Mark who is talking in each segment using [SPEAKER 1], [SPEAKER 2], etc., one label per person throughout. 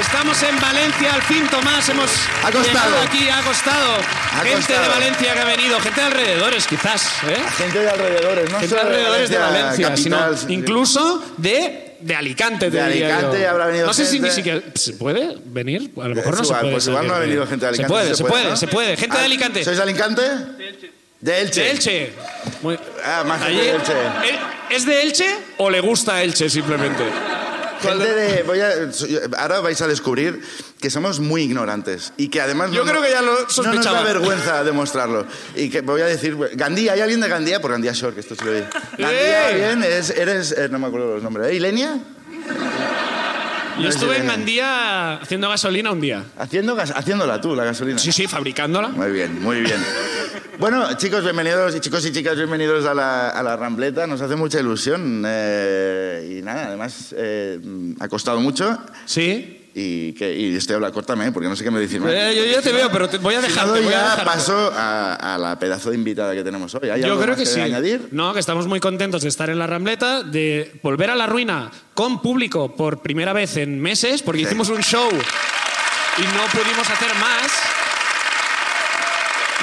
[SPEAKER 1] Estamos en Valencia, al fin Tomás, hemos
[SPEAKER 2] Ha costado.
[SPEAKER 1] llegado aquí, ha costado.
[SPEAKER 2] Ha
[SPEAKER 1] gente
[SPEAKER 2] costado.
[SPEAKER 1] de Valencia que ha venido, gente de alrededores quizás, ¿eh?
[SPEAKER 2] Gente de alrededores, no
[SPEAKER 1] gente de
[SPEAKER 2] solo
[SPEAKER 1] alrededores de Valencia,
[SPEAKER 2] capital,
[SPEAKER 1] sino
[SPEAKER 2] sí.
[SPEAKER 1] incluso de, de Alicante, te
[SPEAKER 2] De
[SPEAKER 1] diría
[SPEAKER 2] Alicante
[SPEAKER 1] yo.
[SPEAKER 2] habrá venido
[SPEAKER 1] No sé si
[SPEAKER 2] gente.
[SPEAKER 1] ni siquiera... ¿Se puede venir? A lo mejor
[SPEAKER 2] Es
[SPEAKER 1] no se
[SPEAKER 2] igual,
[SPEAKER 1] puede.
[SPEAKER 2] pues igual no ha
[SPEAKER 1] salir.
[SPEAKER 2] venido gente de Alicante.
[SPEAKER 1] Se puede, se puede,
[SPEAKER 2] ¿no?
[SPEAKER 1] se puede. Gente de
[SPEAKER 2] Ah,
[SPEAKER 1] Alicante.
[SPEAKER 2] ¿Sois de Alicante? De Elche.
[SPEAKER 1] De Elche. Muy-
[SPEAKER 2] Ah, más gente
[SPEAKER 1] Allí-
[SPEAKER 2] de Elche.
[SPEAKER 1] ¿E- ¿Es de Elche o le gusta Elche simplemente?
[SPEAKER 2] Gente de... voy a- soy- ahora vais a descubrir que somos muy ignorantes y que además...
[SPEAKER 1] Yo creo que ya lo
[SPEAKER 2] No nos da
[SPEAKER 1] sospechaba.
[SPEAKER 2] vergüenza demostrarlo. Y que voy a decir... Gandía, ¿hay alguien de Gandía? Por Gandía Shore, que esto se lo digo. Gandía,
[SPEAKER 1] ¡Eh!
[SPEAKER 2] bien, es- eres... eh, no me acuerdo los nombres. ¿Eh? ¿Ilenia?
[SPEAKER 1] Yo
[SPEAKER 2] es
[SPEAKER 1] estuve en
[SPEAKER 2] Irene.
[SPEAKER 1] Gandía haciendo gasolina un día.
[SPEAKER 2] Haciendo gas- haciéndola tú, la gasolina.
[SPEAKER 1] Sí, sí, fabricándola.
[SPEAKER 2] Muy bien, muy bien. Bueno, chicos, bienvenidos y chicos y chicas, bienvenidos a la, a la Rambleta. Nos hace mucha ilusión eh, y nada, además eh, ha costado mucho
[SPEAKER 1] Sí.
[SPEAKER 2] y, que, y estoy hablando, córtame, porque no sé qué me decir más.
[SPEAKER 1] Eh, yo ya te veo, pero te voy a
[SPEAKER 2] Si
[SPEAKER 1] dejar.
[SPEAKER 2] no
[SPEAKER 1] te
[SPEAKER 2] doy
[SPEAKER 1] voy a
[SPEAKER 2] ya
[SPEAKER 1] dejar.
[SPEAKER 2] paso a, a la pedazo de invitada que tenemos hoy. ¿Hay
[SPEAKER 1] Yo
[SPEAKER 2] algo
[SPEAKER 1] creo
[SPEAKER 2] más
[SPEAKER 1] que sí.
[SPEAKER 2] añadir?
[SPEAKER 1] No, que estamos muy contentos de estar en la Rambleta, de volver a la ruina con público por primera vez en meses, porque
[SPEAKER 2] Sí.
[SPEAKER 1] hicimos un show y no pudimos hacer más.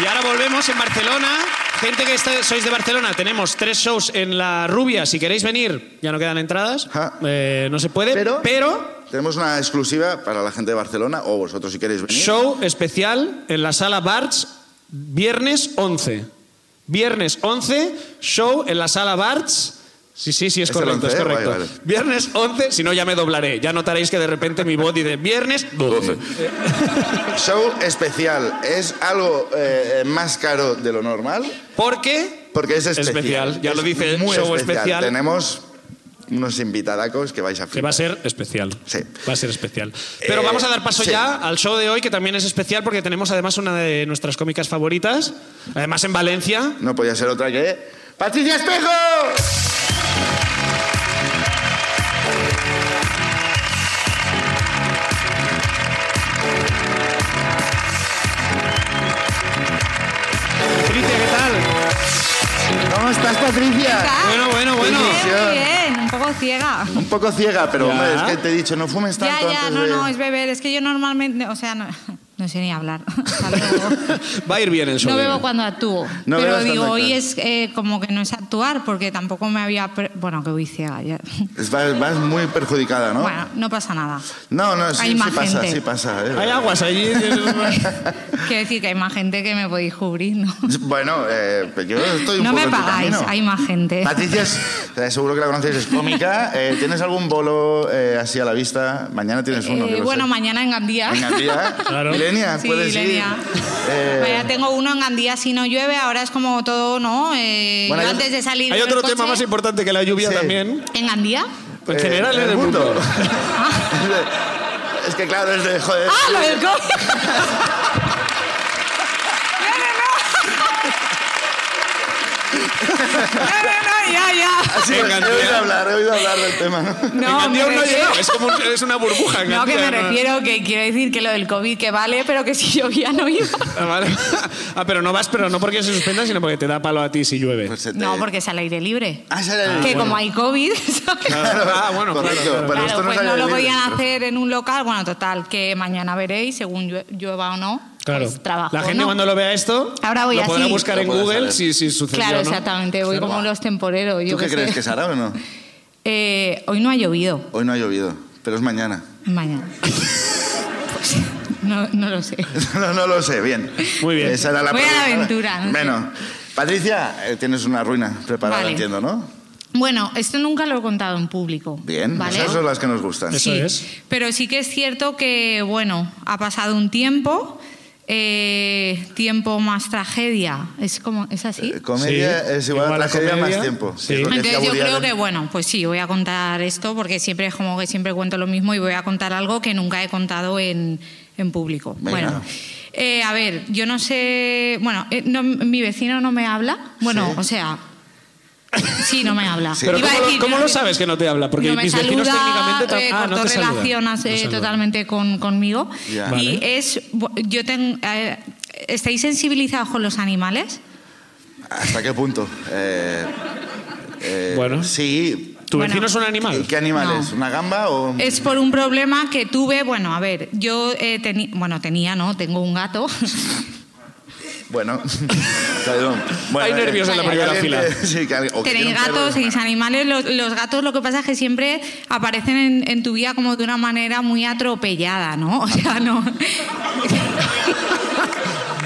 [SPEAKER 1] Y ahora volvemos en Barcelona. Gente que está- sois de Barcelona, tenemos tres shows en La Rubia. Si queréis venir, ya no quedan entradas.
[SPEAKER 2] Ajá.
[SPEAKER 1] Eh, no se puede.
[SPEAKER 2] Pero-
[SPEAKER 1] pero
[SPEAKER 2] Tenemos una exclusiva para la gente de Barcelona o vosotros si queréis venir.
[SPEAKER 1] Show especial en la sala Barts, viernes 11. Viernes 11, show en la sala Barts. Sí, sí, sí,
[SPEAKER 2] ¿Es
[SPEAKER 1] es,
[SPEAKER 2] el
[SPEAKER 1] correcto,
[SPEAKER 2] 11,
[SPEAKER 1] es
[SPEAKER 2] eh?
[SPEAKER 1] correcto.
[SPEAKER 2] Vale, vale.
[SPEAKER 1] Viernes 11, si no ya me doblaré. Ya notaréis que de repente mi voz dice viernes 12.
[SPEAKER 2] Show especial. Es algo eh, eh, más caro de lo normal.
[SPEAKER 1] Porque
[SPEAKER 2] Porque es especial.
[SPEAKER 1] Especial, ya
[SPEAKER 2] Es
[SPEAKER 1] lo dice el
[SPEAKER 2] muy
[SPEAKER 1] show especial.
[SPEAKER 2] Tenemos unos invitadacos que vais a
[SPEAKER 1] que
[SPEAKER 2] flipar.
[SPEAKER 1] va a ser especial.
[SPEAKER 2] Sí.
[SPEAKER 1] Va a ser especial. Pero
[SPEAKER 2] Eh,
[SPEAKER 1] vamos a dar paso
[SPEAKER 2] sí.
[SPEAKER 1] ya al show de hoy, que también es especial porque tenemos además una de nuestras cómicas favoritas. Además en Valencia.
[SPEAKER 2] No podía ser otra que... ¡Patricia Espejo!
[SPEAKER 1] Patricia, ¿qué tal?
[SPEAKER 2] ¿Cómo estás, Patricia?
[SPEAKER 1] Bueno, bueno, bueno.
[SPEAKER 2] Sí, sí, sí.
[SPEAKER 3] Ah, Muy bien, un poco ciega.
[SPEAKER 2] Un poco ciega, pero
[SPEAKER 1] Ya.
[SPEAKER 2] hombre, es que te he dicho, no fumes
[SPEAKER 3] Ya,
[SPEAKER 2] tanto
[SPEAKER 3] ya,
[SPEAKER 2] antes
[SPEAKER 3] no,
[SPEAKER 2] de...
[SPEAKER 3] no, es beber. Es que yo normalmente, o sea, no, no sé ni hablar. Hasta luego.
[SPEAKER 1] Va a ir bien el show.
[SPEAKER 3] No
[SPEAKER 1] de
[SPEAKER 3] bebo
[SPEAKER 1] hoy.
[SPEAKER 3] cuando actúo.
[SPEAKER 2] No
[SPEAKER 3] pero
[SPEAKER 2] bebas cuando
[SPEAKER 3] digo, hoy
[SPEAKER 2] actúas.
[SPEAKER 3] es eh, como que no es actuar porque tampoco me había. pre- Bueno, que voy ciega ya.
[SPEAKER 2] Es- Vas, vas muy perjudicada, ¿no?
[SPEAKER 3] Bueno, no pasa nada.
[SPEAKER 2] No, no,
[SPEAKER 3] Hay
[SPEAKER 2] sí, sí
[SPEAKER 3] más
[SPEAKER 2] pasa,
[SPEAKER 3] gente.
[SPEAKER 2] sí pasa. eh.
[SPEAKER 1] Hay aguas allí. tienes-
[SPEAKER 3] Quiero decir que hay más gente que me podéis cubrir, ¿no?
[SPEAKER 2] Bueno, eh, pues yo estoy un
[SPEAKER 3] No
[SPEAKER 2] poco
[SPEAKER 3] me
[SPEAKER 2] en tu
[SPEAKER 3] pagáis,
[SPEAKER 2] camino.
[SPEAKER 3] hay más gente.
[SPEAKER 2] Patricia, es- eh, seguro que la conocéis, es cómica. Eh, ¿Tienes algún bolo eh, así a la vista? Mañana tienes uno.
[SPEAKER 3] Eh,
[SPEAKER 2] que lo
[SPEAKER 3] bueno,
[SPEAKER 2] sé.
[SPEAKER 3] mañana en Gandía.
[SPEAKER 2] En Gandía.
[SPEAKER 1] Claro.
[SPEAKER 2] Ilenia,
[SPEAKER 3] Sí,
[SPEAKER 2] puedes
[SPEAKER 3] Ilenia.
[SPEAKER 2] ir. Eh,
[SPEAKER 3] Mañana Pues tengo uno en Gandía, si no llueve, ahora es como todo, ¿no? Eh,
[SPEAKER 2] Bueno,
[SPEAKER 3] yo
[SPEAKER 2] hay-
[SPEAKER 3] antes de salir.
[SPEAKER 1] Hay
[SPEAKER 3] con
[SPEAKER 1] otro
[SPEAKER 3] el
[SPEAKER 1] tema
[SPEAKER 3] coche-
[SPEAKER 1] más importante que la lluvia
[SPEAKER 2] Sí.
[SPEAKER 1] también.
[SPEAKER 3] ¿En Gandía?
[SPEAKER 1] En
[SPEAKER 2] eh,
[SPEAKER 1] general en Pues el mundo.
[SPEAKER 2] es que claro, es de
[SPEAKER 1] Eh.
[SPEAKER 2] joder.
[SPEAKER 3] ¡Ah, lo del coche! No, no, no. No, no, no, ya, ya.
[SPEAKER 2] Ah, Sí, he
[SPEAKER 1] En Gandía.
[SPEAKER 2] oído hablar, he oído hablar del tema. ¿no?
[SPEAKER 1] En
[SPEAKER 3] No,
[SPEAKER 1] Gandía
[SPEAKER 3] me
[SPEAKER 1] aún no ha
[SPEAKER 3] refiero-
[SPEAKER 1] llegado. Es como un- es una burbuja. en
[SPEAKER 3] No, que
[SPEAKER 1] Gandía,
[SPEAKER 3] me refiero que quiero decir que lo del COVID que vale, pero que si llovía no iba.
[SPEAKER 1] Ah, vale. Ah, pero no vas, pero no porque se suspenda, sino porque te da palo a ti si llueve.
[SPEAKER 2] Pues se te-
[SPEAKER 3] No, porque es al aire libre.
[SPEAKER 2] Ah, ese era el-
[SPEAKER 3] que
[SPEAKER 2] bueno,
[SPEAKER 3] como hay COVID, ¿sabes?
[SPEAKER 1] Ah, bueno, claro,
[SPEAKER 2] correcto,
[SPEAKER 1] claro.
[SPEAKER 2] pero esto no
[SPEAKER 3] Claro, pues
[SPEAKER 2] es
[SPEAKER 3] no
[SPEAKER 2] aire
[SPEAKER 3] lo
[SPEAKER 2] libre.
[SPEAKER 3] podían hacer en un local. Bueno, total, que mañana veréis, según llue- llueva o no,
[SPEAKER 1] Claro.
[SPEAKER 3] pues trabajo
[SPEAKER 1] la
[SPEAKER 3] o
[SPEAKER 1] gente
[SPEAKER 3] no.
[SPEAKER 1] cuando lo vea esto,
[SPEAKER 3] Ahora voy
[SPEAKER 1] lo
[SPEAKER 3] así.
[SPEAKER 1] podrá buscar
[SPEAKER 2] Lo
[SPEAKER 1] en
[SPEAKER 2] podrá
[SPEAKER 1] Google
[SPEAKER 2] saber.
[SPEAKER 1] si, si sucedió.
[SPEAKER 3] Claro,
[SPEAKER 1] ¿no?
[SPEAKER 3] exactamente, voy como los temporeros. yo
[SPEAKER 2] ¿Tú qué
[SPEAKER 3] qué
[SPEAKER 2] crees
[SPEAKER 3] sé.
[SPEAKER 2] que es ahora o no?
[SPEAKER 3] Eh, hoy no ha llovido.
[SPEAKER 2] Hoy no ha llovido, pero es mañana.
[SPEAKER 3] Mañana. Pues, no, no lo sé.
[SPEAKER 2] No, no lo sé, bien.
[SPEAKER 1] Muy bien.
[SPEAKER 2] Esa era la
[SPEAKER 3] Voy a la
[SPEAKER 2] pregunta.
[SPEAKER 3] aventura, no sé.
[SPEAKER 2] Bueno, Patricia, eh, tienes una ruina preparada,
[SPEAKER 3] Vale.
[SPEAKER 2] entiendo, ¿no?
[SPEAKER 3] Bueno, esto nunca lo he contado en público.
[SPEAKER 2] Bien, pues
[SPEAKER 3] ¿vale?
[SPEAKER 2] esas son las que nos gustan.
[SPEAKER 1] Eso
[SPEAKER 3] Sí,
[SPEAKER 1] es.
[SPEAKER 3] Pero sí que es cierto que, bueno, ha pasado un tiempo. eh, tiempo más tragedia. Es como, ¿es así?
[SPEAKER 2] Eh, Comedia
[SPEAKER 1] Sí,
[SPEAKER 2] es igual,
[SPEAKER 1] igual a
[SPEAKER 2] a tragedia
[SPEAKER 1] comedia.
[SPEAKER 2] más tiempo.
[SPEAKER 1] Sí.
[SPEAKER 2] Es lo que decía
[SPEAKER 3] Entonces yo
[SPEAKER 2] Woody
[SPEAKER 3] creo
[SPEAKER 2] Allen.
[SPEAKER 3] que, bueno, pues sí, voy a contar esto porque siempre es como que siempre cuento lo mismo y voy a contar algo que nunca he contado en, en público.
[SPEAKER 2] Venga.
[SPEAKER 3] Bueno, eh, a ver, yo no sé, bueno, eh, no, mi vecino no me habla, bueno,
[SPEAKER 2] Sí.
[SPEAKER 3] o sea, sí, no me habla.
[SPEAKER 2] Sí.
[SPEAKER 1] Pero
[SPEAKER 3] Iba a
[SPEAKER 1] ¿cómo,
[SPEAKER 3] decir,
[SPEAKER 1] lo, cómo
[SPEAKER 3] no
[SPEAKER 1] lo
[SPEAKER 3] sé-
[SPEAKER 1] sabes que no te habla? Porque
[SPEAKER 3] no me
[SPEAKER 1] mis
[SPEAKER 3] saluda,
[SPEAKER 1] vecinos técnicamente... tam-
[SPEAKER 3] eh,
[SPEAKER 1] ah, no
[SPEAKER 3] cortó
[SPEAKER 1] te saludan.
[SPEAKER 3] relaciones
[SPEAKER 1] No
[SPEAKER 3] eh,
[SPEAKER 1] saludan.
[SPEAKER 3] totalmente con, conmigo.
[SPEAKER 2] Ya.
[SPEAKER 1] Vale.
[SPEAKER 3] Y es, yo tengo, eh, ¿estáis sensibilizados con los animales?
[SPEAKER 2] ¿Hasta qué punto? Eh, eh,
[SPEAKER 1] Bueno.
[SPEAKER 2] Sí,
[SPEAKER 1] ¿Tu
[SPEAKER 3] Bueno.
[SPEAKER 1] vecino es un animal?
[SPEAKER 2] ¿Qué animal
[SPEAKER 3] No. Eh.
[SPEAKER 2] es? ¿Una gamba o...? un-
[SPEAKER 3] Es por un problema que tuve, bueno, a ver, yo eh, teni- bueno, tenía, ¿no? Tengo un gato.
[SPEAKER 2] Bueno, perdón. Bueno,
[SPEAKER 1] Hay
[SPEAKER 2] eh,
[SPEAKER 1] nervios
[SPEAKER 3] en la
[SPEAKER 2] hay
[SPEAKER 1] primera
[SPEAKER 2] alguien que- sí, que alguien- o que
[SPEAKER 3] Tenéis
[SPEAKER 2] tiene un perro.
[SPEAKER 3] gatos, tenéis animales. Los, los gatos lo que pasa es que siempre aparecen en, en tu vida como de una manera muy atropellada, ¿no? O sea, no.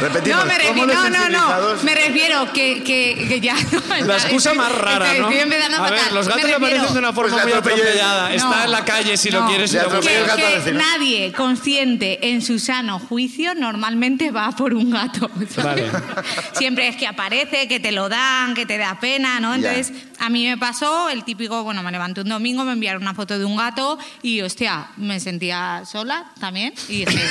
[SPEAKER 2] Repetimos,
[SPEAKER 3] no, me
[SPEAKER 2] ¿cómo
[SPEAKER 3] refiero,
[SPEAKER 2] los
[SPEAKER 3] no, no, no.
[SPEAKER 2] sensibilizados-
[SPEAKER 3] Me refiero que, que, que ya. No,
[SPEAKER 1] La excusa más rara,
[SPEAKER 3] estoy,
[SPEAKER 1] ¿no?
[SPEAKER 3] Estoy empezando
[SPEAKER 1] a ver,
[SPEAKER 3] fatal.
[SPEAKER 1] los
[SPEAKER 3] Me
[SPEAKER 1] gatos
[SPEAKER 3] refiero-
[SPEAKER 1] aparecen de una forma
[SPEAKER 2] Pues le
[SPEAKER 1] muy
[SPEAKER 2] atropellé.
[SPEAKER 1] atropellada.
[SPEAKER 3] No,
[SPEAKER 1] Está en la calle si lo
[SPEAKER 3] no.
[SPEAKER 1] quieres y
[SPEAKER 2] Le
[SPEAKER 1] lo
[SPEAKER 2] atropellé
[SPEAKER 1] puedes-
[SPEAKER 2] el gato
[SPEAKER 3] que
[SPEAKER 2] al vecino.
[SPEAKER 3] nadie consciente en su sano juicio normalmente va por un gato. ¿sabes?
[SPEAKER 1] Vale.
[SPEAKER 3] Siempre es que aparece, que te lo dan, que te da pena, ¿no?
[SPEAKER 2] Ya.
[SPEAKER 3] Entonces, a mí me pasó el típico, bueno, me levanté un domingo, me enviaron una foto de un gato y, hostia, me sentía sola también y dije...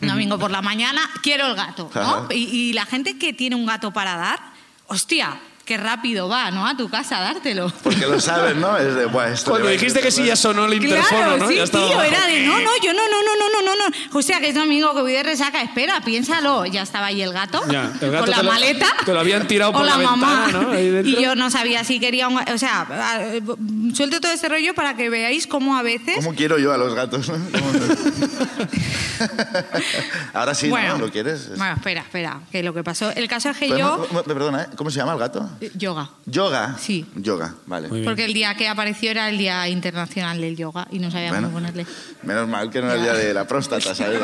[SPEAKER 3] Domingo por la mañana, quiero el gato, ¿no?
[SPEAKER 2] Ajá.
[SPEAKER 3] Y, y la gente que tiene un gato para dar, hostia, qué rápido va, ¿no? A tu casa a dártelo.
[SPEAKER 2] Porque lo sabes, ¿no? Es de, "Buah, esto
[SPEAKER 1] Cuando
[SPEAKER 2] le va a
[SPEAKER 1] dijiste que sí ya sonó el interfono,
[SPEAKER 3] Claro,
[SPEAKER 1] ¿no?
[SPEAKER 3] sí,
[SPEAKER 1] Ya estaba
[SPEAKER 3] tío,
[SPEAKER 1] abajo.
[SPEAKER 3] era de no, no, yo no, no, no, no, no, no, no. O sea, que es domingo que voy de resaca, espera, piénsalo. Ya estaba ahí el gato,
[SPEAKER 1] Ya, el gato
[SPEAKER 3] con la
[SPEAKER 1] te lo-
[SPEAKER 3] maleta.
[SPEAKER 1] te lo habían tirado
[SPEAKER 3] o
[SPEAKER 1] por la
[SPEAKER 3] mamá.
[SPEAKER 1] ventana, ¿no? Ahí dentro.
[SPEAKER 3] Y yo no sabía si quería un, o sea, a- eh, suelto todo este rollo para que veáis cómo a veces
[SPEAKER 2] ¿Cómo quiero yo a los gatos? no? ¿Cómo no? Ahora sí,
[SPEAKER 3] bueno,
[SPEAKER 2] ¿no? ¿Lo quieres?
[SPEAKER 3] Bueno, espera, espera, que lo que pasó, el caso es que
[SPEAKER 2] Pero,
[SPEAKER 3] yo
[SPEAKER 2] no, no, Perdona, ¿eh? ¿cómo se llama el gato?
[SPEAKER 3] yoga
[SPEAKER 2] Yoga.
[SPEAKER 3] Sí.
[SPEAKER 2] Yoga, vale.
[SPEAKER 1] bien.
[SPEAKER 3] porque el día que apareció era el Día Internacional del Yoga y no sabíamos
[SPEAKER 2] Bueno.
[SPEAKER 3] ponerle.
[SPEAKER 2] Menos mal que no era el
[SPEAKER 3] Ya.
[SPEAKER 2] día de la próstata, ¿sabes?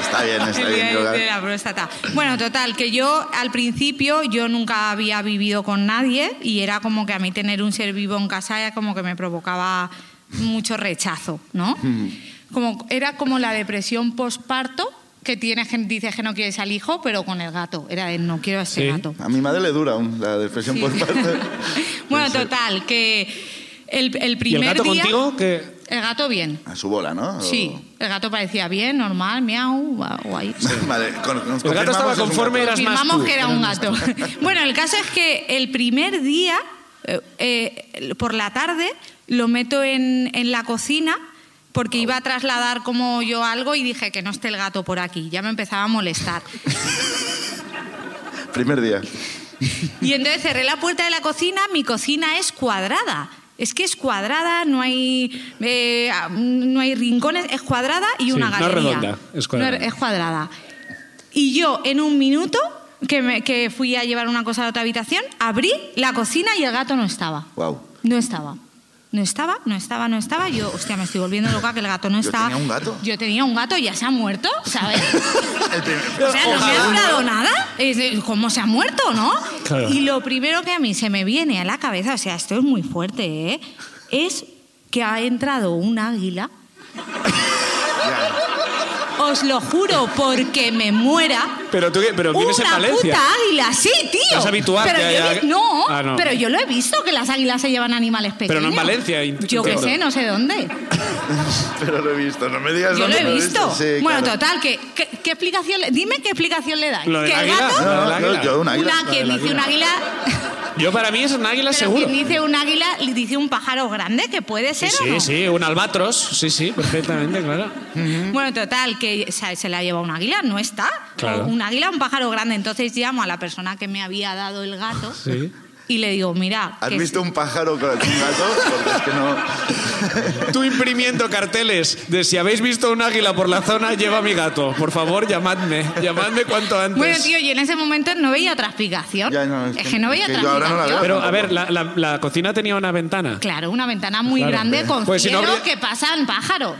[SPEAKER 2] está bien, está
[SPEAKER 3] El día
[SPEAKER 2] bien. Yoga.
[SPEAKER 3] de la próstata. Bueno, total, que yo al principio yo nunca había vivido con nadie y era como que a mí tener un ser vivo en casa era como que me provocaba mucho rechazo, ¿no?
[SPEAKER 2] Mm.
[SPEAKER 3] Como, era como la depresión postparto que tienes que dices que no quieres al hijo, pero con el gato. Era de no quiero a este
[SPEAKER 1] Sí.
[SPEAKER 3] gato.
[SPEAKER 2] A mi madre le dura aún la depresión
[SPEAKER 3] Sí.
[SPEAKER 2] por parte.
[SPEAKER 3] bueno, total, que el, el
[SPEAKER 1] ¿Y el
[SPEAKER 3] primer
[SPEAKER 1] gato
[SPEAKER 3] día...
[SPEAKER 1] contigo? que
[SPEAKER 3] El gato bien.
[SPEAKER 2] A su bola, ¿no? O-
[SPEAKER 3] Sí, el gato parecía bien, normal, miau, guay.
[SPEAKER 2] Vale, con- nos
[SPEAKER 1] El
[SPEAKER 2] confirmamos,
[SPEAKER 1] gato estaba
[SPEAKER 2] es un
[SPEAKER 1] conforme,
[SPEAKER 2] gato.
[SPEAKER 1] eras más
[SPEAKER 3] Confirmamos
[SPEAKER 1] tú.
[SPEAKER 3] que era un gato. bueno, el caso es que el primer día, eh, eh, por la tarde, lo meto en, en la cocina porque iba a trasladar como yo algo y dije que no esté el gato por aquí. Ya me empezaba a molestar.
[SPEAKER 2] Primer día.
[SPEAKER 3] Y entonces cerré la puerta de la cocina, mi cocina es cuadrada. Es que es cuadrada, no hay, eh, ah, no hay rincones, es cuadrada y
[SPEAKER 1] Sí,
[SPEAKER 3] una
[SPEAKER 1] no es
[SPEAKER 3] galería.
[SPEAKER 1] redonda, es cuadrada.
[SPEAKER 3] No es cuadrada. Y yo, en un minuto, que, me- que fui a llevar una cosa a otra habitación, abrí la cocina y el gato no estaba.
[SPEAKER 2] Wow.
[SPEAKER 3] No estaba. No estaba, no estaba, no estaba. Yo, hostia, me estoy volviendo loca que el gato no
[SPEAKER 2] Yo
[SPEAKER 3] estaba.
[SPEAKER 2] tenía un gato.
[SPEAKER 3] Yo tenía un gato, ya se ha muerto, ¿sabes?
[SPEAKER 2] El primer-
[SPEAKER 3] O sea, no me ha
[SPEAKER 1] Ojalá.
[SPEAKER 3] durado nada. Es de, ¿Cómo se ha muerto, no?
[SPEAKER 1] Claro.
[SPEAKER 3] Y lo primero que a mí se me viene a la cabeza, o sea, esto es muy fuerte, ¿eh? Es que ha entrado un águila.
[SPEAKER 2] Ya.
[SPEAKER 3] Os lo juro, porque me muera.
[SPEAKER 1] Pero tú, qué- pero vives en
[SPEAKER 3] una
[SPEAKER 1] Valencia.
[SPEAKER 3] puta águila, sí, tío.
[SPEAKER 1] Estás habituado
[SPEAKER 3] pero
[SPEAKER 1] que
[SPEAKER 3] yo
[SPEAKER 1] haya-
[SPEAKER 3] he vi- no,
[SPEAKER 1] Ah, no.
[SPEAKER 3] pero yo lo he visto que las águilas se llevan animales pequeños.
[SPEAKER 1] Pero no en Valencia, in-
[SPEAKER 3] Yo qué
[SPEAKER 1] entiendo.
[SPEAKER 3] sé, no sé dónde.
[SPEAKER 2] Pero lo he visto, no me digas
[SPEAKER 3] Yo lo
[SPEAKER 2] dónde
[SPEAKER 3] he visto.
[SPEAKER 2] Sí,
[SPEAKER 3] bueno,
[SPEAKER 2] claro.
[SPEAKER 3] total, ¿qué, qué, qué explicación le- dime qué explicación le dais.
[SPEAKER 1] Lo del
[SPEAKER 3] que el
[SPEAKER 1] águila,
[SPEAKER 3] gato,
[SPEAKER 1] ¿no?
[SPEAKER 2] No, no,
[SPEAKER 1] Lo del
[SPEAKER 2] yo-
[SPEAKER 1] águila.
[SPEAKER 2] yo un águila.
[SPEAKER 3] una, quien dice un águila
[SPEAKER 1] Yo para mí es un águila
[SPEAKER 3] Pero
[SPEAKER 1] seguro.
[SPEAKER 3] quien dice un águila le dice un pájaro grande, que puede ser
[SPEAKER 1] Sí,
[SPEAKER 3] o no.
[SPEAKER 1] sí, sí, un albatros. Sí, sí, perfectamente, claro.
[SPEAKER 3] Bueno, total, que se se la lleva un águila, no está.
[SPEAKER 1] Claro.
[SPEAKER 3] Un águila, un pájaro grande. Entonces llamo a la persona que me había dado el gato
[SPEAKER 1] Sí.
[SPEAKER 3] y le digo, mira,
[SPEAKER 2] ¿Has
[SPEAKER 3] que
[SPEAKER 2] visto un pájaro con un gato? Porque es que no...
[SPEAKER 1] Tú imprimiendo carteles de si habéis visto un águila por la zona, lleva a mi gato. Por favor, llamadme. Llamadme cuanto antes.
[SPEAKER 3] Bueno, tío, y en ese momento no veía otra explicación.
[SPEAKER 2] Ya, no, es
[SPEAKER 3] es,
[SPEAKER 2] que-
[SPEAKER 3] que no
[SPEAKER 2] es
[SPEAKER 3] veía
[SPEAKER 2] que
[SPEAKER 3] otra
[SPEAKER 2] yo ahora no la
[SPEAKER 3] explicación.
[SPEAKER 2] veo.
[SPEAKER 1] Pero a ver, la, la- la cocina tenía una ventana.
[SPEAKER 3] Claro, una ventana muy
[SPEAKER 1] Claro.
[SPEAKER 3] grande con
[SPEAKER 1] Pues si no
[SPEAKER 3] cielo
[SPEAKER 1] habría-
[SPEAKER 3] que pasan pájaros.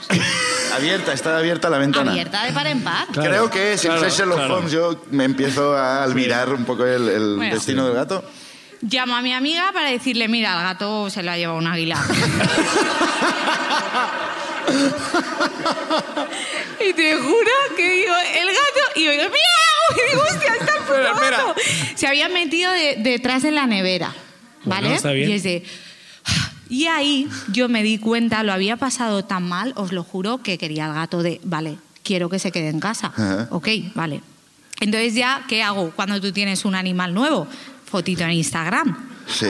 [SPEAKER 2] Abierta, está abierta la ventana.
[SPEAKER 3] abierta de par en par.
[SPEAKER 1] Claro.
[SPEAKER 2] Creo que sin
[SPEAKER 1] claro,
[SPEAKER 2] ser Sherlock
[SPEAKER 1] claro.
[SPEAKER 2] Holmes yo me empiezo a almirar un poco el, el
[SPEAKER 3] Bueno.
[SPEAKER 2] destino del gato.
[SPEAKER 3] Llamo a mi amiga para decirle, mira, el gato se lo ha llevado un águila. y te juro que digo, el gato, y oigo, miau, y digo, hostia, está el puto
[SPEAKER 1] Espera, espera.
[SPEAKER 3] gato. Se había metido de- detrás de la nevera, ¿vale?
[SPEAKER 1] Bueno, está bien.
[SPEAKER 3] Y es de... Y ahí yo me di cuenta, lo había pasado tan mal, os lo juro, que quería el gato de, vale, quiero que se quede en casa.
[SPEAKER 2] Ajá.
[SPEAKER 3] Ok, vale. Entonces ya, ¿qué hago cuando tú tienes un animal nuevo? Fotito en Instagram
[SPEAKER 2] Sí.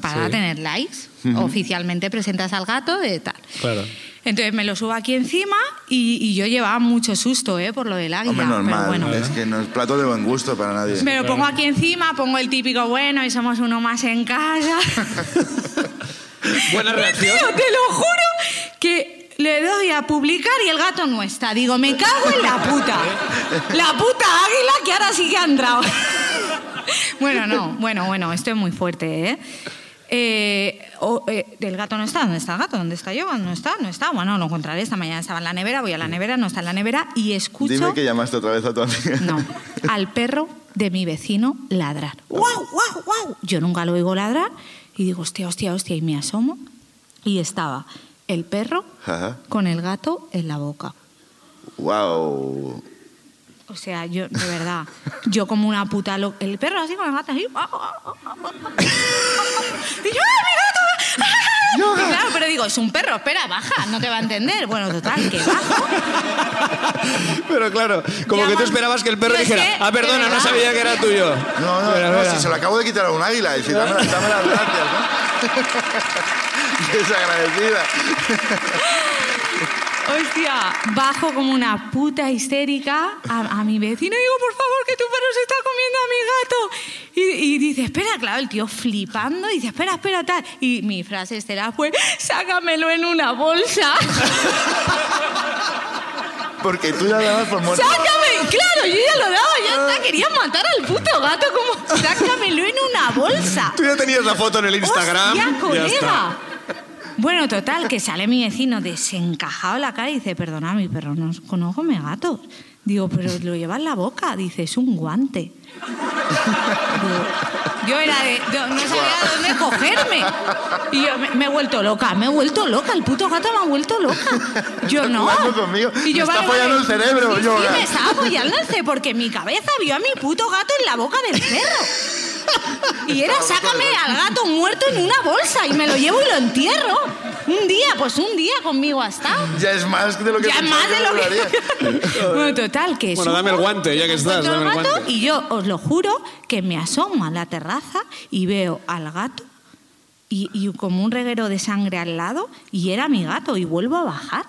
[SPEAKER 3] para tener likes. Oficialmente presentas al gato de tal.
[SPEAKER 1] Claro.
[SPEAKER 3] Entonces me lo subo aquí encima y, y yo llevaba mucho susto ¿eh? por lo del águila.
[SPEAKER 2] Hombre, normal.
[SPEAKER 3] pero bueno.
[SPEAKER 2] Es que no es plato de buen gusto para nadie.
[SPEAKER 3] Me lo pongo aquí encima, pongo el típico bueno y somos uno más en casa.
[SPEAKER 1] Buena reacción.
[SPEAKER 3] Tío, te lo juro que le doy a publicar y el gato no está. Digo, me cago en la puta. La puta águila que ahora sí que ha entrado. Bueno, no, bueno, bueno, esto es muy fuerte, ¿eh? Eh, o, eh, el gato no está, ¿dónde está el gato? ¿Dónde está yo? No está, no está. Bueno, lo encontraré esta mañana. Estaba en la nevera, voy a la nevera, no está en la nevera y escucho...
[SPEAKER 2] Dime que llamaste otra vez a tu amiga.
[SPEAKER 3] No, al perro de mi vecino ladrar. ¡Guau, guau, guau! Yo nunca lo oigo ladrar y digo, hostia, hostia, hostia, y me asomo y estaba el perro
[SPEAKER 2] Ajá.
[SPEAKER 3] con el gato en la boca.
[SPEAKER 2] Wow.
[SPEAKER 3] O sea, yo, de verdad, yo como una puta loca. El perro así con el gato así. Y yo, ¡ay, mi gato! Y claro, pero digo, es un perro, espera, baja, no te va a entender. Bueno, total, que bajo.
[SPEAKER 1] Pero claro, como
[SPEAKER 3] Ya,
[SPEAKER 1] que tú
[SPEAKER 3] man.
[SPEAKER 1] esperabas que el perro
[SPEAKER 3] Yo es
[SPEAKER 1] dijera,
[SPEAKER 3] que,
[SPEAKER 1] ah,
[SPEAKER 3] de
[SPEAKER 1] perdona, no
[SPEAKER 3] verdad.
[SPEAKER 1] sabía que era tuyo.
[SPEAKER 2] No, no,
[SPEAKER 1] Espera,
[SPEAKER 2] no,
[SPEAKER 1] espera.
[SPEAKER 2] si se lo acabo de quitar a un águila, decir, dame, las- dame las gracias, ¿no? Desagradecida.
[SPEAKER 3] Hostia, bajo como una puta histérica a, a mi vecino y digo, por favor, que tu perro se está comiendo a mi gato. Y, y dice, espera, claro, el tío flipando, dice, espera, espera, tal. Y mi frase estelar fue, sácamelo en una bolsa.
[SPEAKER 2] Porque tú ya dabas por muerto.
[SPEAKER 3] ¡Sácame! Claro, yo ya lo daba, ya está, quería matar al puto gato como, sácamelo en una bolsa.
[SPEAKER 1] Tú ya tenías la foto en el Instagram.
[SPEAKER 3] ¡Hostia,
[SPEAKER 1] ya está.
[SPEAKER 3] colega! Bueno, total, que sale mi vecino desencajado la cara y dice, perdona, mi perro no conozco mi gato. Digo, pero lo lleva en la boca. Dice, es un guante. Digo, yo era de, yo no sabía dónde cogerme. Y yo me, me he vuelto loca, me he vuelto loca. El puto gato me ha vuelto loca. Yo no.
[SPEAKER 2] jugando conmigo.
[SPEAKER 3] Y yo,
[SPEAKER 2] Me está follando el cerebro,
[SPEAKER 3] Sí,
[SPEAKER 2] yo, eh.
[SPEAKER 3] sí,
[SPEAKER 2] gato.
[SPEAKER 3] me estaba follando el cerebro porque mi cabeza vio a mi puto gato en la boca del perro. Y era sácame al gato muerto en una bolsa y me lo llevo y lo entierro. Un día, pues un día conmigo hasta.
[SPEAKER 2] Ya es más de lo que
[SPEAKER 3] Ya
[SPEAKER 2] pensaba
[SPEAKER 3] más de lo
[SPEAKER 2] duraría.
[SPEAKER 3] que. bueno, total, que
[SPEAKER 1] Bueno, dame el guante, ya que estás,
[SPEAKER 3] encuentro
[SPEAKER 1] dame el
[SPEAKER 3] al gato
[SPEAKER 1] guante.
[SPEAKER 3] Y yo os lo juro que me asomo a la terraza y veo al gato y, y como un reguero de sangre al lado y era mi gato y vuelvo a bajar.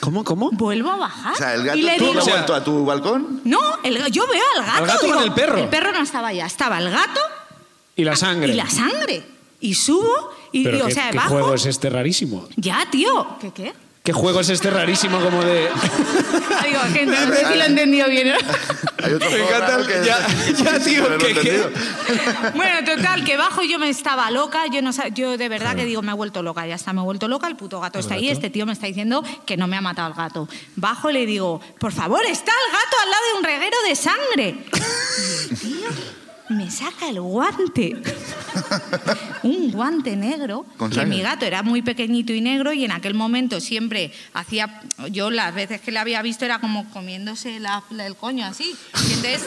[SPEAKER 1] ¿Cómo, cómo?
[SPEAKER 3] Vuelvo a bajar.
[SPEAKER 2] O sea, el gato
[SPEAKER 3] y le
[SPEAKER 2] tú
[SPEAKER 3] digo,
[SPEAKER 2] no
[SPEAKER 1] O
[SPEAKER 2] has
[SPEAKER 1] sea-
[SPEAKER 2] vuelto a tu balcón.
[SPEAKER 3] no, el ga- yo veo al gato.
[SPEAKER 1] Al gato
[SPEAKER 3] digo,
[SPEAKER 1] con el perro.
[SPEAKER 3] El perro no estaba ya, estaba el gato
[SPEAKER 1] Y la sangre.
[SPEAKER 3] y la sangre. Y subo y,
[SPEAKER 1] Pero
[SPEAKER 3] y, o
[SPEAKER 1] qué,
[SPEAKER 3] sea,
[SPEAKER 1] qué
[SPEAKER 3] bajo.
[SPEAKER 1] juego es este rarísimo?
[SPEAKER 3] Ya, tío. ¿Qué qué?
[SPEAKER 1] ¿Qué juego es este rarísimo como de...?
[SPEAKER 3] Digo, que no sé si lo he entendido bien.
[SPEAKER 2] Hay otro
[SPEAKER 1] Me
[SPEAKER 2] juego
[SPEAKER 1] encanta
[SPEAKER 2] raro
[SPEAKER 1] el-
[SPEAKER 2] que-
[SPEAKER 1] ya- ya, tío,
[SPEAKER 2] no lo he
[SPEAKER 1] que- que-
[SPEAKER 2] entendido.
[SPEAKER 3] bueno, total, que bajo yo me estaba loca. Yo no sab- yo de verdad que digo, me he vuelto loca, ya está, me he vuelto loca. El puto gato está ahí, este tío me está diciendo que no me ha matado el gato. Bajo y le digo, por favor, está el gato al lado de un reguero de sangre. Y el tío me saca el guante. un guante negro.
[SPEAKER 2] Con
[SPEAKER 3] que
[SPEAKER 2] sangre.
[SPEAKER 3] mi gato era muy pequeñito y negro y en aquel momento siempre hacía, yo las veces que le había visto era como comiéndose la- la- el coño así. Y entonces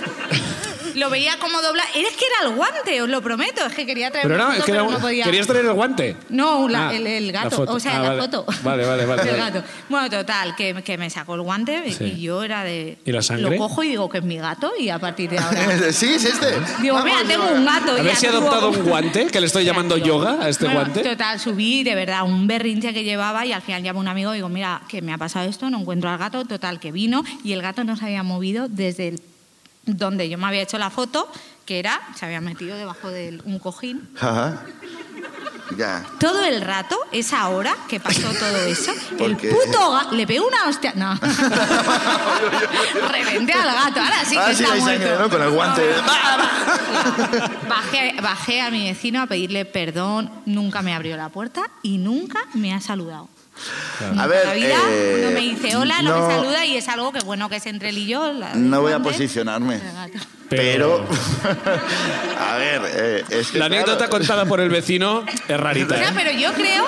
[SPEAKER 3] lo veía como doblar. Es que era el guante, os lo prometo. Es que quería traer
[SPEAKER 1] Pero
[SPEAKER 3] una
[SPEAKER 1] no,
[SPEAKER 3] foto,
[SPEAKER 1] es que era-
[SPEAKER 3] pero no podía.
[SPEAKER 1] querías traer el guante.
[SPEAKER 3] No, la-
[SPEAKER 1] Ah,
[SPEAKER 3] el, el
[SPEAKER 1] la
[SPEAKER 3] gato.
[SPEAKER 1] foto.
[SPEAKER 3] o sea,
[SPEAKER 1] Ah,
[SPEAKER 3] la
[SPEAKER 1] vale.
[SPEAKER 3] foto.
[SPEAKER 1] Vale, vale, vale,
[SPEAKER 3] Del
[SPEAKER 1] vale.
[SPEAKER 3] gato. Bueno, total, que, que me sacó el guante y-
[SPEAKER 1] Sí.
[SPEAKER 3] y yo era de.
[SPEAKER 1] ¿Y la sangre?
[SPEAKER 3] Lo cojo y digo que es mi gato y a partir de ahora.
[SPEAKER 2] Sí, es este.
[SPEAKER 3] Digo,
[SPEAKER 2] Vamos,
[SPEAKER 3] mira, tengo
[SPEAKER 2] Yoga.
[SPEAKER 3] un gato.
[SPEAKER 1] A
[SPEAKER 3] ya
[SPEAKER 1] ver si he
[SPEAKER 3] actúo
[SPEAKER 1] adoptado
[SPEAKER 3] como-
[SPEAKER 1] un guante, que le estoy llamando
[SPEAKER 3] Exacto.
[SPEAKER 1] yoga a este
[SPEAKER 3] Bueno,
[SPEAKER 1] guante.
[SPEAKER 3] Total, subí, de verdad, un berrinche que llevaba y al final llamo a un amigo y digo, mira, que me ha pasado esto, no encuentro al gato, total, que vino y el gato no se había movido desde el- donde yo me había hecho la foto, que era, se había metido debajo de un cojín.
[SPEAKER 2] Ajá. Ya.
[SPEAKER 3] Todo el rato, esa hora que pasó todo eso,
[SPEAKER 2] ¿Por
[SPEAKER 3] el
[SPEAKER 2] qué?
[SPEAKER 3] puto gato, le pegó una hostia, no, reventé al gato, ahora sí que
[SPEAKER 2] Ah, sí,
[SPEAKER 3] está
[SPEAKER 2] hay
[SPEAKER 3] muerto.
[SPEAKER 2] sangre, ¿no? Con el guante.
[SPEAKER 3] Bajé, bajé a mi vecino a pedirle perdón, nunca me abrió la puerta y nunca me ha saludado. Nunca
[SPEAKER 2] A ver,
[SPEAKER 3] en la vida,
[SPEAKER 2] eh,
[SPEAKER 3] no me dice hola, no,
[SPEAKER 2] no-
[SPEAKER 3] me saluda y es algo que bueno que es entre él y yo. la-
[SPEAKER 2] No voy a
[SPEAKER 3] grande.
[SPEAKER 2] posicionarme.
[SPEAKER 1] Pero-
[SPEAKER 2] Pero. a ver, eh, es que.
[SPEAKER 1] La
[SPEAKER 2] claro,
[SPEAKER 1] anécdota contada por el vecino es rarita.
[SPEAKER 3] O sea,
[SPEAKER 1] ¿eh?
[SPEAKER 3] pero yo creo,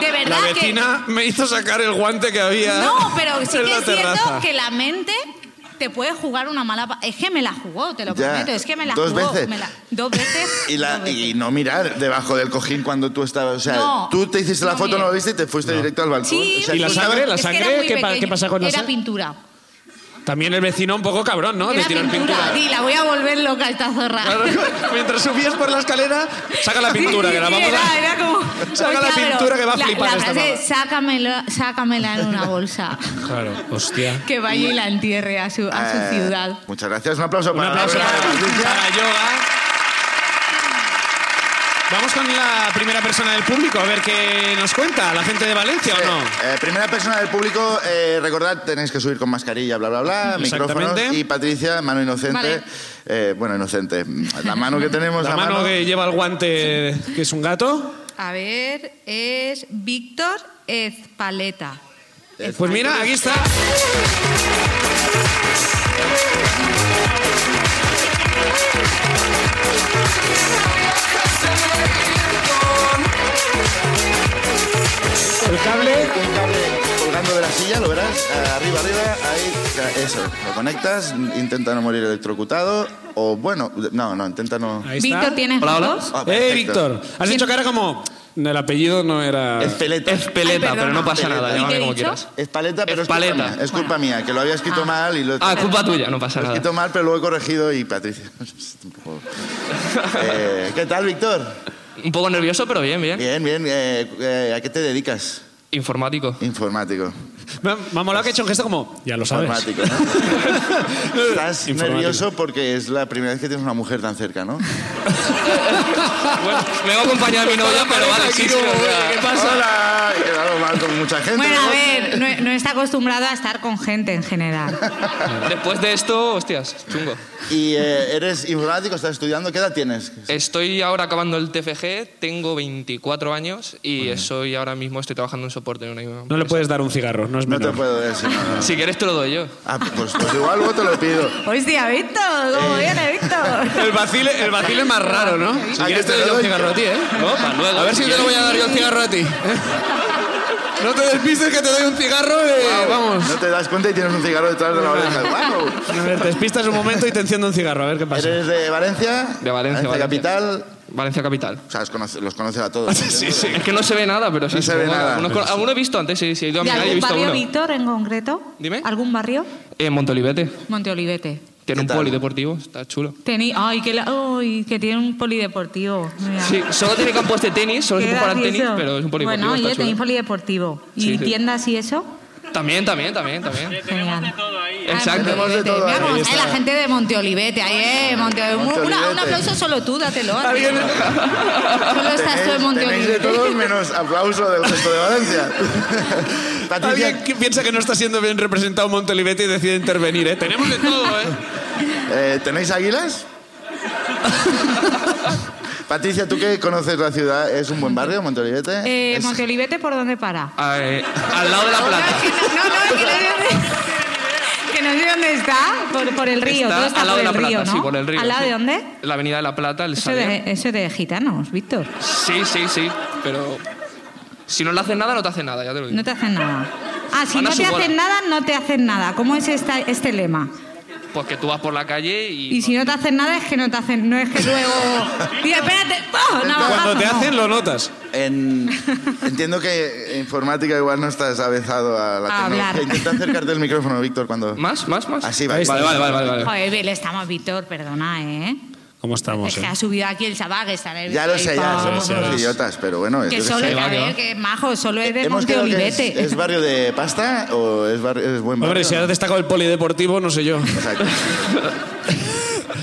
[SPEAKER 3] de verdad
[SPEAKER 1] La
[SPEAKER 3] que
[SPEAKER 1] vecina me hizo sacar el guante que había.
[SPEAKER 3] no, pero sí
[SPEAKER 1] en
[SPEAKER 3] que
[SPEAKER 1] la
[SPEAKER 3] es cierto
[SPEAKER 1] terraza.
[SPEAKER 3] que la mente te puede jugar una mala. pa- Es que me la jugó, te lo
[SPEAKER 2] Ya,
[SPEAKER 3] prometo. Es que me la
[SPEAKER 2] dos
[SPEAKER 3] jugó.
[SPEAKER 2] veces.
[SPEAKER 3] me la- dos veces.
[SPEAKER 2] Y,
[SPEAKER 3] dos
[SPEAKER 2] la,
[SPEAKER 3] veces.
[SPEAKER 2] y no mirar debajo del cojín cuando tú estabas. O sea,
[SPEAKER 3] No,
[SPEAKER 2] tú te hiciste la
[SPEAKER 3] no
[SPEAKER 2] foto, no
[SPEAKER 3] miro.
[SPEAKER 2] lo viste y te fuiste directo al balcón.
[SPEAKER 3] Sí,
[SPEAKER 2] O sea,
[SPEAKER 1] ¿Y la
[SPEAKER 2] tú
[SPEAKER 1] sangre?
[SPEAKER 2] estabas-
[SPEAKER 1] ¿La
[SPEAKER 3] es que era
[SPEAKER 1] sangre?
[SPEAKER 3] muy
[SPEAKER 1] ¿Qué pa-
[SPEAKER 3] pequeño.
[SPEAKER 1] qué pasa con la
[SPEAKER 3] Era
[SPEAKER 1] sangre?
[SPEAKER 3] pintura.
[SPEAKER 1] También el vecino un poco cabrón, ¿no? De
[SPEAKER 3] Era
[SPEAKER 1] tirar
[SPEAKER 3] pintura.
[SPEAKER 1] pintura.
[SPEAKER 3] Sí, la voy a volver loca esta zorra.
[SPEAKER 1] Claro, mientras subías por la escalera, saca la pintura,
[SPEAKER 3] Sí,
[SPEAKER 1] que la
[SPEAKER 3] sí,
[SPEAKER 1] vamos a...
[SPEAKER 3] Era, era como...
[SPEAKER 1] Saca la
[SPEAKER 3] pero
[SPEAKER 1] pintura que va a
[SPEAKER 3] la-
[SPEAKER 1] flipar
[SPEAKER 3] La
[SPEAKER 1] esta
[SPEAKER 3] frase,
[SPEAKER 1] pava.
[SPEAKER 3] sácamela, sácamela en una bolsa.
[SPEAKER 1] Claro, hostia.
[SPEAKER 3] que vaya y la entierre a su,
[SPEAKER 2] Eh,
[SPEAKER 3] a su ciudad.
[SPEAKER 2] Muchas gracias. Un aplauso
[SPEAKER 1] Un
[SPEAKER 2] para
[SPEAKER 1] aplauso
[SPEAKER 2] la
[SPEAKER 1] para,
[SPEAKER 2] verdad de Patricia.
[SPEAKER 1] para yoga. Vamos con la primera persona del público, a ver qué nos cuenta, la gente de Valencia o no.
[SPEAKER 2] Eh, primera persona del público, eh, recordad, tenéis que subir con mascarilla, bla, bla, bla, micrófonos.
[SPEAKER 1] Exactamente.
[SPEAKER 2] Y Patricia, mano inocente.
[SPEAKER 3] Vale.
[SPEAKER 2] eh, bueno, inocente. La mano que tenemos,
[SPEAKER 1] La mano que lleva el guante, que es un gato.
[SPEAKER 3] A ver, es Víctor Ezpaleta.
[SPEAKER 1] Pues mira, aquí está. El cable.
[SPEAKER 2] Un cable colgando de la silla, lo verás. Arriba, arriba, ahí. ya, Eso, lo conectas, intenta no morir electrocutado. O bueno, no, no, intenta no.
[SPEAKER 1] Ahí está.
[SPEAKER 3] Víctor, ¿tienes
[SPEAKER 1] Hola, hola.
[SPEAKER 3] dos?
[SPEAKER 2] Ah,
[SPEAKER 1] ¡Eh,
[SPEAKER 2] perfecto.
[SPEAKER 1] Víctor! Has dicho que era como. El apellido no era.
[SPEAKER 2] Es peleta.
[SPEAKER 4] Es peleta,
[SPEAKER 3] Ay,
[SPEAKER 4] pero no
[SPEAKER 3] perdona.
[SPEAKER 4] pasa nada,
[SPEAKER 2] ¿Y qué
[SPEAKER 4] llámame
[SPEAKER 3] he
[SPEAKER 4] como
[SPEAKER 3] dicho?
[SPEAKER 4] quieras.
[SPEAKER 2] Es paleta, pero es,
[SPEAKER 4] Es
[SPEAKER 2] culpa
[SPEAKER 4] paleta.
[SPEAKER 2] mía, Es culpa mía, que lo había escrito
[SPEAKER 3] Ah.
[SPEAKER 2] mal y lo
[SPEAKER 4] Ah, culpa tuya, no pasa
[SPEAKER 2] Lo he
[SPEAKER 4] nada.
[SPEAKER 2] escrito mal, pero lo he corregido y Patricia. un poco- Eh, ¿Qué tal, Víctor?
[SPEAKER 4] Un poco nervioso, pero bien, bien.
[SPEAKER 2] Bien, bien. eh, eh, ¿A qué te dedicas?
[SPEAKER 4] Informático.
[SPEAKER 2] Informático.
[SPEAKER 1] Me, ha- me ha molado que he hecho un gesto como. Ya lo sabes.
[SPEAKER 2] Informático. ¿no? Estás
[SPEAKER 1] Informático.
[SPEAKER 2] nervioso porque es la primera vez que tienes una mujer tan cerca, ¿no?
[SPEAKER 4] Bueno, me va a acompañar mi novia, pero vale, sí, sí, o sea,
[SPEAKER 1] ¿Qué pasa?
[SPEAKER 2] ¡Hola! He quedado mal con mucha gente.
[SPEAKER 3] Bueno, a
[SPEAKER 2] ¿no?
[SPEAKER 3] ver, no, no está acostumbrado a estar con gente en general.
[SPEAKER 4] Después de esto, hostias, chungo.
[SPEAKER 2] Y eh, eres informático, estás estudiando. ¿Qué edad tienes?
[SPEAKER 4] Estoy ahora acabando el TFG, tengo 24 años y soy ahora mismo estoy trabajando en soporte en una empresa.
[SPEAKER 1] No le puedes dar un cigarro, no es
[SPEAKER 2] No te
[SPEAKER 1] menor.
[SPEAKER 2] puedo decir. no, no.
[SPEAKER 4] Si quieres te lo doy yo.
[SPEAKER 2] Ah, pues, pues igual luego te lo pido.
[SPEAKER 3] Hostia, Víctor, ¿cómo viene, Víctor?
[SPEAKER 1] El vacile, el vacile más raro, ¿no? Si
[SPEAKER 2] Aquí
[SPEAKER 1] quieres
[SPEAKER 2] te
[SPEAKER 1] te
[SPEAKER 2] lo
[SPEAKER 1] doy yo un
[SPEAKER 2] doy.
[SPEAKER 1] cigarro a ti, ¿eh?
[SPEAKER 4] Opa, luego.
[SPEAKER 1] A ver si te lo voy a dar yo el cigarro a ti. No te despistes que te doy un cigarro de... Vamos.
[SPEAKER 2] No te das cuenta y tienes un cigarro detrás de la oreja. ¡Wow!
[SPEAKER 1] A ver, te despistas un momento y te enciendo un cigarro, a ver qué pasa.
[SPEAKER 2] ¿Eres de Valencia?
[SPEAKER 4] De Valencia, Valencia.
[SPEAKER 2] capital.
[SPEAKER 4] Valencia Capital.
[SPEAKER 2] O sea, los conoce, los conoce a todos.
[SPEAKER 1] Sí, sí.
[SPEAKER 4] Es que no se ve nada, pero sí.
[SPEAKER 2] No se ve
[SPEAKER 4] supongo que
[SPEAKER 2] nada.
[SPEAKER 4] Algunos, con- alguno he visto antes, sí, sí, he ido a
[SPEAKER 3] ¿De
[SPEAKER 4] mirar y he
[SPEAKER 3] algún
[SPEAKER 4] visto
[SPEAKER 3] barrio,
[SPEAKER 4] uno.
[SPEAKER 3] Víctor, en concreto?
[SPEAKER 4] Dime.
[SPEAKER 3] ¿Algún barrio?
[SPEAKER 4] En Montolivete.
[SPEAKER 3] Monteolivete.
[SPEAKER 2] ¿Qué
[SPEAKER 4] Tiene un
[SPEAKER 2] tal?
[SPEAKER 4] polideportivo, está chulo.
[SPEAKER 3] Tení, ay, que, la- uy, que tiene un polideportivo. Mira.
[SPEAKER 4] Sí, solo tiene campos de tenis, solo se
[SPEAKER 3] Qué
[SPEAKER 4] puede jugar al tenis,
[SPEAKER 3] gracioso.
[SPEAKER 4] pero es un polideportivo.
[SPEAKER 3] Bueno,
[SPEAKER 4] está
[SPEAKER 3] y
[SPEAKER 4] chulo.
[SPEAKER 3] tenéis polideportivo. ¿Y
[SPEAKER 4] Sí, sí.
[SPEAKER 3] tiendas y eso?
[SPEAKER 4] También, también, también, también.
[SPEAKER 3] Tenemos de todo ahí.
[SPEAKER 4] Exacto.
[SPEAKER 2] Tenemos de todo ahí.
[SPEAKER 1] Ahí
[SPEAKER 3] la
[SPEAKER 1] está.
[SPEAKER 3] gente de Monteolivete, ahí, eh, Monteolivete. Una- Un
[SPEAKER 2] Monteolivete.
[SPEAKER 3] aplauso solo tú, dátelo. Solo estás tú en
[SPEAKER 2] tenéis de
[SPEAKER 3] Monteolivete.
[SPEAKER 2] todos menos aplauso del resto de Valencia.
[SPEAKER 1] Alguien
[SPEAKER 2] Patricia,
[SPEAKER 1] que piensa que no está siendo bien representado Montolivete y decide intervenir, ¿eh? Tenemos de todo, ¿eh?
[SPEAKER 2] eh, ¿tenéis águilas? Patricia, tú que conoces la ciudad, ¿es un buen barrio Monteolivete?
[SPEAKER 3] Eh,
[SPEAKER 2] Es-
[SPEAKER 3] Monteolivete, ¿por dónde para?
[SPEAKER 4] Ah, eh, al lado de la
[SPEAKER 3] No,
[SPEAKER 4] plata.
[SPEAKER 3] que no, no, no, que no sé dónde- que no sé dónde está, por, por el río,
[SPEAKER 4] Está
[SPEAKER 3] todo está
[SPEAKER 4] al lado
[SPEAKER 3] por
[SPEAKER 4] de
[SPEAKER 3] el
[SPEAKER 4] la
[SPEAKER 3] río,
[SPEAKER 4] Plata,
[SPEAKER 3] ¿no?
[SPEAKER 4] sí, por el río,
[SPEAKER 3] ¿Al lado
[SPEAKER 4] sí.
[SPEAKER 3] de dónde?
[SPEAKER 4] La avenida de la plata, el
[SPEAKER 3] Eso
[SPEAKER 4] Saler.
[SPEAKER 3] de, eso de gitanos, Víctor.
[SPEAKER 4] Sí, sí, sí, pero si no le hacen nada, no te hacen nada, ya te lo digo.
[SPEAKER 3] No te hacen nada. Ah, si
[SPEAKER 4] Ana
[SPEAKER 3] no te
[SPEAKER 4] Subola.
[SPEAKER 3] hacen nada, no te hacen nada. ¿Cómo es esta- este lema?
[SPEAKER 4] Pues que tú vas por la calle y...
[SPEAKER 3] Y si no te hacen nada, es que no te hacen. No es que luego. Dice, espérate. ¡oh! no,
[SPEAKER 1] Cuando
[SPEAKER 3] bajo,
[SPEAKER 1] te
[SPEAKER 3] no.
[SPEAKER 1] hacen, lo notas.
[SPEAKER 2] En- entiendo que informática igual no estás avezado a la
[SPEAKER 3] A
[SPEAKER 2] tecnología.
[SPEAKER 3] hablar.
[SPEAKER 2] Intenta acercarte el micrófono, Víctor, cuando...
[SPEAKER 4] ¿Más? ¿Más? ¿Más?
[SPEAKER 2] Así,
[SPEAKER 1] Ahí
[SPEAKER 2] vale.
[SPEAKER 1] está.
[SPEAKER 4] Vale, vale, vale, vale. vale.
[SPEAKER 3] Joder, Bill, estamos, Víctor, perdona, ¿eh?
[SPEAKER 1] ¿Cómo estamos,
[SPEAKER 3] Es que
[SPEAKER 1] eh?
[SPEAKER 3] ha subido aquí el chaval que está nervioso.
[SPEAKER 2] Ya lo sé, ya.
[SPEAKER 3] ahí,
[SPEAKER 2] Somos
[SPEAKER 1] Sí, sí,
[SPEAKER 2] unos
[SPEAKER 1] sí.
[SPEAKER 2] idiotas, pero bueno... yo
[SPEAKER 3] Que
[SPEAKER 2] qué sé.
[SPEAKER 3] solo,
[SPEAKER 4] Que va,
[SPEAKER 3] a
[SPEAKER 4] que
[SPEAKER 3] ver,
[SPEAKER 4] va.
[SPEAKER 3] que majo, solo es de
[SPEAKER 2] Hemos quedado que
[SPEAKER 3] Monteolivete.
[SPEAKER 2] Es, ¿Es barrio de pasta o es, barrio, es buen barrio?
[SPEAKER 1] Hombre, si ahora te está con el polideportivo, no sé yo.
[SPEAKER 2] Exacto.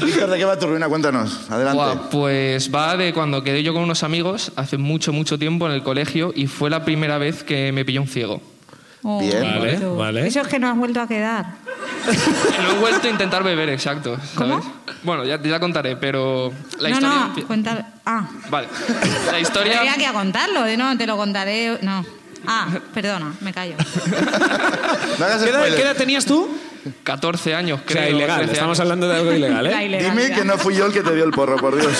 [SPEAKER 2] Víctor, ¿de qué va tu ruina? Cuéntanos. Adelante.
[SPEAKER 4] Guau, pues va de cuando quedé yo con unos amigos hace mucho, mucho tiempo en el colegio y fue la primera vez que me pilló un ciego.
[SPEAKER 3] Oh,
[SPEAKER 2] Bien.
[SPEAKER 1] Vale,
[SPEAKER 3] Víctor.
[SPEAKER 1] vale.
[SPEAKER 3] Eso es que no has vuelto a quedar.
[SPEAKER 4] No he vuelto a intentar beber, exacto. ¿sabes?
[SPEAKER 3] ¿Cómo?
[SPEAKER 4] Bueno, ya, ya contaré, pero la
[SPEAKER 3] no,
[SPEAKER 4] historia...
[SPEAKER 3] no, cuéntalo. Ah,
[SPEAKER 4] Vale. La historia...
[SPEAKER 3] Tendría que contarlo, de no, te lo contaré. No. Ah, perdona, me callo.
[SPEAKER 2] No hagas
[SPEAKER 1] ¿Qué edad,
[SPEAKER 2] spoiler.
[SPEAKER 1] qué edad tenías tú?
[SPEAKER 4] 14 años,
[SPEAKER 1] O
[SPEAKER 4] creo.
[SPEAKER 1] sea, ilegal.
[SPEAKER 4] 13
[SPEAKER 1] Estamos
[SPEAKER 4] años.
[SPEAKER 1] hablando de algo ilegal,
[SPEAKER 3] La
[SPEAKER 1] ¿eh?
[SPEAKER 2] Dime
[SPEAKER 3] ilegalidad.
[SPEAKER 2] que no fui yo el que te dio el porro, por Dios.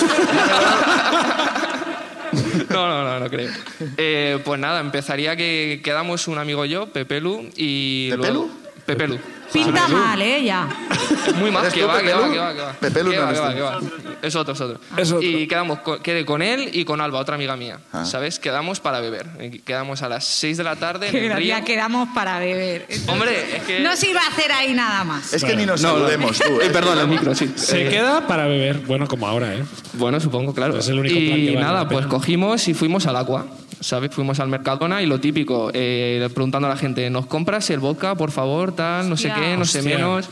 [SPEAKER 4] No, no, no, no creo. Eh, pues nada, empezaría que quedamos un amigo y yo, Pepelu, y
[SPEAKER 2] ¿Pepelu?
[SPEAKER 4] luego... Pepelu.
[SPEAKER 3] Pinta mal, ¿eh? Ya.
[SPEAKER 4] Muy mal,
[SPEAKER 2] ¿Eres
[SPEAKER 4] que
[SPEAKER 2] tú,
[SPEAKER 4] va, que va,
[SPEAKER 2] Pepelu?
[SPEAKER 4] que va, que va.
[SPEAKER 2] Pepelu
[SPEAKER 4] Que
[SPEAKER 2] no
[SPEAKER 4] va,
[SPEAKER 2] eres
[SPEAKER 4] que va,
[SPEAKER 2] tú.
[SPEAKER 4] que va. Es otro, es otro.
[SPEAKER 1] Es otro.
[SPEAKER 4] Y quedamos, co- quedé con él y con Alba, otra amiga mía. ¿Sabes? Quedamos para beber. Y Quedamos a las 6 de la tarde en
[SPEAKER 3] Que
[SPEAKER 4] el río.
[SPEAKER 3] ya quedamos para beber.
[SPEAKER 4] Hombre, es que...
[SPEAKER 3] No se iba a hacer ahí nada más.
[SPEAKER 2] Es que ni nos saludemos, tú.
[SPEAKER 4] Eh,
[SPEAKER 2] ¿eh?
[SPEAKER 4] perdón, el micro, sí.
[SPEAKER 1] Se
[SPEAKER 4] Eh,
[SPEAKER 1] queda para beber. Bueno, como ahora, ¿eh?
[SPEAKER 4] Bueno, supongo, claro.
[SPEAKER 1] Es el único
[SPEAKER 4] y
[SPEAKER 1] plan que vale
[SPEAKER 4] nada,
[SPEAKER 1] la
[SPEAKER 4] pues
[SPEAKER 1] pena.
[SPEAKER 4] cogimos y fuimos al Aqua, ¿sabes? Fuimos al Mercadona y lo típico, eh, preguntando a la gente, ¿nos compras el vodka, por favor, tal, no sé
[SPEAKER 3] Hostia.
[SPEAKER 4] qué, no sé
[SPEAKER 1] Hostia.
[SPEAKER 4] menos?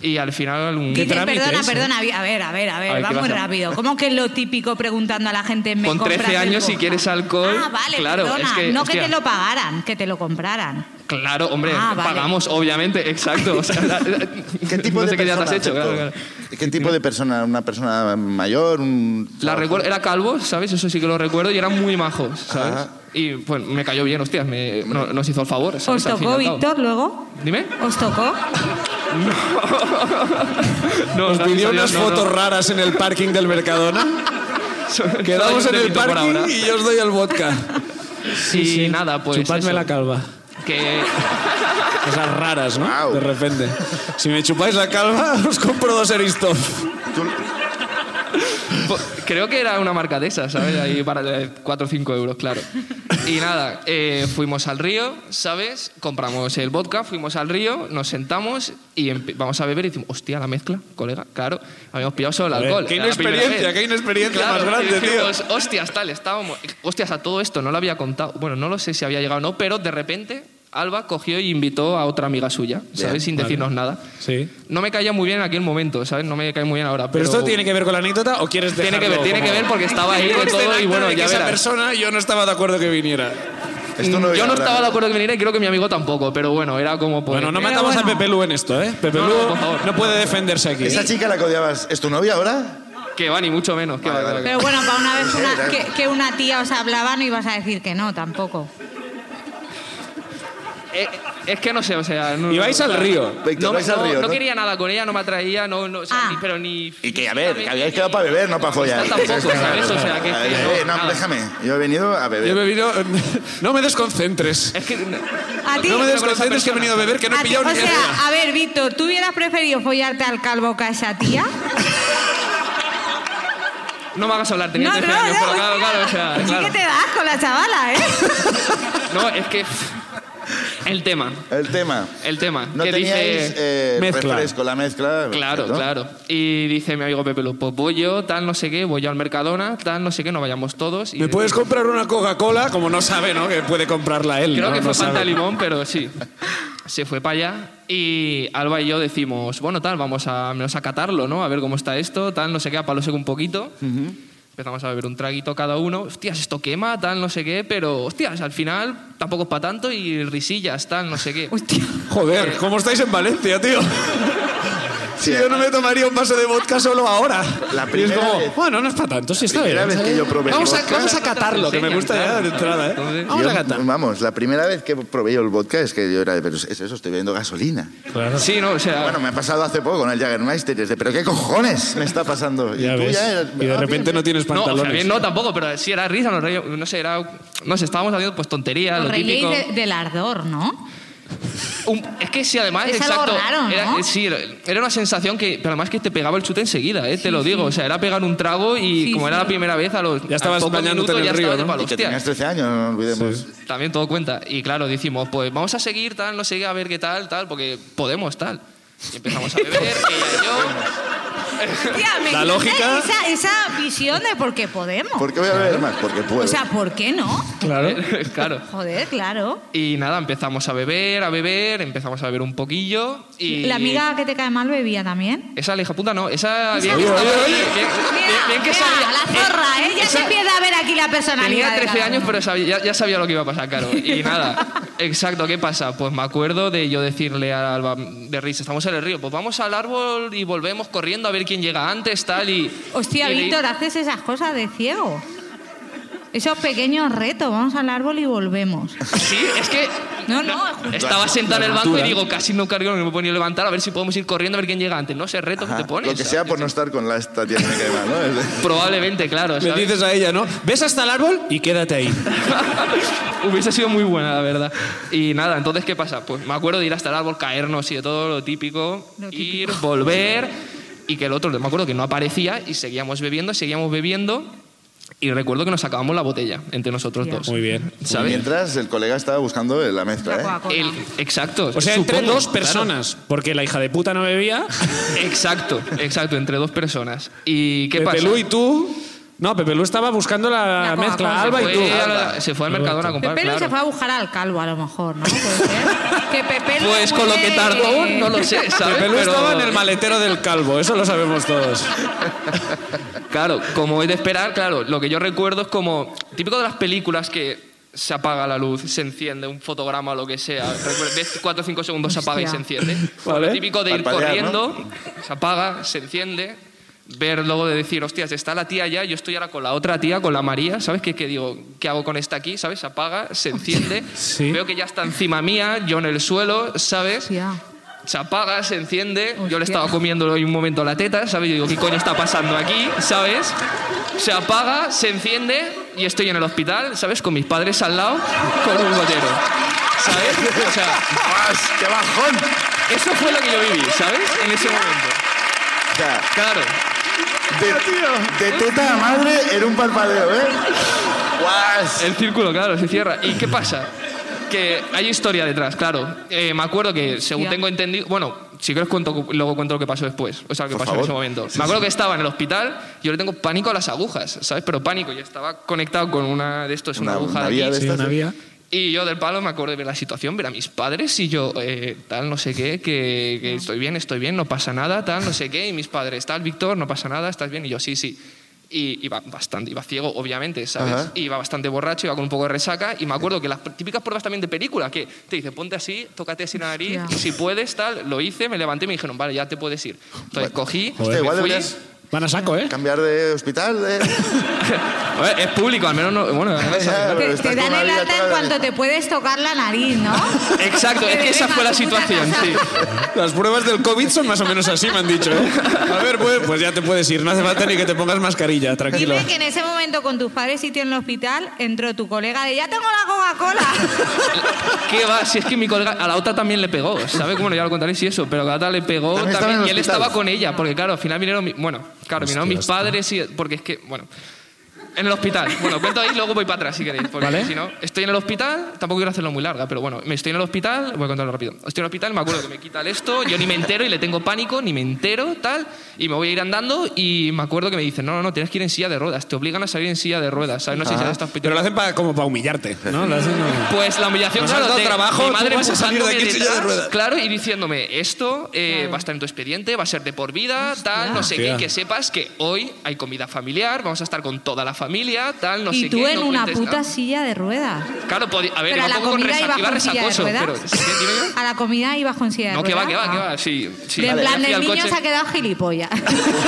[SPEAKER 4] y al final un...
[SPEAKER 1] ¿Qué
[SPEAKER 3] Dices,
[SPEAKER 1] trámite
[SPEAKER 3] perdona,
[SPEAKER 1] es, eh?
[SPEAKER 3] perdona, a ver, a ver, a ver,
[SPEAKER 4] A ver,
[SPEAKER 3] va
[SPEAKER 4] ¿qué
[SPEAKER 3] muy
[SPEAKER 4] pasa?
[SPEAKER 3] rápido. ¿Cómo que es lo típico preguntando a la gente me
[SPEAKER 4] Con 13
[SPEAKER 3] compras el
[SPEAKER 4] años, si
[SPEAKER 3] Borja?
[SPEAKER 4] quieres alcohol,
[SPEAKER 3] Ah, vale,
[SPEAKER 4] claro,
[SPEAKER 3] perdona,
[SPEAKER 4] es que,
[SPEAKER 3] no
[SPEAKER 4] hostia.
[SPEAKER 3] que te lo pagaran, que te lo compraran.
[SPEAKER 4] Claro, hombre,
[SPEAKER 3] Ah, vale.
[SPEAKER 4] pagamos, obviamente, exacto. o sea, la- la-
[SPEAKER 2] ¿Qué tipo
[SPEAKER 4] no
[SPEAKER 2] de
[SPEAKER 4] sé qué ya te has
[SPEAKER 2] persona,
[SPEAKER 4] hecho,
[SPEAKER 2] Alberto?
[SPEAKER 4] claro, claro.
[SPEAKER 2] ¿Qué tipo de persona? ¿Una persona mayor? Un...
[SPEAKER 4] La recuerdo, era calvo, ¿sabes? Eso sí que lo recuerdo y era muy majo, ¿sabes?
[SPEAKER 2] Ajá.
[SPEAKER 4] Y pues me cayó bien, hostias, me- no- nos hizo el favor.
[SPEAKER 3] ¿Os
[SPEAKER 4] ¿sabes? Al fin y
[SPEAKER 3] tocó,
[SPEAKER 4] al cabo.
[SPEAKER 3] Víctor, luego?
[SPEAKER 4] Dime.
[SPEAKER 3] ¿Os tocó?
[SPEAKER 4] No,
[SPEAKER 1] Nos
[SPEAKER 4] gracias
[SPEAKER 1] pidió
[SPEAKER 4] a Dios,
[SPEAKER 1] unas
[SPEAKER 4] no, no.
[SPEAKER 1] fotos raras en el parking del Mercadona.
[SPEAKER 4] Soy- soy
[SPEAKER 1] Quedamos
[SPEAKER 4] un
[SPEAKER 1] en el
[SPEAKER 4] delito por
[SPEAKER 1] parking
[SPEAKER 4] ahora.
[SPEAKER 1] y yo os doy el vodka.
[SPEAKER 4] Sí, nada, pues
[SPEAKER 1] Chupadme
[SPEAKER 4] eso.
[SPEAKER 1] la calva.
[SPEAKER 4] Que
[SPEAKER 1] Cosas raras, ¿no?
[SPEAKER 2] Au.
[SPEAKER 1] De repente. Si me chupáis la calva, os compro dos Eristoff.
[SPEAKER 2] Tú-
[SPEAKER 4] po- Pues, creo que era una marca de esas, ¿sabes? Ahí para de 4 o 5 euros, claro. Y nada, eh, fuimos al río, ¿sabes? Compramos el vodka, fuimos al río, nos sentamos y empe- vamos a beber y decimos, hostia, la mezcla, colega, claro. Habíamos pillado solo el
[SPEAKER 1] ver,
[SPEAKER 4] alcohol.
[SPEAKER 1] qué
[SPEAKER 4] era la primera
[SPEAKER 1] inexperiencia,
[SPEAKER 4] vez.
[SPEAKER 1] qué inexperiencia más grande,
[SPEAKER 4] y dijimos, Hostias, tal, estábamos. Hostias, a todo esto no lo había contado. Bueno, no lo sé si había llegado o no, pero de repente Alba cogió y invitó a otra amiga suya, ¿sabes? Sin
[SPEAKER 1] vale.
[SPEAKER 4] decirnos nada.
[SPEAKER 1] Sí.
[SPEAKER 4] No me caía muy bien en aquel momento, ¿sabes? No me cae muy bien ahora.
[SPEAKER 1] ¿Pero, esto tiene que ver con la anécdota o quieres
[SPEAKER 4] Tiene que ver,
[SPEAKER 1] dejarlo
[SPEAKER 4] tiene
[SPEAKER 1] como-
[SPEAKER 4] que ver porque estaba ahí de
[SPEAKER 1] Este
[SPEAKER 4] todo y
[SPEAKER 1] acto
[SPEAKER 4] bueno,
[SPEAKER 1] de que
[SPEAKER 4] ya
[SPEAKER 1] esa
[SPEAKER 4] verás.
[SPEAKER 1] persona yo no estaba de acuerdo que viniera.
[SPEAKER 2] esto lo voy
[SPEAKER 4] Yo
[SPEAKER 2] a
[SPEAKER 4] no
[SPEAKER 2] hablar.
[SPEAKER 4] estaba de acuerdo que viniera y creo que mi amigo tampoco, pero bueno, era como... pues-
[SPEAKER 1] Bueno, no
[SPEAKER 4] eh,
[SPEAKER 3] Pero
[SPEAKER 1] matamos a
[SPEAKER 3] bueno.
[SPEAKER 1] Pepe Lu en esto, ¿eh? Pepe
[SPEAKER 4] No,
[SPEAKER 1] Lu
[SPEAKER 4] no, por favor.
[SPEAKER 1] no puede defenderse aquí.
[SPEAKER 2] Esa chica la que odiabas, ¿es tu novia ahora?
[SPEAKER 4] Que va, ni mucho menos. Que
[SPEAKER 2] Vale,
[SPEAKER 4] va,
[SPEAKER 2] vale.
[SPEAKER 4] que va.
[SPEAKER 3] Pero bueno, para una vez una-
[SPEAKER 2] Sí,
[SPEAKER 3] que, que una tía os hablaba no ibas a decir que no, tampoco.
[SPEAKER 4] Eh, es que no sé, o sea... No,
[SPEAKER 1] Y vais al río.
[SPEAKER 2] Víctor,
[SPEAKER 4] no,
[SPEAKER 2] vais al
[SPEAKER 4] no-
[SPEAKER 2] río,
[SPEAKER 4] no
[SPEAKER 2] ¿no?
[SPEAKER 4] quería nada con ella, no me atraía, no, no, o sea,
[SPEAKER 3] Ah.
[SPEAKER 4] ni- pero ni...
[SPEAKER 2] Y que, a ver, que habíais quedado para beber, no para follar.
[SPEAKER 4] Yo tampoco, ¿sabes? O sea, que-
[SPEAKER 2] A ver,
[SPEAKER 4] que no,
[SPEAKER 2] eh, no,
[SPEAKER 4] nada.
[SPEAKER 2] déjame. Yo he venido a
[SPEAKER 1] Yo he
[SPEAKER 2] beber.
[SPEAKER 1] bebido... No me desconcentres.
[SPEAKER 4] Es que...
[SPEAKER 3] A ti,
[SPEAKER 1] No me
[SPEAKER 4] des- con esa
[SPEAKER 1] desconcentres que he
[SPEAKER 4] persona.
[SPEAKER 1] venido a beber, que no he
[SPEAKER 3] a ti-
[SPEAKER 1] pillado
[SPEAKER 3] Ah, o
[SPEAKER 1] ni
[SPEAKER 3] sea, a ver, Víctor, ¿tú hubieras preferido follarte al calvo que a esa tía?
[SPEAKER 4] No me hagas hablar, tenía
[SPEAKER 3] no,
[SPEAKER 4] 13
[SPEAKER 3] no,
[SPEAKER 4] años,
[SPEAKER 3] no,
[SPEAKER 4] pero claro,
[SPEAKER 3] hostia.
[SPEAKER 4] claro, o sea,
[SPEAKER 3] Sí
[SPEAKER 4] claro.
[SPEAKER 3] que te das con la chavala, ¿eh?
[SPEAKER 4] No, es que... El tema,
[SPEAKER 2] El tema.
[SPEAKER 4] el tema.
[SPEAKER 2] No
[SPEAKER 4] que
[SPEAKER 2] teníais
[SPEAKER 4] dice...
[SPEAKER 2] eh,
[SPEAKER 1] Mezcla.
[SPEAKER 2] refresco, la mezcla.
[SPEAKER 4] Claro,
[SPEAKER 2] ¿no?
[SPEAKER 4] claro. Y dice mi amigo Pepe Lu, pues voy yo, tal, no sé qué, voy yo al Mercadona, tal, no sé qué, no vayamos todos. Y
[SPEAKER 1] ¿Me puedes comprar una Coca-Cola? Como no sabe, ¿no? Que puede comprarla él.
[SPEAKER 4] Creo
[SPEAKER 1] ¿no?
[SPEAKER 4] que
[SPEAKER 1] No
[SPEAKER 4] fue
[SPEAKER 1] sabe.
[SPEAKER 4] Fanta Limón, pero sí. Se fue para allá y Alba y yo decimos, bueno, tal, vamos a menos a catarlo, ¿no? A ver cómo está esto, tal, no sé qué, a palo seco un poquito. Empezamos a beber un traguito cada uno. Hostias, esto quema, tal, no sé qué, pero hostias, al final tampoco es para tanto y risillas, tal, no sé qué.
[SPEAKER 3] Hostia.
[SPEAKER 1] Joder, ¿cómo estáis en Valencia, tío?
[SPEAKER 2] Eh. Sí,
[SPEAKER 1] Si yo no me tomaría un vaso de vodka solo ahora.
[SPEAKER 2] La
[SPEAKER 1] y es
[SPEAKER 2] primera
[SPEAKER 1] como,
[SPEAKER 2] vez-
[SPEAKER 1] bueno, no es para tanto, sí, está bien.
[SPEAKER 2] primera vez que yo probé
[SPEAKER 1] vamos, a,
[SPEAKER 2] vodka-
[SPEAKER 1] vamos a catarlo, que me gusta ya de entrada, ¿eh?
[SPEAKER 4] Entonces-
[SPEAKER 1] Vamos
[SPEAKER 2] Yo-
[SPEAKER 1] a catar.
[SPEAKER 2] Vamos, la primera vez que probé yo el vodka es que yo era de, pero es eso, estoy bebiendo gasolina.
[SPEAKER 4] Sí, no, o sea,
[SPEAKER 2] Bueno, me ha pasado hace poco con el Jaggermeister, es de, pero qué cojones me está pasando.
[SPEAKER 1] Ya
[SPEAKER 2] tú
[SPEAKER 1] ves.
[SPEAKER 2] ya eras-
[SPEAKER 1] y de
[SPEAKER 2] ah,
[SPEAKER 1] repente
[SPEAKER 2] bien,
[SPEAKER 1] no tienes
[SPEAKER 4] No, o
[SPEAKER 1] pantalones.
[SPEAKER 4] sea, bien no tampoco, pero sí era risa, nos reíamos, no sé, era, no sé, estábamos haciendo pues tonterías,
[SPEAKER 3] Os
[SPEAKER 4] lo típico.
[SPEAKER 3] reíais de- del ardor, ¿no?
[SPEAKER 4] Un- es que sí, además,
[SPEAKER 3] Es algo
[SPEAKER 4] exacto,
[SPEAKER 3] raro, ¿no?
[SPEAKER 4] era, eh, sí, era- era una sensación que, pero además que te pegaba el chute enseguida, eh, te lo digo, o sea, era pegar un trago y
[SPEAKER 3] Sí,
[SPEAKER 4] como era
[SPEAKER 3] sí.
[SPEAKER 4] la primera vez a los
[SPEAKER 1] Ya estabas
[SPEAKER 4] al poco
[SPEAKER 1] bañándote
[SPEAKER 4] minuto
[SPEAKER 1] en el
[SPEAKER 4] ya
[SPEAKER 1] río,
[SPEAKER 4] estabas de
[SPEAKER 1] ¿no?
[SPEAKER 4] palo,
[SPEAKER 2] Y que
[SPEAKER 4] hostia.
[SPEAKER 2] tenías 13 años, no olvidemos.
[SPEAKER 4] También todo cuenta. Y claro, decimos, pues vamos a seguir tal, no sé qué, a ver qué tal, tal, porque podemos tal. Y empezamos a beber, ella y yo.
[SPEAKER 3] Hostia, me
[SPEAKER 1] La
[SPEAKER 3] encanta
[SPEAKER 1] lógica-
[SPEAKER 3] Esa, esa visión de por qué podemos.
[SPEAKER 2] ¿Por qué voy a beber más? Porque puedo.
[SPEAKER 3] O sea, ¿por qué no?
[SPEAKER 1] Claro.
[SPEAKER 4] claro.
[SPEAKER 3] Joder, claro.
[SPEAKER 4] Y nada, empezamos a beber, a beber, empezamos a beber un poquillo y...
[SPEAKER 3] ¿La amiga que te cae mal bebía también?
[SPEAKER 4] Esa la hija puta no, esa... Bien,
[SPEAKER 1] Oye, oye, oye.
[SPEAKER 4] bien- bien- bien que
[SPEAKER 3] mira,
[SPEAKER 4] sabía.
[SPEAKER 3] la zorra, ¿eh? Ya se
[SPEAKER 4] esa-
[SPEAKER 3] empieza a ver aquí la personalidad.
[SPEAKER 4] Tenía
[SPEAKER 3] de
[SPEAKER 4] 13
[SPEAKER 3] cada
[SPEAKER 4] años,
[SPEAKER 3] uno.
[SPEAKER 4] pero sabía- ya, ya sabía lo que iba a pasar, claro. Y nada, exacto, ¿qué pasa? Pues me acuerdo de yo decirle a Alba de risa, estamos en el río, pues vamos al árbol y volvemos corriendo a ver quién llega antes, tal, y...
[SPEAKER 3] Hostia,
[SPEAKER 4] y le-
[SPEAKER 3] Víctor, haces esas cosas de ciego. Esos pequeños retos. Vamos al árbol y volvemos.
[SPEAKER 4] Sí, es que...
[SPEAKER 3] No, no, es justo.
[SPEAKER 4] Estaba sentado en el banco y
[SPEAKER 1] altura.
[SPEAKER 4] digo, casi no cargo, no me he podido levantar, a ver si podemos ir corriendo a ver quién llega antes. No sé, reto
[SPEAKER 2] Ajá,
[SPEAKER 4] que te pones.
[SPEAKER 2] Lo que
[SPEAKER 4] ¿sabes?
[SPEAKER 2] sea por no estar con la esta tía que me cae mal, ¿no? Es de-
[SPEAKER 4] Probablemente, claro.
[SPEAKER 1] Le
[SPEAKER 4] ¿sabes?
[SPEAKER 1] dices a ella, ¿no? Ves hasta el árbol y quédate ahí.
[SPEAKER 4] Hubiese sido muy buena, la verdad. Y nada, entonces, ¿qué pasa? Pues me acuerdo de ir hasta el árbol, caernos y de todo lo típico,
[SPEAKER 3] Lo
[SPEAKER 4] ir, volver, y que el otro, me acuerdo que no aparecía, y seguíamos bebiendo, seguíamos bebiendo, y recuerdo que nos acabamos la botella entre nosotros
[SPEAKER 3] Ya.
[SPEAKER 4] dos.
[SPEAKER 1] Muy bien.
[SPEAKER 4] ¿Sabes?
[SPEAKER 2] Mientras el colega estaba buscando la mezcla,
[SPEAKER 3] La
[SPEAKER 2] ¿eh?
[SPEAKER 3] Coca-Cola.
[SPEAKER 4] El- exacto.
[SPEAKER 1] O sea, entre
[SPEAKER 4] supongo,
[SPEAKER 1] dos
[SPEAKER 4] claro.
[SPEAKER 1] personas, porque la hija de puta no bebía,
[SPEAKER 4] Exacto, exacto, entre dos personas. ¿Y qué
[SPEAKER 1] Pepe
[SPEAKER 4] pasa?
[SPEAKER 1] Lu y tú, No, Pepe Lu estaba buscando la,
[SPEAKER 3] La
[SPEAKER 1] mezcla.
[SPEAKER 3] Coca-Cola.
[SPEAKER 1] Alba
[SPEAKER 4] Se
[SPEAKER 1] y tú.
[SPEAKER 4] fue al- se fue al Mercadona a comprar.
[SPEAKER 3] Pepe Lu se
[SPEAKER 4] claro.
[SPEAKER 3] fue a buscar al calvo, a lo mejor, ¿no? Puede ser. Que Pepe Lu
[SPEAKER 4] Pues con lo que
[SPEAKER 3] huele-
[SPEAKER 4] tardó, no lo sé, ¿sabes?
[SPEAKER 1] Pepe Lu
[SPEAKER 4] Pero-
[SPEAKER 1] estaba en el maletero del calvo, eso lo sabemos todos.
[SPEAKER 4] Claro, como es de esperar, claro, lo que yo recuerdo es como típico de las películas que se apaga la luz, se enciende un fotograma o lo que sea. Recuer- Ves 4 o 5 segundos se apaga y se
[SPEAKER 3] Hostia.
[SPEAKER 4] enciende.
[SPEAKER 1] Vale.
[SPEAKER 4] Lo típico de ir
[SPEAKER 2] Parpadear, ¿no?
[SPEAKER 4] corriendo, se apaga, se enciende, ver luego de decir, hostias, está la tía ya, yo estoy ahora con la otra tía, con la María, ¿sabes? ¿Qué, qué digo? ¿Qué hago con esta aquí? ¿Sabes? Se apaga, se enciende,
[SPEAKER 1] Sí.
[SPEAKER 4] veo que ya está encima mía, yo en el suelo, ¿sabes?
[SPEAKER 3] Hostia.
[SPEAKER 4] Se apaga, se enciende. Yo le
[SPEAKER 3] Hostia.
[SPEAKER 4] estaba comiendo en un momento la teta, ¿sabes? Yo digo, ¿qué coño está pasando aquí? ¿Sabes? Se apaga, se enciende y estoy en el hospital, ¿sabes? Con mis padres al lado, con un gotero. ¿Sabes? O sea,
[SPEAKER 2] ¡Más! ¡Qué bajón! O
[SPEAKER 4] eso fue lo que yo viví, ¿sabes? En ese momento.
[SPEAKER 2] sea,
[SPEAKER 4] Claro.
[SPEAKER 2] de, de teta a madre en un parpadeo, ¿eh? ¡Guas!
[SPEAKER 4] El círculo, claro, se cierra. ¿Y qué pasa? Que hay historia detrás, claro. Eh, me acuerdo que, según
[SPEAKER 3] Hostia.
[SPEAKER 4] tengo entendido. Bueno, si quieres, cuento, luego cuento lo que pasó después. O sea, lo que
[SPEAKER 2] Por
[SPEAKER 4] pasó en
[SPEAKER 2] favor.
[SPEAKER 4] ese momento.
[SPEAKER 2] Sí,
[SPEAKER 4] me acuerdo que estaba en el hospital. Yo le tengo pánico a las agujas, ¿sabes? Pero pánico. Yo estaba conectado con una de estos, una, aguja
[SPEAKER 2] vía
[SPEAKER 4] aquí,
[SPEAKER 2] de
[SPEAKER 1] Sí,
[SPEAKER 2] estas,
[SPEAKER 1] una vía.
[SPEAKER 4] Y yo del palo me acordé de la situación, ver a mis padres y yo, eh, tal, no sé qué, que, que estoy bien, estoy bien, no pasa nada, tal, no sé qué. Y mis padres, tal, Víctor, no pasa nada, estás bien. Y yo, sí, sí. Y iba bastante, iba ciego, obviamente, ¿sabes?
[SPEAKER 2] Ajá.
[SPEAKER 4] Iba bastante borracho, iba con un poco de resaca. Y me acuerdo que las típicas pruebas también de película, que te dice, ponte así, tócate así la nariz,
[SPEAKER 3] Hostia.
[SPEAKER 4] si puedes, tal. Lo hice, me levanté y me dijeron, vale, ya te puedes ir. Entonces cogí,
[SPEAKER 2] Hostia, igual
[SPEAKER 4] me fui.
[SPEAKER 2] deberías
[SPEAKER 1] Van a saco, ¿eh?
[SPEAKER 2] cambiar de hospital, ¿eh?
[SPEAKER 4] A ver, es público, al menos no... Bueno,
[SPEAKER 2] Ya, pero
[SPEAKER 3] Te,
[SPEAKER 2] estás
[SPEAKER 3] te
[SPEAKER 2] con
[SPEAKER 3] dan
[SPEAKER 2] una
[SPEAKER 3] el
[SPEAKER 2] vida
[SPEAKER 3] alta
[SPEAKER 2] toda
[SPEAKER 3] en
[SPEAKER 2] la-
[SPEAKER 3] cuanto te puedes tocar la nariz, ¿no?
[SPEAKER 4] exacto, es que esa fue la situación, sí.
[SPEAKER 1] Las pruebas del COVID son más o menos así, me han dicho, ¿eh? A ver, pues, pues ya te puedes ir, no hace falta ni que te pongas mascarilla, tranquilo.
[SPEAKER 3] Dime que en ese momento con tus padres sitio en el hospital entró tu colega de ya tengo la Coca-Cola.
[SPEAKER 4] ¿Qué va? Si es que mi colega, a la otra también le pegó, ¿sabes? Bueno, ya lo contaré si eso, pero a la otra le pegó
[SPEAKER 2] También
[SPEAKER 4] también,
[SPEAKER 2] estaba en el
[SPEAKER 4] y él
[SPEAKER 2] hospital.
[SPEAKER 4] estaba con ella, porque claro, al final vinieron, mi- bueno, claro, vinieron mis padres y, porque es que, bueno, en el hospital. Bueno, cuento ahí, luego voy para atrás si queréis, porque
[SPEAKER 1] Vale.
[SPEAKER 4] si no, estoy en el hospital, tampoco quiero hacerlo muy larga, pero bueno, me estoy en el hospital, voy a contarlo rápido. Estoy en el hospital, me acuerdo que me quita el esto, yo ni me entero y le tengo pánico, ni me entero, tal, y me voy a ir andando y me acuerdo que me dicen, no, no, no, tienes que ir en silla de ruedas, te obligan a salir en silla de ruedas, ¿sabes? No
[SPEAKER 2] Ah.
[SPEAKER 4] sé si has estado
[SPEAKER 1] Pero lo hacen pa- como para humillarte, ¿no? Lo hacen, ¿no?
[SPEAKER 4] pues la humillación,
[SPEAKER 1] Nos has
[SPEAKER 4] claro,
[SPEAKER 1] dado
[SPEAKER 4] de-
[SPEAKER 1] trabajo,
[SPEAKER 4] mi madre
[SPEAKER 1] tú vas a salir de aquí en
[SPEAKER 4] empujándome
[SPEAKER 1] silla de
[SPEAKER 4] detrás,
[SPEAKER 1] ruedas.
[SPEAKER 4] Claro, y diciéndome, esto eh, va a estar en tu expediente, va a ser de por vida, tal, no sé qué,
[SPEAKER 1] Hostia.
[SPEAKER 4] y que sepas que hoy hay comida familiar, vamos a estar con toda la familia, tal, no sé
[SPEAKER 3] y
[SPEAKER 4] qué.
[SPEAKER 3] tú en
[SPEAKER 4] no
[SPEAKER 3] una
[SPEAKER 4] cuentes
[SPEAKER 3] puta
[SPEAKER 4] nada.
[SPEAKER 3] silla de ruedas.
[SPEAKER 4] Claro, podi- a ver,
[SPEAKER 3] pero
[SPEAKER 4] iba
[SPEAKER 3] a
[SPEAKER 4] un
[SPEAKER 3] la
[SPEAKER 4] poco con
[SPEAKER 3] comida
[SPEAKER 4] resaca-
[SPEAKER 3] ibas
[SPEAKER 4] iba
[SPEAKER 3] con silla de
[SPEAKER 4] resacoso,
[SPEAKER 3] ruedas.
[SPEAKER 4] pero... ¿sí, sí, dime, dime.
[SPEAKER 3] A la comida ibas con silla de
[SPEAKER 4] No, que va,
[SPEAKER 3] ruedas.
[SPEAKER 4] que va, que va,
[SPEAKER 3] Ah.
[SPEAKER 4] sí. sí.
[SPEAKER 3] De en
[SPEAKER 4] Yo
[SPEAKER 3] plan,
[SPEAKER 4] fui
[SPEAKER 3] el
[SPEAKER 4] al
[SPEAKER 3] niño
[SPEAKER 4] coche-
[SPEAKER 3] se ha quedado gilipollas.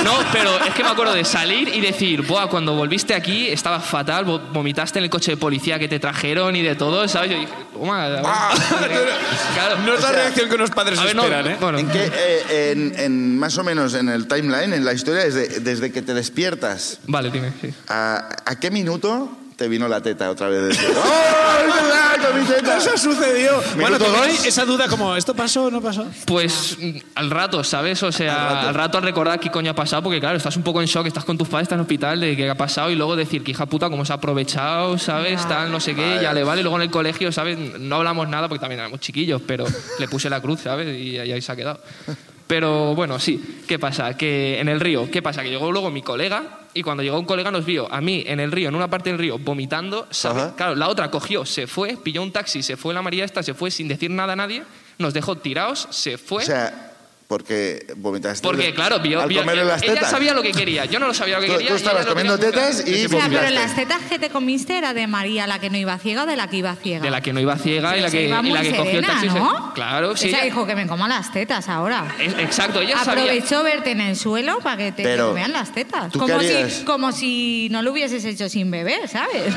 [SPEAKER 4] No, pero es que me acuerdo de salir y decir, Buah, cuando volviste aquí estabas fatal, vo- vomitaste en el coche de policía que te trajeron y de todo, ¿sabes? Yo dije, toma. claro.
[SPEAKER 1] Ah, No es la reacción que unos padres
[SPEAKER 4] A ver, no,
[SPEAKER 1] esperan, ¿eh?
[SPEAKER 4] Bueno,
[SPEAKER 2] ¿En qué? Eh, en, en más o menos en el timeline, en la historia, desde, desde que te despiertas,
[SPEAKER 4] Vale, dime. sí.
[SPEAKER 2] ¿a, a qué minuto te vino la teta otra vez? ¡Oh, es verdad, con mi teta!
[SPEAKER 1] Eso sucedió. Bueno,
[SPEAKER 2] Minuto
[SPEAKER 1] te doy
[SPEAKER 2] dos.
[SPEAKER 1] esa duda como, ¿esto pasó o no pasó?
[SPEAKER 4] Pues mm, al rato, ¿sabes? O sea, al rato. al recordar qué coño ha pasado, porque claro, estás un poco en shock, estás con tus padres, estás en el hospital, de qué ha pasado, y luego decir, que hija puta, cómo se ha aprovechado, ¿sabes?
[SPEAKER 3] Ya.
[SPEAKER 4] Tal, no sé qué, ya le vale. Y luego en el colegio, ¿sabes? No hablamos nada porque también éramos chiquillos, pero le puse la cruz, ¿sabes? Y ahí ahí se ha quedado. Pero bueno, sí, ¿qué pasa? Que en el río, ¿qué pasa? Que llegó luego mi colega y cuando llegó un colega nos vio a mí en el río, en una parte del río, vomitando. ¿sabes?
[SPEAKER 2] Ajá.
[SPEAKER 4] Claro, la otra cogió, se fue, pilló un taxi, se fue la María esta, se fue sin decir nada a nadie, nos dejó tirados, se fue.
[SPEAKER 2] O sea, porque vomitaste.
[SPEAKER 4] porque claro, vio,
[SPEAKER 2] al
[SPEAKER 4] vio-
[SPEAKER 2] comerle
[SPEAKER 4] ella
[SPEAKER 2] las tetas.
[SPEAKER 4] sabía lo que quería, yo no lo sabía lo que
[SPEAKER 2] Tú-
[SPEAKER 4] quería.
[SPEAKER 2] tú
[SPEAKER 4] y
[SPEAKER 2] estabas
[SPEAKER 4] ella lo
[SPEAKER 2] comiendo
[SPEAKER 4] quería buscar.
[SPEAKER 2] tetas y-
[SPEAKER 4] Ese
[SPEAKER 3] o sea,
[SPEAKER 4] vomito.
[SPEAKER 3] pero
[SPEAKER 2] vomitaste.
[SPEAKER 3] las tetas que te comiste era de María, la que no iba ciega o de la que iba ciega.
[SPEAKER 4] De la que no iba ciega y la
[SPEAKER 3] Se
[SPEAKER 4] que,
[SPEAKER 3] iba
[SPEAKER 4] y
[SPEAKER 3] muy
[SPEAKER 4] la que cogió el
[SPEAKER 3] serena,
[SPEAKER 4] taxi. se-
[SPEAKER 3] ¿no?
[SPEAKER 4] Claro, sí.
[SPEAKER 3] Ella
[SPEAKER 4] ella-
[SPEAKER 3] dijo que me coma las tetas ahora.
[SPEAKER 4] es- exacto, ella sabía.
[SPEAKER 3] Aprovechó verte en el suelo para que te que
[SPEAKER 2] Pero,
[SPEAKER 3] te vean las tetas.
[SPEAKER 2] ¿tú qué
[SPEAKER 3] Como
[SPEAKER 2] harías?
[SPEAKER 3] si, como si no lo hubieses hecho sin beber, ¿sabes?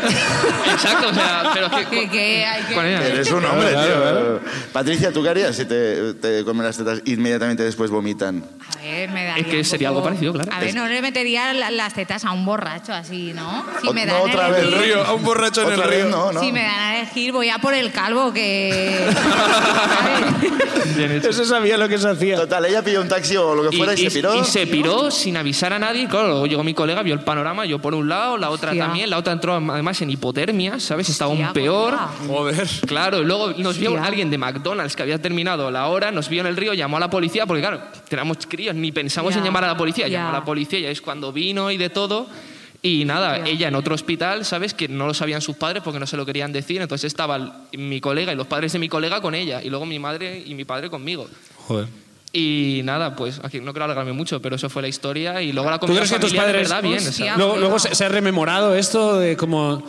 [SPEAKER 4] Exacto, o sea, pero es que-
[SPEAKER 3] que, que hay que-
[SPEAKER 4] Con ella.
[SPEAKER 2] Eres un hombre,
[SPEAKER 1] Claro,
[SPEAKER 2] tío.
[SPEAKER 1] claro,
[SPEAKER 2] Patricia, ¿tú qué harías si te, te comen las tetas y inmediatamente después vomitan?
[SPEAKER 3] A ver, me daría
[SPEAKER 4] Es que
[SPEAKER 3] un
[SPEAKER 4] sería
[SPEAKER 3] poco-
[SPEAKER 4] algo parecido, claro.
[SPEAKER 3] A ver, no le metería la- las tetas a un borracho así, ¿no? Si
[SPEAKER 2] Ot-
[SPEAKER 3] me
[SPEAKER 2] no,
[SPEAKER 3] dan a
[SPEAKER 2] otra vez,
[SPEAKER 1] El
[SPEAKER 3] elegir-
[SPEAKER 1] río, a un borracho en el
[SPEAKER 2] Otra vez
[SPEAKER 1] río.
[SPEAKER 2] no, no.
[SPEAKER 3] Si me dan a elegir, voy a por el calvo que... ¿sabes?
[SPEAKER 4] Bien hecho.
[SPEAKER 1] Ese sabía lo que se hacía.
[SPEAKER 2] Total, ella pilló un taxi o lo que fuera y, se piró.
[SPEAKER 4] y se piró sin avisar a nadie. Claro, luego llegó mi colega, vio el panorama, yo por un lado, la otra
[SPEAKER 3] Hostia.
[SPEAKER 4] también, la otra entró además en hipotermia, ¿sabes? Estaba un
[SPEAKER 3] Hostia,
[SPEAKER 4] peor.
[SPEAKER 3] colega.
[SPEAKER 1] Joder.
[SPEAKER 4] Claro, y luego nos vio
[SPEAKER 3] Hostia.
[SPEAKER 4] alguien de McDonald's que había terminado la hora, nos vio en el río, llamó a la policía, porque claro, teníamos críos, ni pensamos
[SPEAKER 3] Ya,
[SPEAKER 4] en llamar a la policía,
[SPEAKER 3] ya.
[SPEAKER 4] llamó a la policía, ya es cuando vino y de todo. Y nada, ella en otro hospital, ¿sabes? Que no lo sabían sus padres porque no se lo querían decir. Entonces estaba l- mi colega y los padres de mi colega con ella. Y luego mi madre y mi padre conmigo.
[SPEAKER 1] Joder.
[SPEAKER 4] Y nada, pues aquí no quiero alargarme mucho, pero eso fue la historia. Y luego la
[SPEAKER 1] ¿Tú
[SPEAKER 4] comida
[SPEAKER 1] crees que tus
[SPEAKER 4] familiar de
[SPEAKER 1] padres...
[SPEAKER 4] verdad bien.
[SPEAKER 3] Hostia.
[SPEAKER 4] ¿sabes?
[SPEAKER 1] luego luego se, se ha rememorado esto de como...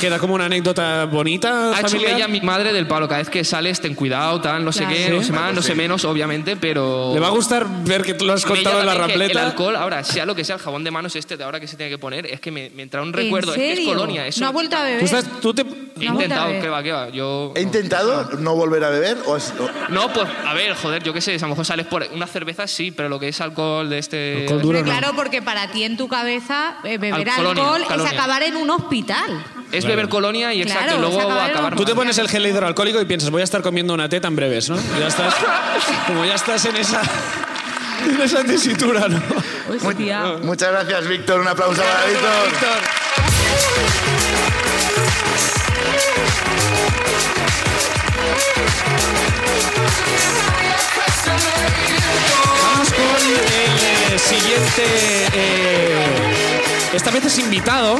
[SPEAKER 1] Queda como una anécdota bonita
[SPEAKER 4] Ha hecho
[SPEAKER 1] familiar?
[SPEAKER 4] ella mi madre del palo. Cada vez que sales, ten cuidado, tal, no sé
[SPEAKER 3] Claro.
[SPEAKER 4] qué,
[SPEAKER 3] Sí.
[SPEAKER 4] no sé
[SPEAKER 2] Ah,
[SPEAKER 4] más,
[SPEAKER 2] pues
[SPEAKER 4] no sé
[SPEAKER 2] sí.
[SPEAKER 4] menos, obviamente, pero...
[SPEAKER 1] ¿Le va a gustar ver que tú lo has
[SPEAKER 4] Bella
[SPEAKER 1] contado en la
[SPEAKER 4] también que
[SPEAKER 1] rampleta?
[SPEAKER 4] El alcohol, ahora, sea lo que sea, el jabón de manos este de ahora que se tiene que poner, es que me, me entra un
[SPEAKER 3] ¿En
[SPEAKER 4] recuerdo. Es que es
[SPEAKER 3] serio?
[SPEAKER 4] colonia, eso.
[SPEAKER 3] No ha vuelto a beber.
[SPEAKER 1] ¿Tú, estás, tú te...
[SPEAKER 4] He
[SPEAKER 3] No ha vuelto a
[SPEAKER 4] intentado,
[SPEAKER 3] beber.
[SPEAKER 4] que va, que va. Yo.
[SPEAKER 2] ¿He intentado no volver a beber? O has- o-
[SPEAKER 4] No, pues, a ver, joder, yo qué sé, a lo mejor sales por una cerveza, sí, pero lo que es alcohol de este.
[SPEAKER 1] Alcohol duro.
[SPEAKER 3] Hombre,
[SPEAKER 1] no.
[SPEAKER 3] claro, porque para ti en tu cabeza eh, beber
[SPEAKER 4] Al- colonia,
[SPEAKER 3] alcohol
[SPEAKER 4] colonia.
[SPEAKER 3] es acabar en un hospital.
[SPEAKER 4] Es beber colonia y
[SPEAKER 3] Claro,
[SPEAKER 4] exacto, y luego
[SPEAKER 3] es acabar en
[SPEAKER 4] acabar.
[SPEAKER 3] un-
[SPEAKER 1] Tú te
[SPEAKER 4] mal.
[SPEAKER 1] pones el gel hidroalcohólico y piensas, voy a estar comiendo una teta en breves, ¿no? Ya estás... como ya estás en esa... En esa tesitura, ¿no?
[SPEAKER 3] Hostia.
[SPEAKER 2] Muchas gracias, Víctor. Un aplauso para Víctor.
[SPEAKER 1] Víctor. Vamos con el eh, siguiente. eh, esta vez es invitado.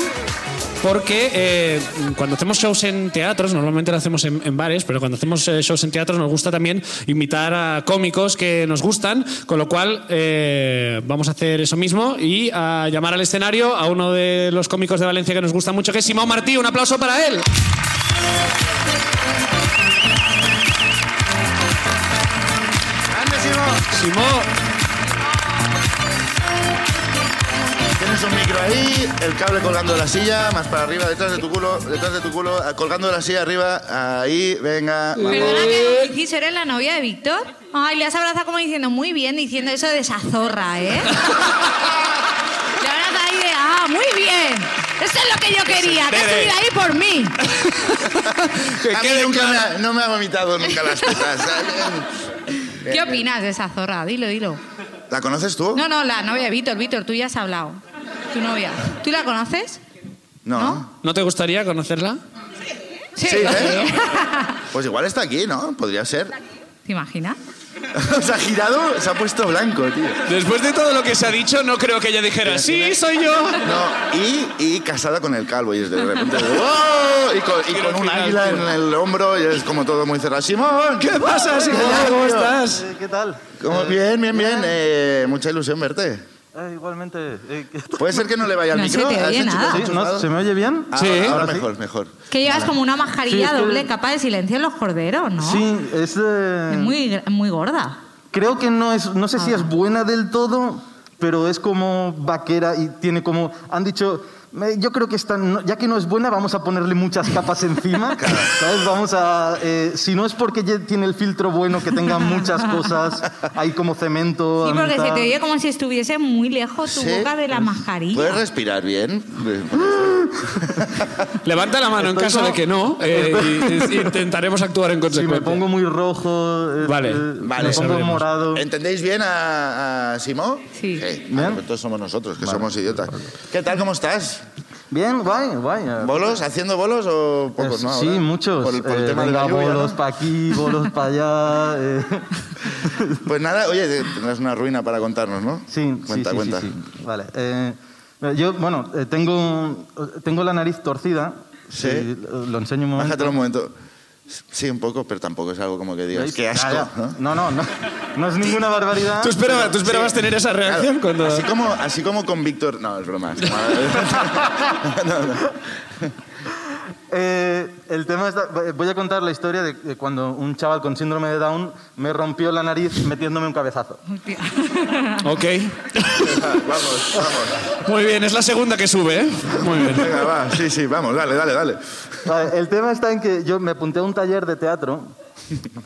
[SPEAKER 1] Porque eh, cuando hacemos shows en teatros, normalmente lo hacemos en, en bares, pero cuando hacemos eh, shows en teatros nos gusta también invitar a cómicos que nos gustan, con lo cual eh, vamos a hacer eso mismo y a llamar al escenario a uno de los cómicos de Valencia que nos gusta mucho, que es Simón Martí. Un aplauso para él.
[SPEAKER 2] Grande, Simón.
[SPEAKER 1] Simón,
[SPEAKER 2] Tienes un micro ahí, el cable colgando de la silla, más para arriba, detrás de tu culo, detrás de tu culo, ah, colgando de la silla arriba, ahí, venga, vamos.
[SPEAKER 3] Perdona que Cis, ¿eres la novia de Víctor? Ay, le has abrazado como diciendo, muy bien, diciendo eso de esa zorra, ¿eh? le abrazas ahí de, ah, muy bien. Eso es lo que yo quería, que has
[SPEAKER 1] entere.
[SPEAKER 3] subido ahí por mí.
[SPEAKER 2] A mí nunca me ha- no me ha vomitado nunca las tetas.
[SPEAKER 3] ¿Qué opinas de esa zorra? Dilo, dilo.
[SPEAKER 2] ¿La conoces tú?
[SPEAKER 3] No, no, la novia de Víctor. Víctor, tú ya has hablado. Tu novia. ¿Tú la conoces?
[SPEAKER 2] No.
[SPEAKER 1] ¿no te gustaría conocerla?
[SPEAKER 3] Sí.
[SPEAKER 2] Sí, ¿eh? Pues igual está aquí, ¿no? Podría ser.
[SPEAKER 3] ¿Te imaginas?
[SPEAKER 2] Se ha girado, se ha puesto blanco, tío.
[SPEAKER 1] Después de todo lo que se ha dicho, no creo que ella dijera, sí, soy yo.
[SPEAKER 2] No, y, y casada con el calvo, y es de repente. ¡Wow! Y con, y con un águila en el hombro, y es como todo muy cerrado. ¡Simón!
[SPEAKER 1] ¿Qué pasa, Simón?
[SPEAKER 2] ya,
[SPEAKER 1] ¿Cómo
[SPEAKER 2] tío.
[SPEAKER 1] estás?
[SPEAKER 5] Eh, ¿Qué tal?
[SPEAKER 2] Como, bien, bien, bien. Eh, mucha ilusión verte.
[SPEAKER 5] Eh, igualmente. eh, que-
[SPEAKER 2] Puede ser que no le vaya al
[SPEAKER 3] No se
[SPEAKER 2] micro.
[SPEAKER 3] te
[SPEAKER 2] ¿Has
[SPEAKER 3] oye
[SPEAKER 2] hecho-
[SPEAKER 3] nada.
[SPEAKER 2] has
[SPEAKER 5] Sí,
[SPEAKER 2] hecho
[SPEAKER 5] ¿no?
[SPEAKER 2] nada?
[SPEAKER 5] ¿Se me oye bien?
[SPEAKER 2] Ah,
[SPEAKER 1] Sí.
[SPEAKER 2] Ahora,
[SPEAKER 5] ¿Ahora sí?
[SPEAKER 2] mejor, mejor.
[SPEAKER 3] Que llevas como una mascarilla
[SPEAKER 5] Sí, es que-
[SPEAKER 3] doble capaz de silenciar los corderos, ¿no?
[SPEAKER 5] Sí, es. eh,
[SPEAKER 3] Es muy, Ah. gr- muy gorda.
[SPEAKER 5] Creo que no es. No sé si es buena del todo, pero es como vaquera y tiene como. Han dicho. "Me- Yo creo que está, no- ya que no es buena, vamos a ponerle muchas capas encima. ¿sabes? Vamos a. eh, si no es porque ya tiene el filtro bueno, que tenga muchas cosas, hay como cemento.
[SPEAKER 3] Sí,
[SPEAKER 5] a
[SPEAKER 3] porque se
[SPEAKER 5] mitad.
[SPEAKER 3] te oye como si estuviese muy lejos tu
[SPEAKER 2] Sí.
[SPEAKER 3] boca de
[SPEAKER 5] Pues,
[SPEAKER 3] la
[SPEAKER 2] ¿Puedes
[SPEAKER 3] mascarilla.
[SPEAKER 2] respirar bien?
[SPEAKER 1] Levanta la mano en
[SPEAKER 5] Estoy
[SPEAKER 1] caso
[SPEAKER 5] como-
[SPEAKER 1] de que no eh, y- y intentaremos actuar en
[SPEAKER 5] Si
[SPEAKER 1] consecuencia.
[SPEAKER 5] me pongo muy rojo. eh,
[SPEAKER 1] Vale,
[SPEAKER 5] eh,
[SPEAKER 2] vale,
[SPEAKER 5] Me pongo
[SPEAKER 1] sabremos.
[SPEAKER 5] morado.
[SPEAKER 2] ¿Entendéis bien a, a Simón?
[SPEAKER 3] Sí.
[SPEAKER 2] Ah,
[SPEAKER 5] Bien.
[SPEAKER 2] pues Entonces somos nosotros, que somos idiotas. ¿Qué tal? ¿Cómo estás?
[SPEAKER 5] Bien, guay, guay. eh,
[SPEAKER 2] ¿Bolos? ¿Haciendo bolos o pocos? no,
[SPEAKER 5] sí,
[SPEAKER 2] ahora?
[SPEAKER 5] muchos.
[SPEAKER 2] Por, el- por el
[SPEAKER 5] Eh,
[SPEAKER 2] tema
[SPEAKER 5] venga,
[SPEAKER 2] de la lluvia, ¿no?
[SPEAKER 5] bolos para aquí, bolos para allá. eh.
[SPEAKER 2] Pues nada, oye, te- tendrás una ruina para contarnos, ¿no?
[SPEAKER 5] Sí, sí,
[SPEAKER 2] cuenta,
[SPEAKER 5] sí,
[SPEAKER 2] cuenta.
[SPEAKER 5] sí, sí. Vale. eh, yo, bueno, eh, tengo, tengo la nariz torcida.
[SPEAKER 2] Sí.
[SPEAKER 5] Si lo enseño un momento.
[SPEAKER 2] Bájatelo un momento. Sí, un poco, pero tampoco es algo como que digas,
[SPEAKER 5] ¿Veis?
[SPEAKER 2] qué asco,
[SPEAKER 5] Ah, ya.
[SPEAKER 2] ¿no?
[SPEAKER 5] ¿no? No, no, no es ninguna barbaridad.
[SPEAKER 1] ¿Tú, esperaba- tú esperabas tener esa
[SPEAKER 2] Claro,
[SPEAKER 1] reacción cuando...
[SPEAKER 2] así, como, así como con Víctor... No, es broma. es broma. No, no.
[SPEAKER 5] Eh, el tema es, voy a contar la historia de, de cuando un chaval con síndrome de Down me rompió la nariz metiéndome un cabezazo.
[SPEAKER 1] Ok.
[SPEAKER 2] Vamos, vamos.
[SPEAKER 1] Muy bien, es la segunda que sube, ¿eh? Muy bien.
[SPEAKER 2] Venga, va. Sí, sí, vamos, dale, dale, dale.
[SPEAKER 5] Vale, Ah, el tema está en que yo me apunté a un taller de teatro.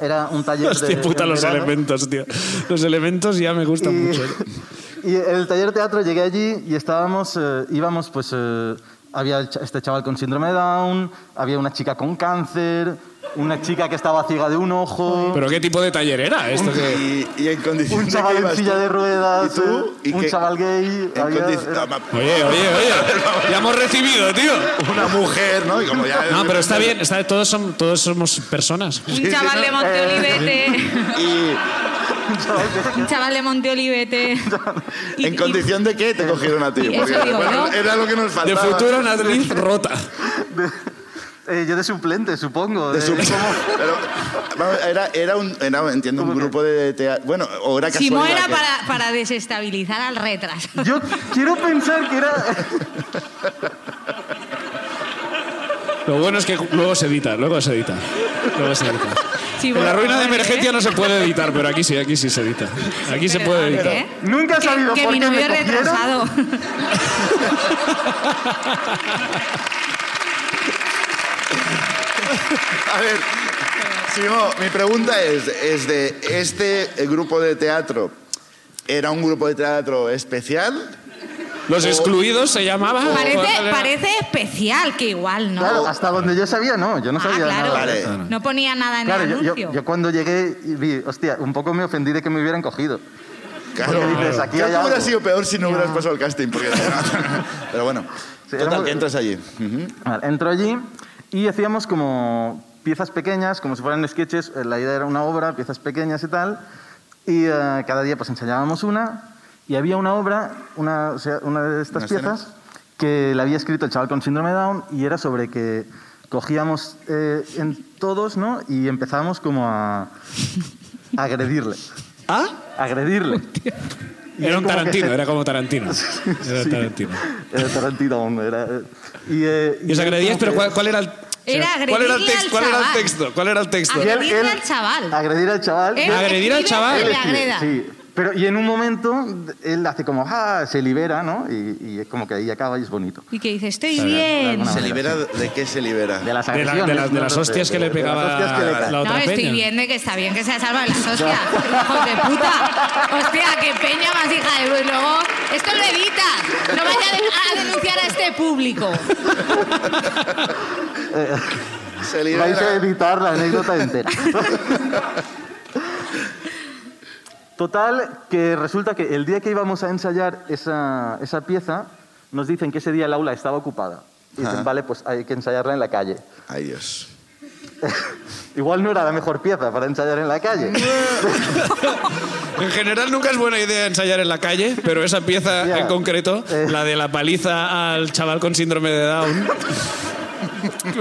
[SPEAKER 5] Era un taller de.
[SPEAKER 1] Hostia puta,
[SPEAKER 5] en
[SPEAKER 1] los
[SPEAKER 5] verano.
[SPEAKER 1] elementos, tío. Los elementos ya me gustan mucho.
[SPEAKER 5] y en el taller de teatro llegué allí y estábamos, eh, íbamos, pues eh, había el cha- este chaval con síndrome de Down, había una chica con cáncer, una chica que estaba ciega de un ojo,
[SPEAKER 1] ¿Pero qué tipo de taller era esto? que-
[SPEAKER 2] Y, y en condiciones
[SPEAKER 5] un chaval
[SPEAKER 2] de que
[SPEAKER 5] en
[SPEAKER 2] ibas
[SPEAKER 5] silla
[SPEAKER 2] tú.
[SPEAKER 5] de ruedas,
[SPEAKER 2] ¿Y tú?
[SPEAKER 5] eh,
[SPEAKER 2] ¿Y
[SPEAKER 5] un
[SPEAKER 2] qué?
[SPEAKER 5] chaval gay.
[SPEAKER 2] En
[SPEAKER 5] había-
[SPEAKER 2] condici-
[SPEAKER 5] era-
[SPEAKER 2] No, ma-
[SPEAKER 1] Oye, oye, oye. Ya hemos recibido, tío.
[SPEAKER 2] Una mujer, ¿no? Y como ya...
[SPEAKER 1] No, pero está bien. Está, todos, son- todos somos personas.
[SPEAKER 5] Eh.
[SPEAKER 3] Un chaval de Monte Olivete.
[SPEAKER 2] Y,
[SPEAKER 3] Un chaval de Monteolivete. Y-
[SPEAKER 2] ¿En
[SPEAKER 3] y-
[SPEAKER 2] condición de
[SPEAKER 5] Eh.
[SPEAKER 2] qué te cogieron a ti?
[SPEAKER 3] Eso
[SPEAKER 2] Porque
[SPEAKER 3] digo
[SPEAKER 2] bueno,
[SPEAKER 3] yo.
[SPEAKER 2] era lo que nos
[SPEAKER 1] De
[SPEAKER 2] faltaba.
[SPEAKER 1] futuro una actriz rota.
[SPEAKER 5] Eh, yo de suplente, supongo.
[SPEAKER 2] De
[SPEAKER 5] Eh,
[SPEAKER 2] su-
[SPEAKER 5] ¿cómo?
[SPEAKER 2] Pero, vamos, era, era un, era, entiendo, un
[SPEAKER 5] ¿Cómo que?
[SPEAKER 2] grupo de teatro. Bueno, o era casualidad.
[SPEAKER 3] Simón era
[SPEAKER 2] que-
[SPEAKER 3] para, para desestabilizar al retras.
[SPEAKER 5] Yo quiero pensar que era...
[SPEAKER 1] Lo bueno es que luego se edita, luego se edita. Luego se edita.
[SPEAKER 3] Sí,
[SPEAKER 1] en la
[SPEAKER 3] bueno,
[SPEAKER 1] ruina de
[SPEAKER 3] ¿eh?
[SPEAKER 1] emergencia no se puede editar, pero aquí sí, aquí sí se edita. Aquí se puede editar.
[SPEAKER 3] Perdón, ¿eh?
[SPEAKER 5] Nunca he
[SPEAKER 3] Que-
[SPEAKER 5] sabido
[SPEAKER 3] que
[SPEAKER 5] por
[SPEAKER 3] mi
[SPEAKER 5] qué
[SPEAKER 3] novio
[SPEAKER 5] me
[SPEAKER 3] es
[SPEAKER 5] cogieron.
[SPEAKER 3] retrasado.
[SPEAKER 2] A ver, Simón, mi pregunta es, es de este grupo de teatro, ¿era un grupo de teatro especial?
[SPEAKER 1] Los excluidos se llamaba. o- ¿cuál
[SPEAKER 3] Parece,
[SPEAKER 1] era?
[SPEAKER 3] parece especial, que igual, ¿no?
[SPEAKER 5] Claro, hasta donde yo sabía, no. Yo no
[SPEAKER 3] ah,
[SPEAKER 5] sabía
[SPEAKER 3] claro.
[SPEAKER 5] nada.
[SPEAKER 2] Vale.
[SPEAKER 3] No ponía nada en
[SPEAKER 5] Claro,
[SPEAKER 3] el
[SPEAKER 5] yo, yo-
[SPEAKER 3] anuncio.
[SPEAKER 5] yo cuando llegué y vi, hostia, un poco me ofendí de que me hubieran cogido.
[SPEAKER 2] Claro.
[SPEAKER 5] Porque dices, aquí
[SPEAKER 2] Creo
[SPEAKER 5] hay
[SPEAKER 2] que hubiera
[SPEAKER 5] algo.
[SPEAKER 2] sido peor si no hubieras pasado el casting. Porque... Pero bueno,
[SPEAKER 5] Sí, era
[SPEAKER 2] total,
[SPEAKER 5] muy-
[SPEAKER 2] que entras allí. Ujú.
[SPEAKER 5] Vale, entro allí y hacíamos como piezas pequeñas, como si fueran sketches. Eh, La idea era una obra, piezas pequeñas y tal. Y eh, cada día pues ensayábamos una. Y había una obra, una, o sea, una de estas
[SPEAKER 2] Una escena.
[SPEAKER 5] piezas, que la había escrito el chaval con síndrome de Down y era sobre que cogíamos eh, en todos, ¿no? Y empezábamos como a a agredirle.
[SPEAKER 1] ¿Ah?
[SPEAKER 5] Agredirle. Y
[SPEAKER 1] Era
[SPEAKER 5] él
[SPEAKER 1] un
[SPEAKER 5] como que
[SPEAKER 1] Tarantino,
[SPEAKER 5] se-
[SPEAKER 1] era como Tarantino. Era
[SPEAKER 5] Sí.
[SPEAKER 1] Tarantino.
[SPEAKER 5] Era Tarantino, hombre, era- Y, eh,
[SPEAKER 1] Y os
[SPEAKER 5] él
[SPEAKER 1] agredíais,
[SPEAKER 5] como
[SPEAKER 1] pero
[SPEAKER 5] que-
[SPEAKER 1] ¿cuál, cuál era el.
[SPEAKER 3] Era
[SPEAKER 1] ¿Cuál era el
[SPEAKER 3] agredirle
[SPEAKER 1] texto?
[SPEAKER 3] al
[SPEAKER 1] ¿Cuál era el
[SPEAKER 3] chaval.
[SPEAKER 1] texto? ¿Cuál era el texto?
[SPEAKER 5] Y él-
[SPEAKER 3] Agredirle
[SPEAKER 5] él-
[SPEAKER 3] al chaval.
[SPEAKER 5] Agredir al chaval.
[SPEAKER 3] Él
[SPEAKER 1] Agredir al
[SPEAKER 3] escribe
[SPEAKER 1] chaval.
[SPEAKER 3] que
[SPEAKER 5] Él
[SPEAKER 3] le
[SPEAKER 5] escribe,
[SPEAKER 3] agreda.
[SPEAKER 5] Sí, pero y en un momento él hace como, ah, se libera, ¿no? Y, y es como que ahí acaba y es bonito.
[SPEAKER 3] Y que dice, estoy
[SPEAKER 5] Claro, de
[SPEAKER 3] bien.
[SPEAKER 5] alguna
[SPEAKER 2] ¿Se
[SPEAKER 5] manera.
[SPEAKER 2] libera? ¿De qué se libera?
[SPEAKER 5] De las
[SPEAKER 1] De, la- de
[SPEAKER 5] agresiones.
[SPEAKER 1] las- de
[SPEAKER 5] Ah, ¿no?
[SPEAKER 1] las hostias que
[SPEAKER 5] de-
[SPEAKER 1] le
[SPEAKER 5] de- de las
[SPEAKER 1] pegaba
[SPEAKER 5] hostias que le
[SPEAKER 1] la,
[SPEAKER 5] caen.
[SPEAKER 1] otra
[SPEAKER 3] No, estoy
[SPEAKER 1] peña.
[SPEAKER 3] viendo que está bien que se ha salvado las hostias. Hijos de puta. Hostia, qué peña más hija de Bruce. Luego, esto lo edita. No vaya a denunciar a este público.
[SPEAKER 2] Se
[SPEAKER 5] Vais a
[SPEAKER 2] libera.
[SPEAKER 5] editar la anécdota entera. Total, que resulta que el día que íbamos a ensayar esa, esa pieza, nos dicen que ese día el aula estaba ocupada. Y dicen,
[SPEAKER 2] Ajá.
[SPEAKER 5] vale, pues hay que ensayarla en la calle.
[SPEAKER 2] Ay, Dios.
[SPEAKER 5] Igual no era la mejor pieza para ensayar en la calle.
[SPEAKER 1] En general nunca es buena idea ensayar en la calle, pero esa pieza
[SPEAKER 5] Ya.
[SPEAKER 1] en concreto,
[SPEAKER 5] Eh.
[SPEAKER 1] la de la paliza al chaval con síndrome de Down.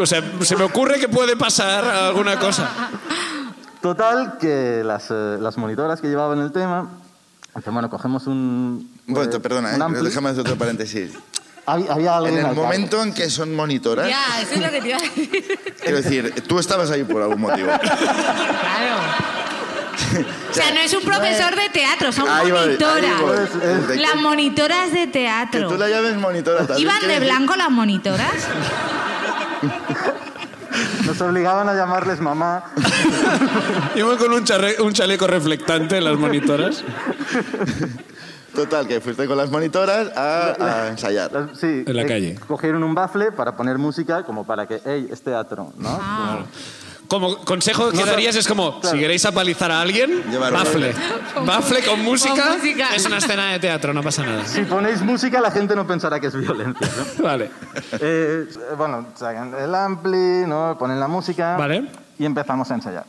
[SPEAKER 1] O sea, se me ocurre que puede pasar alguna cosa.
[SPEAKER 5] Total, que las, eh, las monitoras que llevaban el tema, dicen, bueno, cogemos un...
[SPEAKER 2] Un momento,
[SPEAKER 5] eh,
[SPEAKER 2] perdona,
[SPEAKER 5] un
[SPEAKER 2] eh,
[SPEAKER 5] ampli.
[SPEAKER 2] déjame hacer otro paréntesis.
[SPEAKER 5] Había, había alguien
[SPEAKER 2] En el
[SPEAKER 5] al cargo.
[SPEAKER 2] momento en que son monitoras,
[SPEAKER 3] Ya, eso es lo que te iba a decir.
[SPEAKER 2] quiero decir, tú estabas ahí por algún motivo.
[SPEAKER 3] Claro. O sea, no es un profesor de teatro, son
[SPEAKER 2] Ahí voy, ahí voy.
[SPEAKER 3] monitoras.
[SPEAKER 2] De que-
[SPEAKER 3] Las monitoras de
[SPEAKER 2] Que tú
[SPEAKER 3] teatro.
[SPEAKER 2] la llames monitora también.
[SPEAKER 3] ¿Iban
[SPEAKER 2] quiere
[SPEAKER 3] de
[SPEAKER 2] decir-
[SPEAKER 3] blanco las monitoras?
[SPEAKER 5] Nos obligaban a llamarles mamá.
[SPEAKER 1] Iban con un, charre- un chaleco reflectante las monitoras.
[SPEAKER 2] Total, que fuiste con las monitoras a, a ensayar.
[SPEAKER 5] Las- sí,
[SPEAKER 1] En la
[SPEAKER 5] eh,
[SPEAKER 1] calle.
[SPEAKER 5] Cogieron un bafle para poner música, como para que, hey, es teatro, ¿no?
[SPEAKER 1] Como consejo que
[SPEAKER 5] No, no,
[SPEAKER 1] darías es como,
[SPEAKER 5] claro.
[SPEAKER 1] si queréis apalizar a alguien,
[SPEAKER 2] Llevar un
[SPEAKER 1] bafle. Bafle con música,
[SPEAKER 3] Con música.
[SPEAKER 1] es una escena de teatro, no pasa nada.
[SPEAKER 5] Si ponéis música, la gente no pensará que es violencia, ¿no?
[SPEAKER 1] Vale.
[SPEAKER 5] Eh, bueno, sacan el ampli, ¿no? ponen la música
[SPEAKER 1] Vale.
[SPEAKER 5] y empezamos a ensayar.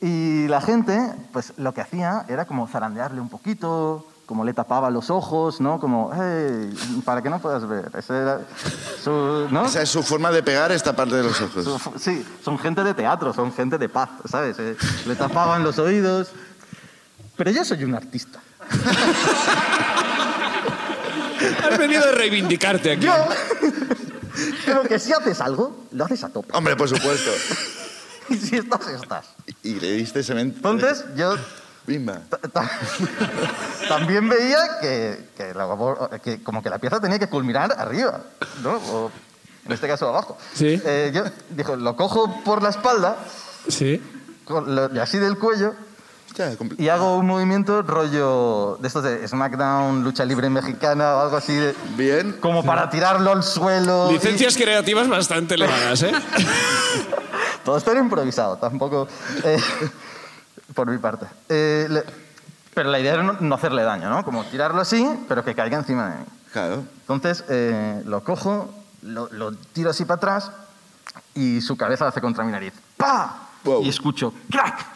[SPEAKER 5] Y la gente, pues lo que hacía era como zarandearle un poquito, como le tapaba los ojos, ¿no? Como, hey, para que no puedas ver. Ese era su, ¿no?
[SPEAKER 2] Esa es su forma de pegar esta parte de los ojos.
[SPEAKER 5] Su- Sí, son gente de teatro, son gente de paz, ¿sabes? Eh, le tapaban los oídos. Pero yo soy un artista.
[SPEAKER 1] Has venido a reivindicarte aquí.
[SPEAKER 5] Yo creo que si haces algo, lo haces a tope.
[SPEAKER 2] Hombre, por supuesto.
[SPEAKER 5] Y si estás, estás.
[SPEAKER 2] Y le diste cemento.
[SPEAKER 5] Entonces, yo
[SPEAKER 2] Bimba.
[SPEAKER 5] Ta- ta- También veía que, que la labor- que como que la pieza tenía que culminar arriba, ¿no? O en este caso abajo.
[SPEAKER 1] Sí.
[SPEAKER 5] Eh, yo dijo, lo cojo por la espalda,
[SPEAKER 1] Sí.
[SPEAKER 5] con lo- y así del cuello,
[SPEAKER 2] Hostia, compl-
[SPEAKER 5] y hago un movimiento rollo de estos de SmackDown, lucha libre mexicana o algo así, de-
[SPEAKER 2] Bien.
[SPEAKER 5] como para tirarlo al suelo.
[SPEAKER 1] Licencias creativas bastante elevadas, ¿eh?
[SPEAKER 5] Y todo esto era improvisado, tampoco eh, por mi parte. Eh, le- pero la idea era no, no hacerle daño, ¿no? Como tirarlo así, pero que caiga encima de mí.
[SPEAKER 2] Claro.
[SPEAKER 5] Entonces eh, lo cojo, lo, lo tiro así para atrás y su cabeza hace contra mi nariz. ¡Pa!
[SPEAKER 2] Wow.
[SPEAKER 5] Y escucho ¡crack!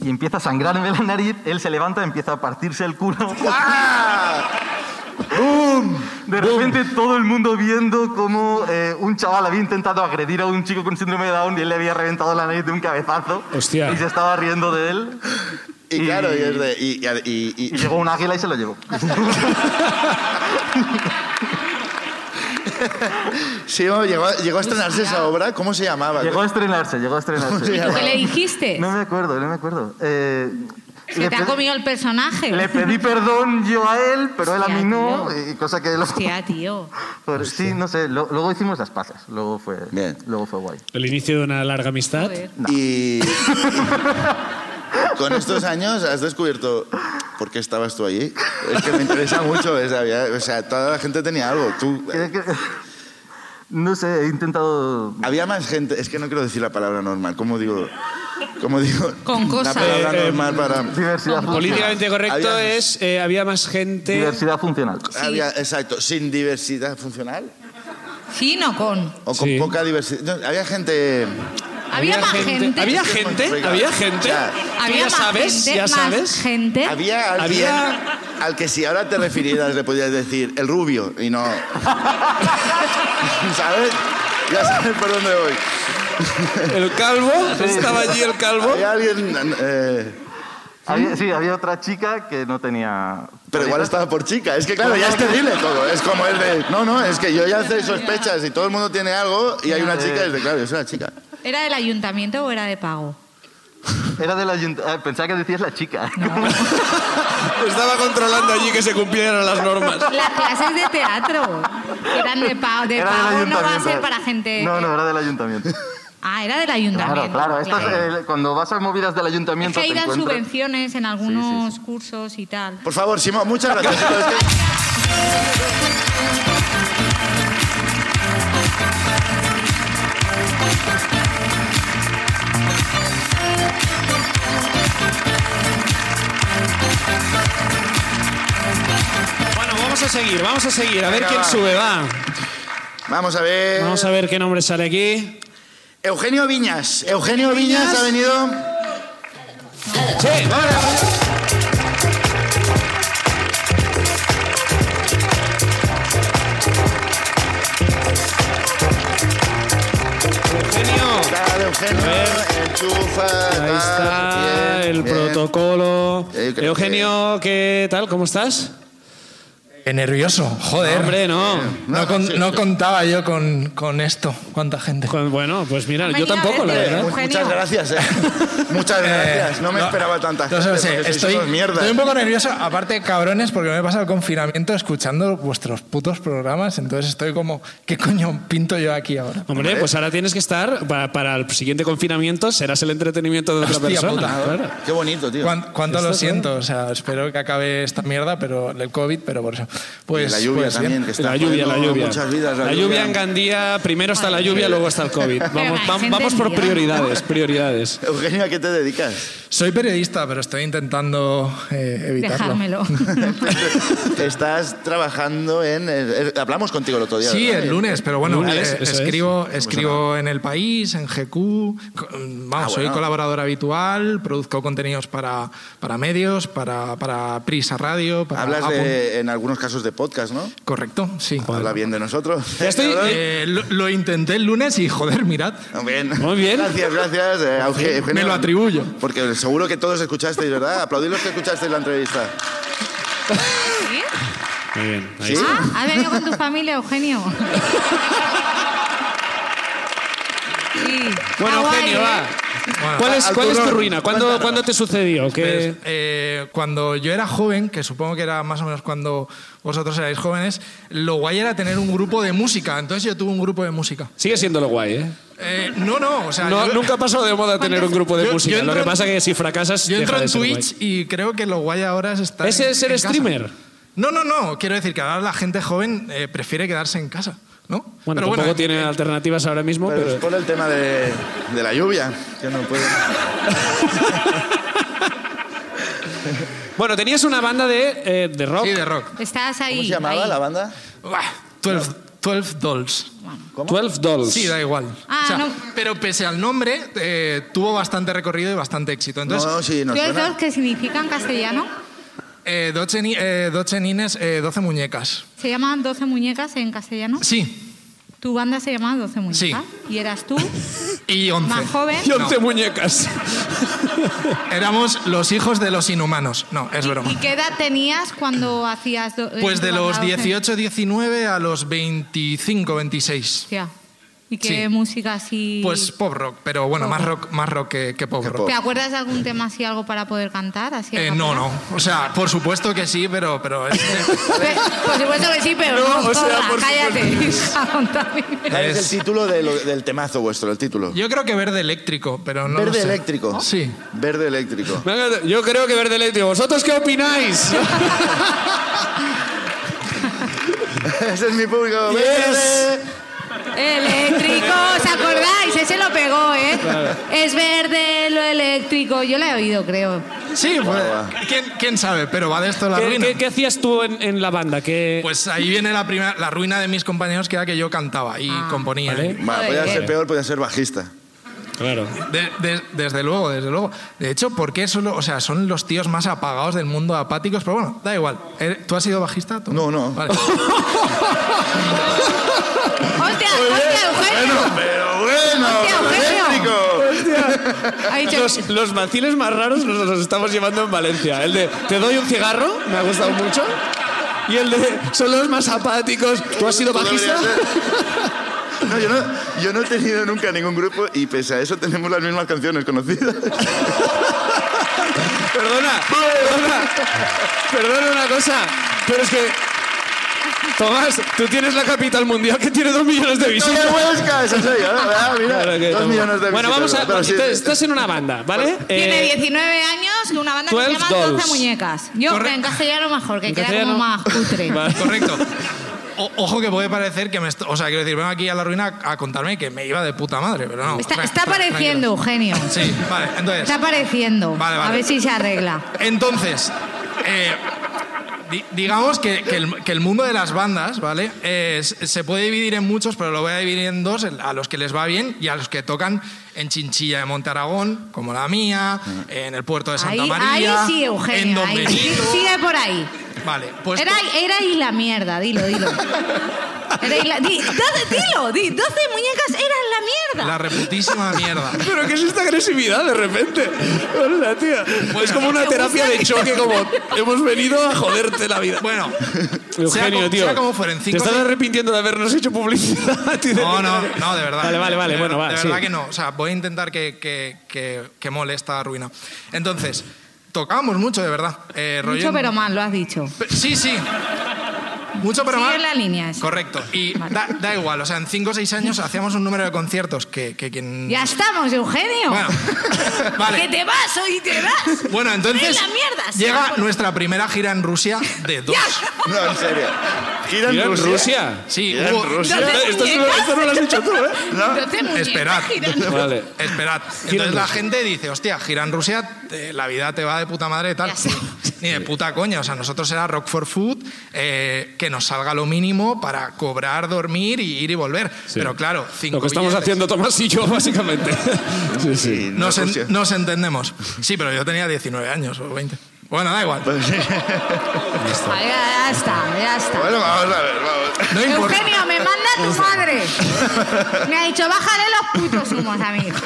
[SPEAKER 5] y empieza a sangrarme la nariz, él se levanta, empieza a partirse el culo. De repente todo el mundo viendo cómo eh, un chaval había intentado agredir a un chico con síndrome de Down y él le había reventado la nariz de un cabezazo.
[SPEAKER 1] Hostia.
[SPEAKER 5] Y se estaba riendo de él.
[SPEAKER 2] Y claro, y, es de- y- y- y-
[SPEAKER 5] Y
[SPEAKER 2] y-
[SPEAKER 5] llegó un águila y se lo llevó.
[SPEAKER 2] sí, bueno, llegó, llegó a estrenarse esa obra. ¿Cómo se llamaba?
[SPEAKER 5] Llegó a estrenarse, llegó a
[SPEAKER 2] Sí,
[SPEAKER 5] estrenarse.
[SPEAKER 2] ya.
[SPEAKER 3] ¿Qué le dijiste?
[SPEAKER 5] No me acuerdo, no me acuerdo. Eh,
[SPEAKER 3] que
[SPEAKER 5] le
[SPEAKER 3] te ha
[SPEAKER 5] pe-
[SPEAKER 3] comido el personaje.
[SPEAKER 5] Le pedí perdón yo a él, pero él a
[SPEAKER 3] Hostia,
[SPEAKER 5] mí no,
[SPEAKER 3] tío.
[SPEAKER 5] y cosa que... Lo,
[SPEAKER 3] Hostia, tío.
[SPEAKER 5] Pero sí, no sé, lo- luego hicimos las paces, luego fue,
[SPEAKER 2] Bien.
[SPEAKER 5] luego fue guay.
[SPEAKER 1] El inicio de una larga amistad.
[SPEAKER 3] Joder.
[SPEAKER 2] Y con estos años has descubierto por qué estabas tú allí. Es que me interesa mucho esa vida. O sea, toda la gente tenía algo. Tú,
[SPEAKER 5] Creo que- no sé, he intentado...
[SPEAKER 2] había más gente. Es que no quiero decir la palabra normal. ¿Cómo digo? ¿Cómo digo?
[SPEAKER 3] Con
[SPEAKER 2] La
[SPEAKER 3] cosas.
[SPEAKER 2] palabra
[SPEAKER 1] Eh, eh,
[SPEAKER 2] normal para.
[SPEAKER 5] Diversidad funcional.
[SPEAKER 1] Políticamente correcto
[SPEAKER 2] Había-
[SPEAKER 1] es, eh, había más gente...
[SPEAKER 5] Diversidad funcional.
[SPEAKER 2] Había- exacto, sin diversidad funcional
[SPEAKER 3] Sí, no con.
[SPEAKER 2] o con
[SPEAKER 1] Sí.
[SPEAKER 2] poca diversidad. No, había gente.
[SPEAKER 3] Había, más gente.
[SPEAKER 1] Había
[SPEAKER 2] Es que es muy
[SPEAKER 1] gente,
[SPEAKER 2] complicado.
[SPEAKER 1] había gente.
[SPEAKER 2] Ya.
[SPEAKER 1] Tú
[SPEAKER 3] Había
[SPEAKER 1] ya
[SPEAKER 3] más
[SPEAKER 1] sabes,
[SPEAKER 3] gente,
[SPEAKER 1] ya
[SPEAKER 3] más
[SPEAKER 1] sabes.
[SPEAKER 3] gente.
[SPEAKER 2] Había alguien
[SPEAKER 1] Había-
[SPEAKER 2] al que si ahora te refirieras le podías decir el rubio y no. ¿Sabes? Ya sabes por dónde voy.
[SPEAKER 1] El calvo, estaba allí el calvo.
[SPEAKER 2] Había alguien. eh,
[SPEAKER 3] Ah.
[SPEAKER 5] Había- sí, había otra chica que no tenía...
[SPEAKER 2] pero igual estaba por chica. Es que claro, ya es terrible todo. Es como el de. No, no, es que yo ya sé sospechas y todo el mundo tiene algo y hay una chica y es de, claro, yo soy una chica.
[SPEAKER 3] ¿Era del ayuntamiento o era de pago?
[SPEAKER 5] Era del ayuntamiento... ah, Pensaba que decías la chica.
[SPEAKER 1] Estaba controlando allí que se cumplieran las normas.
[SPEAKER 3] Las clases de teatro eran de pago. De
[SPEAKER 5] era del
[SPEAKER 3] pago no
[SPEAKER 5] ayuntamiento.
[SPEAKER 3] va a ser para gente.
[SPEAKER 5] No, no, era del ayuntamiento.
[SPEAKER 3] Ah, era del
[SPEAKER 5] Claro,
[SPEAKER 3] ayuntamiento.
[SPEAKER 5] claro. estas,
[SPEAKER 3] claro.
[SPEAKER 5] eh, cuando vas a movidas del
[SPEAKER 3] Es
[SPEAKER 5] ayuntamiento
[SPEAKER 3] que ahí
[SPEAKER 5] te
[SPEAKER 3] dan
[SPEAKER 5] encuentras...
[SPEAKER 3] subvenciones en algunos cursos y tal.
[SPEAKER 2] Por favor, Simón, muchas gracias. Es que-
[SPEAKER 1] Bueno, vamos a seguir, vamos a seguir. A ver
[SPEAKER 2] Venga,
[SPEAKER 1] quién
[SPEAKER 2] va.
[SPEAKER 1] sube, va.
[SPEAKER 2] Vamos a ver.
[SPEAKER 1] Vamos a ver qué nombre sale aquí.
[SPEAKER 2] Eugenio Viñas. Eugenio Viñas ha venido.
[SPEAKER 1] Sí, Eugenio.
[SPEAKER 2] Dale, Eugenio. Enchufa.
[SPEAKER 1] Ahí
[SPEAKER 2] tal,
[SPEAKER 1] está
[SPEAKER 2] bien,
[SPEAKER 1] el
[SPEAKER 2] bien.
[SPEAKER 1] protocolo.
[SPEAKER 2] Eh, creo
[SPEAKER 1] Eugenio, ¿qué tal? ¿Cómo estás?
[SPEAKER 6] Qué nervioso,
[SPEAKER 2] Eh,
[SPEAKER 6] joder.
[SPEAKER 1] Hombre, no.
[SPEAKER 6] No, con- no contaba yo con, con esto. ¿Cuánta gente?
[SPEAKER 1] Con- Bueno, pues mira, yo
[SPEAKER 3] Venía a
[SPEAKER 1] tampoco, la
[SPEAKER 3] verte.
[SPEAKER 1] verdad.
[SPEAKER 2] Mu-
[SPEAKER 3] Eugenio.
[SPEAKER 2] Muchas gracias, eh. Muchas gracias. No me
[SPEAKER 6] Eh,
[SPEAKER 2] esperaba tantas
[SPEAKER 6] no
[SPEAKER 2] gente.
[SPEAKER 6] sé,
[SPEAKER 2] porque sois
[SPEAKER 6] estoy,
[SPEAKER 2] unos mierdas.
[SPEAKER 6] estoy un poco nervioso. Aparte, cabrones, porque me he pasado el confinamiento escuchando vuestros putos programas. Entonces estoy como, ¿qué coño pinto yo aquí ahora?
[SPEAKER 1] Hombre, pues ahora tienes que estar para, para el siguiente confinamiento, serás el entretenimiento de otra
[SPEAKER 6] Hostia
[SPEAKER 1] persona.
[SPEAKER 6] puta.
[SPEAKER 1] claro.
[SPEAKER 2] Qué bonito, tío.
[SPEAKER 6] Cuán- ¿Cuánto lo siento? O sea, espero que acabe esta mierda, pero el COVID, pero por eso. Pues,
[SPEAKER 2] Y la lluvia
[SPEAKER 6] pues bien.
[SPEAKER 2] también, que está
[SPEAKER 1] La lluvia, la
[SPEAKER 2] jodiendo
[SPEAKER 1] lluvia.
[SPEAKER 2] Muchas vidas, la,
[SPEAKER 1] la lluvia en Gandía, primero está la lluvia, luego está el COVID. Vamos,
[SPEAKER 3] hay
[SPEAKER 1] vam-
[SPEAKER 3] gente
[SPEAKER 1] vamos por
[SPEAKER 3] liada.
[SPEAKER 1] prioridades, prioridades.
[SPEAKER 2] Eugenio, ¿a qué te dedicas?
[SPEAKER 6] Soy periodista, pero estoy intentando eh, evitarlo.
[SPEAKER 3] Dejármelo.
[SPEAKER 2] Estás trabajando en. eh, eh, hablamos contigo el otro día.
[SPEAKER 6] Sí,
[SPEAKER 2] ¿verdad?
[SPEAKER 6] el lunes, pero bueno,
[SPEAKER 1] Lunes,
[SPEAKER 6] eh,
[SPEAKER 1] eso es.
[SPEAKER 6] escribo, escribo en El País, en GQ. co- mm, Vamos, soy
[SPEAKER 2] Ah, bueno.
[SPEAKER 6] colaborador habitual, produzco contenidos para, para medios, para, para Prisa Radio, para
[SPEAKER 2] Hablas
[SPEAKER 6] Apple.
[SPEAKER 2] de, en algunos casos de podcast, ¿no?
[SPEAKER 6] Correcto, sí.
[SPEAKER 2] Habla bien de nosotros.
[SPEAKER 1] Ya estoy-
[SPEAKER 2] Cabrón.
[SPEAKER 6] Eh, lo, lo intenté el lunes y joder, mirad.
[SPEAKER 2] Bien.
[SPEAKER 1] Muy bien.
[SPEAKER 2] Gracias, gracias. eh, Euge- Eugenio.
[SPEAKER 6] Pues Me lo atribuyo.
[SPEAKER 2] Porque seguro que todos escuchasteis, ¿verdad? Aplaudid los que escuchasteis la entrevista.
[SPEAKER 3] ¿Sí?
[SPEAKER 1] Muy bien. ahí
[SPEAKER 2] Sí.
[SPEAKER 1] está.
[SPEAKER 3] Ah, ¿has venido con tu familia, Eugenio? Sí.
[SPEAKER 1] Bueno,
[SPEAKER 3] Está guay,
[SPEAKER 1] Eugenio,
[SPEAKER 3] ¿eh?
[SPEAKER 1] va.
[SPEAKER 6] Bueno,
[SPEAKER 1] ¿Cuál es,
[SPEAKER 2] al
[SPEAKER 1] cuál es tu
[SPEAKER 2] turrón.
[SPEAKER 1] ruina? ¿Cuándo,
[SPEAKER 2] Cuéntanos.
[SPEAKER 1] ¿cuándo te sucedió? ¿Qué-
[SPEAKER 6] Pues, eh, cuando yo era joven, que supongo que era más o menos cuando vosotros erais jóvenes, lo guay era tener un grupo de música. Entonces yo tuve un grupo de música.
[SPEAKER 1] Sigue siendo lo guay, ¿eh?
[SPEAKER 6] Eh, no, no, o sea,
[SPEAKER 1] No,
[SPEAKER 6] yo-
[SPEAKER 1] nunca ha pasado de moda tener un grupo de
[SPEAKER 6] Yo- yo
[SPEAKER 1] música.
[SPEAKER 6] entro
[SPEAKER 1] lo que
[SPEAKER 6] en-
[SPEAKER 1] pasa es que si fracasas.
[SPEAKER 6] Yo entro
[SPEAKER 1] deja de
[SPEAKER 6] en
[SPEAKER 1] ser guay.
[SPEAKER 6] Twitch y creo que lo guay ahora es estar.
[SPEAKER 1] ¿Ese
[SPEAKER 6] en-
[SPEAKER 1] es ser
[SPEAKER 6] en casa.
[SPEAKER 1] streamer?
[SPEAKER 6] No, no, no. Quiero decir que ahora la gente joven eh, prefiere quedarse en casa, ¿no?
[SPEAKER 1] Bueno, tampoco
[SPEAKER 6] eh,
[SPEAKER 1] tiene alternativas ahora mismo,
[SPEAKER 2] Pero
[SPEAKER 1] pero.
[SPEAKER 2] es por el tema de, de la lluvia. Que no puedo.
[SPEAKER 1] Bueno, tenías una banda de, eh, de rock.
[SPEAKER 6] Sí, de rock.
[SPEAKER 3] Estás ahí.
[SPEAKER 2] ¿Cómo se llamaba
[SPEAKER 3] ahí.
[SPEAKER 2] la banda?
[SPEAKER 6] Buah, 12, 12 Dolls.
[SPEAKER 1] 12 Dolls.
[SPEAKER 6] Sí, da igual.
[SPEAKER 3] Ah,
[SPEAKER 6] O sea,
[SPEAKER 3] no.
[SPEAKER 6] Pero pese al nombre, eh, tuvo bastante recorrido y bastante éxito. Entonces,
[SPEAKER 2] no, sí, nos
[SPEAKER 3] ¿Tú eres
[SPEAKER 2] suena.
[SPEAKER 3] dos que significa en castellano?
[SPEAKER 6] eh, 12, ni- eh, 12 nines, eh, 12 muñecas.
[SPEAKER 3] ¿Se llaman 12 muñecas en castellano?
[SPEAKER 6] Sí,
[SPEAKER 3] ¿Tu banda se llamaba 12 muñecas?
[SPEAKER 6] Sí.
[SPEAKER 3] ¿Y eras tú,
[SPEAKER 6] y 11.
[SPEAKER 3] más joven?
[SPEAKER 1] Y 11 muñecas.
[SPEAKER 6] Éramos los hijos de los inhumanos. No, es broma.
[SPEAKER 3] ¿Y qué edad tenías cuando hacías.? do- eh,
[SPEAKER 6] Pues de
[SPEAKER 3] tu
[SPEAKER 6] los
[SPEAKER 3] banda 12?
[SPEAKER 6] 18, 19 a los 25, 26.
[SPEAKER 3] Hostia. ¿Y qué
[SPEAKER 6] Sí.
[SPEAKER 3] música así.?
[SPEAKER 6] Pues pop rock, pero bueno,
[SPEAKER 3] Pop
[SPEAKER 6] más
[SPEAKER 3] rock.
[SPEAKER 6] rock, más rock que, que pop
[SPEAKER 2] Que
[SPEAKER 6] rock.
[SPEAKER 2] pop.
[SPEAKER 3] ¿Te acuerdas de algún tema así, algo para poder cantar? Así a
[SPEAKER 6] Eh, no, no.
[SPEAKER 3] capela?
[SPEAKER 6] O sea, por supuesto que sí, pero, pero es,
[SPEAKER 3] Pe- Pues, Por supuesto que sí, pero
[SPEAKER 1] No,
[SPEAKER 3] no,
[SPEAKER 1] o sea,
[SPEAKER 3] zorra,
[SPEAKER 1] por
[SPEAKER 3] cállate. A contar mi-
[SPEAKER 2] ¿Cuál es
[SPEAKER 6] es-
[SPEAKER 2] el título de lo- del temazo vuestro? El título.
[SPEAKER 6] yo creo que verde eléctrico, pero no lo
[SPEAKER 2] Verde
[SPEAKER 6] sé.
[SPEAKER 2] eléctrico.
[SPEAKER 6] Sí.
[SPEAKER 2] Verde eléctrico.
[SPEAKER 1] Venga, Yo creo que verde eléctrico. ¿Vosotros qué opináis?
[SPEAKER 2] Ese es mi público.
[SPEAKER 1] Yes.
[SPEAKER 3] Eléctrico, ¿os acordáis? Ese lo pegó, ¿eh? Es verde lo eléctrico. Yo la he oído, creo.
[SPEAKER 6] Sí, pues,
[SPEAKER 2] Ah, va.
[SPEAKER 6] ¿quién, quién sabe? Pero va de esto la
[SPEAKER 1] ¿Qué,
[SPEAKER 6] ruina.
[SPEAKER 1] qué- qué hacías tú en, en la banda? ¿Qué-
[SPEAKER 6] Pues ahí viene la, prima- la ruina de mis compañeros, que era que yo cantaba y
[SPEAKER 3] Ah.
[SPEAKER 6] componía.
[SPEAKER 1] Vale.
[SPEAKER 2] Bueno, podía
[SPEAKER 3] Joder.
[SPEAKER 2] ser peor, podía ser bajista.
[SPEAKER 1] Claro.
[SPEAKER 6] De- de- desde luego, desde luego. De hecho, ¿por qué solo, o sea, son los tíos más apagados del mundo, apáticos? Pero bueno, da igual. ¿Eh, ¿Tú has sido bajista? tú?
[SPEAKER 2] No, no.
[SPEAKER 6] Vale.
[SPEAKER 3] ¡Hostia, hostia, Eugenio!
[SPEAKER 2] pero bueno,
[SPEAKER 3] Hostia, Eugenio.
[SPEAKER 2] eléctrico.
[SPEAKER 3] Ha dicho,
[SPEAKER 1] Los, los vaciles más raros nos los estamos llevando en Valencia. El de te doy un cigarro, me ha gustado mucho. Y el de son los más apáticos. ¿Tú has sido
[SPEAKER 2] Tú
[SPEAKER 1] bajista?
[SPEAKER 2] deberías ser- No, yo no, yo no he tenido nunca ningún grupo y pese a eso tenemos las mismas canciones conocidas.
[SPEAKER 1] Perdona, perdona. Perdona una cosa. Pero es que. Tomás, tú tienes la capital mundial que tiene dos millones de
[SPEAKER 2] ¡Soy de
[SPEAKER 1] visitas.
[SPEAKER 2] Huesca! Eso soy yo, ¿verdad? ¿eh? Ah, Mira,
[SPEAKER 1] Claro que
[SPEAKER 2] dos
[SPEAKER 1] no.
[SPEAKER 2] millones de
[SPEAKER 1] Bueno, vamos
[SPEAKER 2] visitas,
[SPEAKER 1] a.
[SPEAKER 2] pero sí.
[SPEAKER 1] entonces, estás en una banda, ¿vale?
[SPEAKER 3] Tiene
[SPEAKER 1] Eh,
[SPEAKER 3] 19 años y una banda que se
[SPEAKER 1] 12
[SPEAKER 3] llama 12
[SPEAKER 1] Dolls.
[SPEAKER 3] muñecas. Yo
[SPEAKER 6] Corre-
[SPEAKER 3] en castellano mejor, que
[SPEAKER 1] En
[SPEAKER 3] queda
[SPEAKER 1] castellano.
[SPEAKER 3] como más cutre.
[SPEAKER 1] Vale.
[SPEAKER 6] Correcto. O- ojo que puede parecer que me... est- O sea, quiero decir, vengo aquí a la ruina a contarme que me iba de puta madre, pero no.
[SPEAKER 3] Está,
[SPEAKER 6] Tra-
[SPEAKER 3] está
[SPEAKER 6] tra-
[SPEAKER 3] apareciendo, Eugenio.
[SPEAKER 6] tranquilos. Sí, vale. Entonces,
[SPEAKER 3] Está apareciendo.
[SPEAKER 6] Vale, vale.
[SPEAKER 3] A ver si se arregla.
[SPEAKER 6] entonces eh, di- digamos que, que el, que el mundo de las bandas, ¿vale? Eh, s- se puede dividir en muchos, pero lo voy a dividir en dos, el- a los que les va bien y a los que tocan en Chinchilla de Monte Aragón, como la mía, en el puerto de
[SPEAKER 3] Ahí,
[SPEAKER 6] Santa
[SPEAKER 3] ahí
[SPEAKER 6] María,
[SPEAKER 3] sí,
[SPEAKER 6] en
[SPEAKER 3] Eugenio.
[SPEAKER 6] Don
[SPEAKER 3] ahí. Sí,
[SPEAKER 6] Benito.
[SPEAKER 3] Sigue por ahí.
[SPEAKER 6] Vale, pues...
[SPEAKER 3] Era, era y la mierda, dilo, dilo. Era y la, di- doce- dilo, di, 12 muñecas eran la mierda.
[SPEAKER 6] La reputísima mierda.
[SPEAKER 1] Pero ¿qué es esta agresividad de repente? O sea, tío, es como una terapia de choque, como hemos venido a joderte la vida.
[SPEAKER 6] Bueno, sea
[SPEAKER 1] Eugenio,
[SPEAKER 6] como-
[SPEAKER 1] tío.
[SPEAKER 6] sea como fuera, en
[SPEAKER 1] Te
[SPEAKER 6] cinco
[SPEAKER 1] estás
[SPEAKER 6] se-
[SPEAKER 1] arrepintiendo de habernos hecho publicidad. y de-
[SPEAKER 6] No, no, no, de verdad.
[SPEAKER 1] Vale, vale, vale.
[SPEAKER 6] De-
[SPEAKER 1] bueno, va.
[SPEAKER 6] De
[SPEAKER 1] sí.
[SPEAKER 6] verdad que no. O sea, voy a intentar que, que, que, que mole esta ruina. Entonces, tocábamos mucho, de verdad. Eh, rollo
[SPEAKER 3] Mucho
[SPEAKER 6] en-
[SPEAKER 3] pero mal, lo has dicho.
[SPEAKER 6] Pe- Sí, sí. Mucho pero
[SPEAKER 3] Sigue
[SPEAKER 6] mal.
[SPEAKER 3] en la línea esa.
[SPEAKER 6] Correcto. Y
[SPEAKER 3] Vale.
[SPEAKER 6] da, da igual. O sea, en 5 o 6 años hacíamos un número de conciertos que, que quien...
[SPEAKER 3] Ya estamos, Eugenio.
[SPEAKER 6] Bueno, vale.
[SPEAKER 3] Que te vas hoy, te vas.
[SPEAKER 6] Bueno, entonces
[SPEAKER 3] Es la mierda, sí,
[SPEAKER 6] llega
[SPEAKER 3] por-
[SPEAKER 6] nuestra primera gira en Rusia de dos.
[SPEAKER 2] No, en serio. Gira
[SPEAKER 1] Mira,
[SPEAKER 2] en
[SPEAKER 1] en
[SPEAKER 2] Rusia.
[SPEAKER 1] Rusia.
[SPEAKER 6] Sí,
[SPEAKER 2] Gira en
[SPEAKER 6] hubo-
[SPEAKER 2] Rusia.
[SPEAKER 3] Entonces,
[SPEAKER 1] Esto, es-
[SPEAKER 3] muñecas.
[SPEAKER 1] esto no lo has hecho tú, ¿eh?
[SPEAKER 3] Doce muñecas
[SPEAKER 6] Esperad.
[SPEAKER 3] girando.
[SPEAKER 1] Vale. Gira
[SPEAKER 6] Esperad.
[SPEAKER 1] en
[SPEAKER 6] Entonces la
[SPEAKER 1] Rusia.
[SPEAKER 6] gente dice, hostia, gira en Rusia, te- la vida te va de puta madre y tal.
[SPEAKER 3] Ya sé.
[SPEAKER 6] Ni de puta coña. O sea, nosotros era rock for food, eh, que nos salga lo mínimo para cobrar, dormir y ir y volver. Pero claro, cinco
[SPEAKER 1] Lo que estamos
[SPEAKER 6] billetes.
[SPEAKER 1] haciendo Tomás y yo, básicamente. Sí, sí.
[SPEAKER 2] Sí, no,
[SPEAKER 6] Nos, en-
[SPEAKER 2] Rusia.
[SPEAKER 6] nos entendemos. Sí, pero yo tenía 19 años o 20. Bueno, da
[SPEAKER 1] Pues
[SPEAKER 6] igual.
[SPEAKER 3] Vale, ya está, ya está.
[SPEAKER 2] Bueno, vamos a ver, vamos.
[SPEAKER 6] No importa.
[SPEAKER 3] Eugenio, me manda tu madre. Me ha dicho, bájale los putos humos a mi hijo.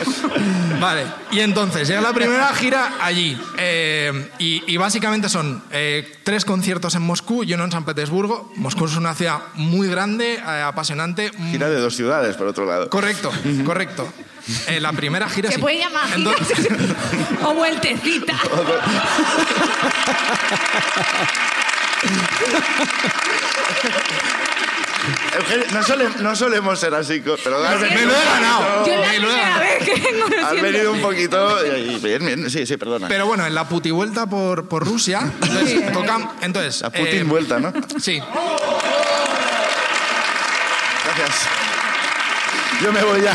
[SPEAKER 6] Vale, y entonces llega la primera gira allí. Eh, y, y básicamente son eh, tres conciertos en Moscú y uno en San Petersburgo. Moscú es una ciudad muy grande, eh, apasionante. mm,
[SPEAKER 2] Gira de dos ciudades, por otro lado.
[SPEAKER 6] Correcto, correcto. Eh, la primera gira
[SPEAKER 3] Se
[SPEAKER 6] sí.
[SPEAKER 3] puede llamar gira
[SPEAKER 6] Entonces-
[SPEAKER 3] o vueltecita.
[SPEAKER 6] Oh,
[SPEAKER 2] Eugenio, no, sole- no solemos ser así, co- pero has
[SPEAKER 6] Me lo he ganado.
[SPEAKER 3] Yo es la
[SPEAKER 6] me lo he
[SPEAKER 3] primera
[SPEAKER 6] ganado.
[SPEAKER 3] vez que vengo lo
[SPEAKER 2] has
[SPEAKER 3] siento.
[SPEAKER 2] venido un poquito. y- y bien, bien, sí, sí, perdona.
[SPEAKER 6] Pero bueno, en la putivuelta por, por Rusia, entonces, tocan- entonces
[SPEAKER 2] La Putin
[SPEAKER 6] eh,
[SPEAKER 2] vuelta, ¿no?
[SPEAKER 6] Sí,
[SPEAKER 2] Gracias. Yo me voy ya.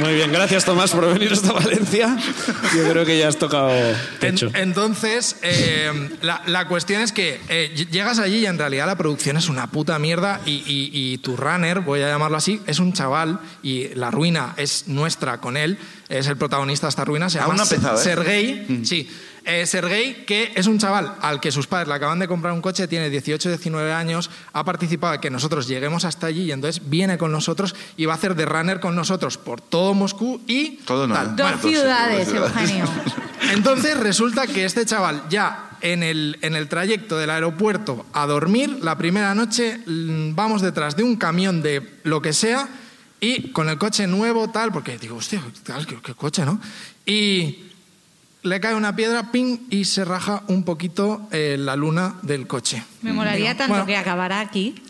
[SPEAKER 1] Muy bien, gracias Tomás por venir hasta Valencia. Yo creo que ya has tocado
[SPEAKER 6] En-
[SPEAKER 1] techo.
[SPEAKER 6] entonces, eh, la, la cuestión es que eh, ll- llegas allí y en realidad la producción es una puta mierda y, y- y tu runner, voy a llamarlo así, es un chaval y la ruina es nuestra con él, es el protagonista de esta ruina, se
[SPEAKER 2] Aún
[SPEAKER 6] llama
[SPEAKER 2] no ha empezado, ¿eh?
[SPEAKER 6] Sergei, sí. Eh, Sergei, que es un chaval al que sus padres le acaban de comprar un coche, tiene 18, 19 años, ha participado en que nosotros lleguemos hasta allí y entonces viene con nosotros y va a hacer de runner con nosotros por todo Moscú y
[SPEAKER 2] Todo no.
[SPEAKER 6] tal. pues,
[SPEAKER 2] ¿eh?
[SPEAKER 3] Dos
[SPEAKER 2] Bueno,
[SPEAKER 3] ciudades,
[SPEAKER 2] ciudades.
[SPEAKER 3] Eugenio.
[SPEAKER 6] Entonces resulta que este chaval ya en el, en el trayecto del aeropuerto a dormir, la primera noche mm, vamos detrás de un camión de lo que sea y con el coche nuevo tal, porque digo, hostia, tal, qué, qué coche, ¿no? Y le cae una piedra, ping, y se raja un poquito eh, la luna del coche.
[SPEAKER 3] Me molaría tanto
[SPEAKER 6] Bueno.
[SPEAKER 3] que acabara aquí.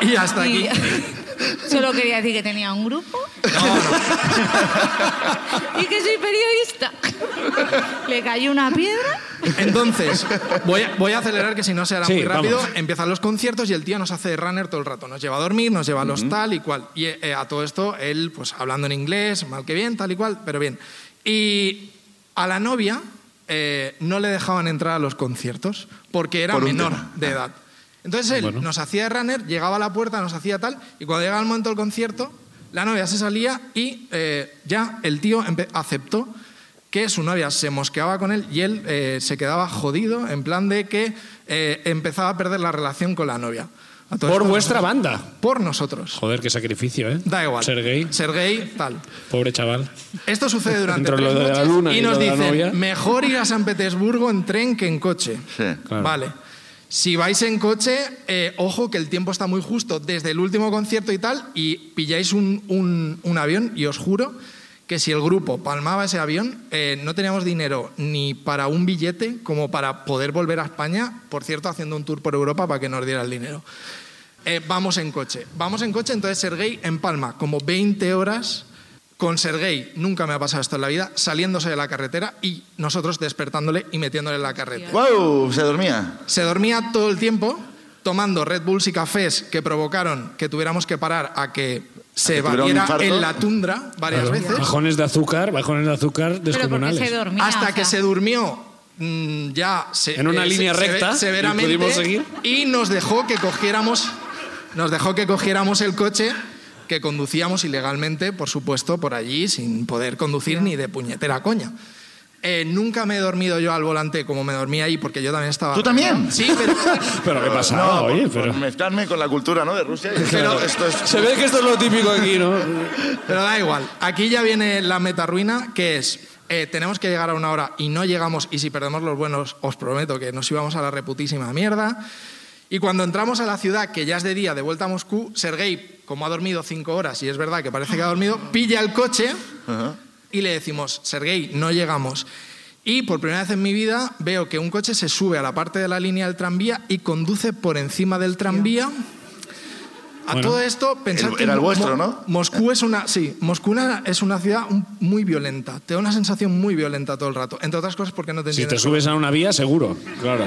[SPEAKER 6] Y hasta aquí.
[SPEAKER 3] Y- Solo quería decir que tenía un grupo. y que soy periodista. Le cayó una piedra.
[SPEAKER 6] Entonces, voy a, voy a acelerar que si no se hará
[SPEAKER 1] Sí,
[SPEAKER 6] muy rápido.
[SPEAKER 1] vamos.
[SPEAKER 6] Empiezan los conciertos y el tío nos hace de runner todo el rato. Nos lleva a dormir, nos lleva a los tal y cual. Y eh, a todo esto, él, pues hablando en inglés, mal que bien, tal y cual, pero bien. Y a la novia eh, no le dejaban entrar a los conciertos porque era
[SPEAKER 2] Por un
[SPEAKER 6] menor
[SPEAKER 2] tema.
[SPEAKER 6] de edad. Entonces él nos hacía de runner, llegaba a la puerta, nos hacía tal, y cuando llegaba el momento del concierto, la novia se salía y eh, ya el tío empe- aceptó que su novia se mosqueaba con él y él eh, se quedaba jodido, en plan de que eh, empezaba a perder la relación con la novia. A todo
[SPEAKER 1] Por
[SPEAKER 6] esto
[SPEAKER 1] vuestra
[SPEAKER 6] nosotros-
[SPEAKER 1] banda.
[SPEAKER 6] Por nosotros.
[SPEAKER 1] Joder, qué sacrificio, ¿eh?
[SPEAKER 6] Da igual.
[SPEAKER 1] Ser gay,
[SPEAKER 6] Sergei, tal.
[SPEAKER 1] pobre chaval.
[SPEAKER 6] Esto sucede durante
[SPEAKER 1] Entre lo
[SPEAKER 6] tres
[SPEAKER 1] de la
[SPEAKER 6] noches
[SPEAKER 1] luna
[SPEAKER 6] y,
[SPEAKER 1] y
[SPEAKER 6] nos
[SPEAKER 1] lo de la
[SPEAKER 6] dicen,
[SPEAKER 1] novia.
[SPEAKER 6] mejor ir a San Petersburgo en tren que en coche.
[SPEAKER 2] Sí.
[SPEAKER 1] Claro.
[SPEAKER 6] Vale. Si vais en coche, eh, ojo que el tiempo está muy justo desde el último concierto y tal, y pilláis un, un- un avión, y os juro que si el grupo palmaba ese avión, eh, no teníamos dinero ni para un billete como para poder volver a España, por cierto, haciendo un tour por Europa para que nos diera el dinero. Eh, vamos en coche. Vamos en coche, entonces Sergei en Palma, como 20 horas con Sergei, nunca me ha pasado esto en la vida, saliéndose de la carretera y nosotros despertándole y metiéndole en la carretera.
[SPEAKER 2] ¡Wow! Se dormía.
[SPEAKER 6] Se dormía todo el tiempo tomando Red Bulls y cafés que provocaron que tuviéramos que parar a que se
[SPEAKER 2] que tuviera un
[SPEAKER 6] batiera
[SPEAKER 2] infarto.
[SPEAKER 6] en la tundra varias veces,
[SPEAKER 1] Bajones de azúcar, bajones de azúcar
[SPEAKER 3] Pero porque se
[SPEAKER 1] descomunales.
[SPEAKER 3] dormía.
[SPEAKER 6] hasta
[SPEAKER 3] o
[SPEAKER 6] que
[SPEAKER 3] sea.
[SPEAKER 6] se durmió mm, ya se-
[SPEAKER 1] En una
[SPEAKER 6] se-
[SPEAKER 1] línea
[SPEAKER 6] se-
[SPEAKER 1] recta,
[SPEAKER 6] se- severamente
[SPEAKER 1] y pudimos seguir.
[SPEAKER 6] y nos dejó que cogiéramos nos dejó que cogiéramos el coche que conducíamos ilegalmente, por supuesto, por allí sin poder conducir ni de puñetera coña. Eh, nunca me he dormido yo al volante como me dormí ahí porque yo también estaba.
[SPEAKER 2] ¿Tú también?
[SPEAKER 6] Sí, pero
[SPEAKER 1] Pero qué pasaba,
[SPEAKER 2] no,
[SPEAKER 1] oye,
[SPEAKER 2] por- por
[SPEAKER 1] pero...
[SPEAKER 2] mezclarme con la cultura, ¿no? De Rusia. Y-
[SPEAKER 6] Ah, Pero-
[SPEAKER 2] esto es
[SPEAKER 1] Se ve que esto es lo típico aquí, ¿no?
[SPEAKER 6] Pero da igual. Aquí ya viene la meta ruina, que es. eh, tenemos que llegar a una hora y no llegamos, y si perdemos los buenos, os prometo que nos íbamos a la reputísima mierda. Y cuando entramos a la ciudad, que ya es de día, de vuelta a Moscú, Sergei, como ha dormido cinco horas, y es verdad que parece que ha dormido, pilla el coche y le decimos, Sergei, no llegamos. Y por primera vez en mi vida veo que un coche se sube a la parte de la línea del tranvía y conduce por encima del tranvía. A
[SPEAKER 1] Bueno.
[SPEAKER 6] todo esto, pensad
[SPEAKER 2] El-
[SPEAKER 6] que
[SPEAKER 2] era el
[SPEAKER 6] Mo-
[SPEAKER 2] vuestro,
[SPEAKER 6] Mo-
[SPEAKER 2] ¿no?
[SPEAKER 6] Moscú es una, sí, Moscú una- es una ciudad un- muy violenta. Te da una sensación muy violenta todo el rato. Entre otras cosas porque no te
[SPEAKER 1] Si te
[SPEAKER 6] entiendes.
[SPEAKER 1] subes a una vía, seguro. Claro.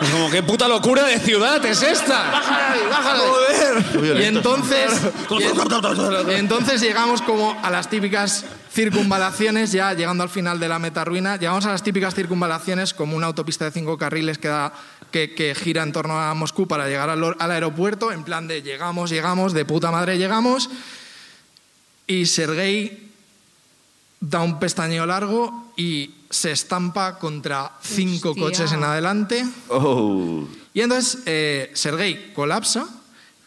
[SPEAKER 1] Es como, qué puta locura de ciudad es esta. Bájala, bájala. Joder.
[SPEAKER 6] y
[SPEAKER 2] violento.
[SPEAKER 6] entonces, y en- y entonces llegamos como a las típicas circunvalaciones, ya llegando al final de la meta ruina, llegamos a las típicas circunvalaciones como una autopista de cinco carriles que, da- que, que gira en torno a Moscú para llegar al, or- al aeropuerto, en plan de llegamos, llegamos, de puta madre llegamos. Y Sergei da un pestañeo largo y se estampa contra cinco
[SPEAKER 3] Hostia.
[SPEAKER 6] coches en adelante.
[SPEAKER 2] Oh.
[SPEAKER 6] Y entonces eh, Sergei colapsa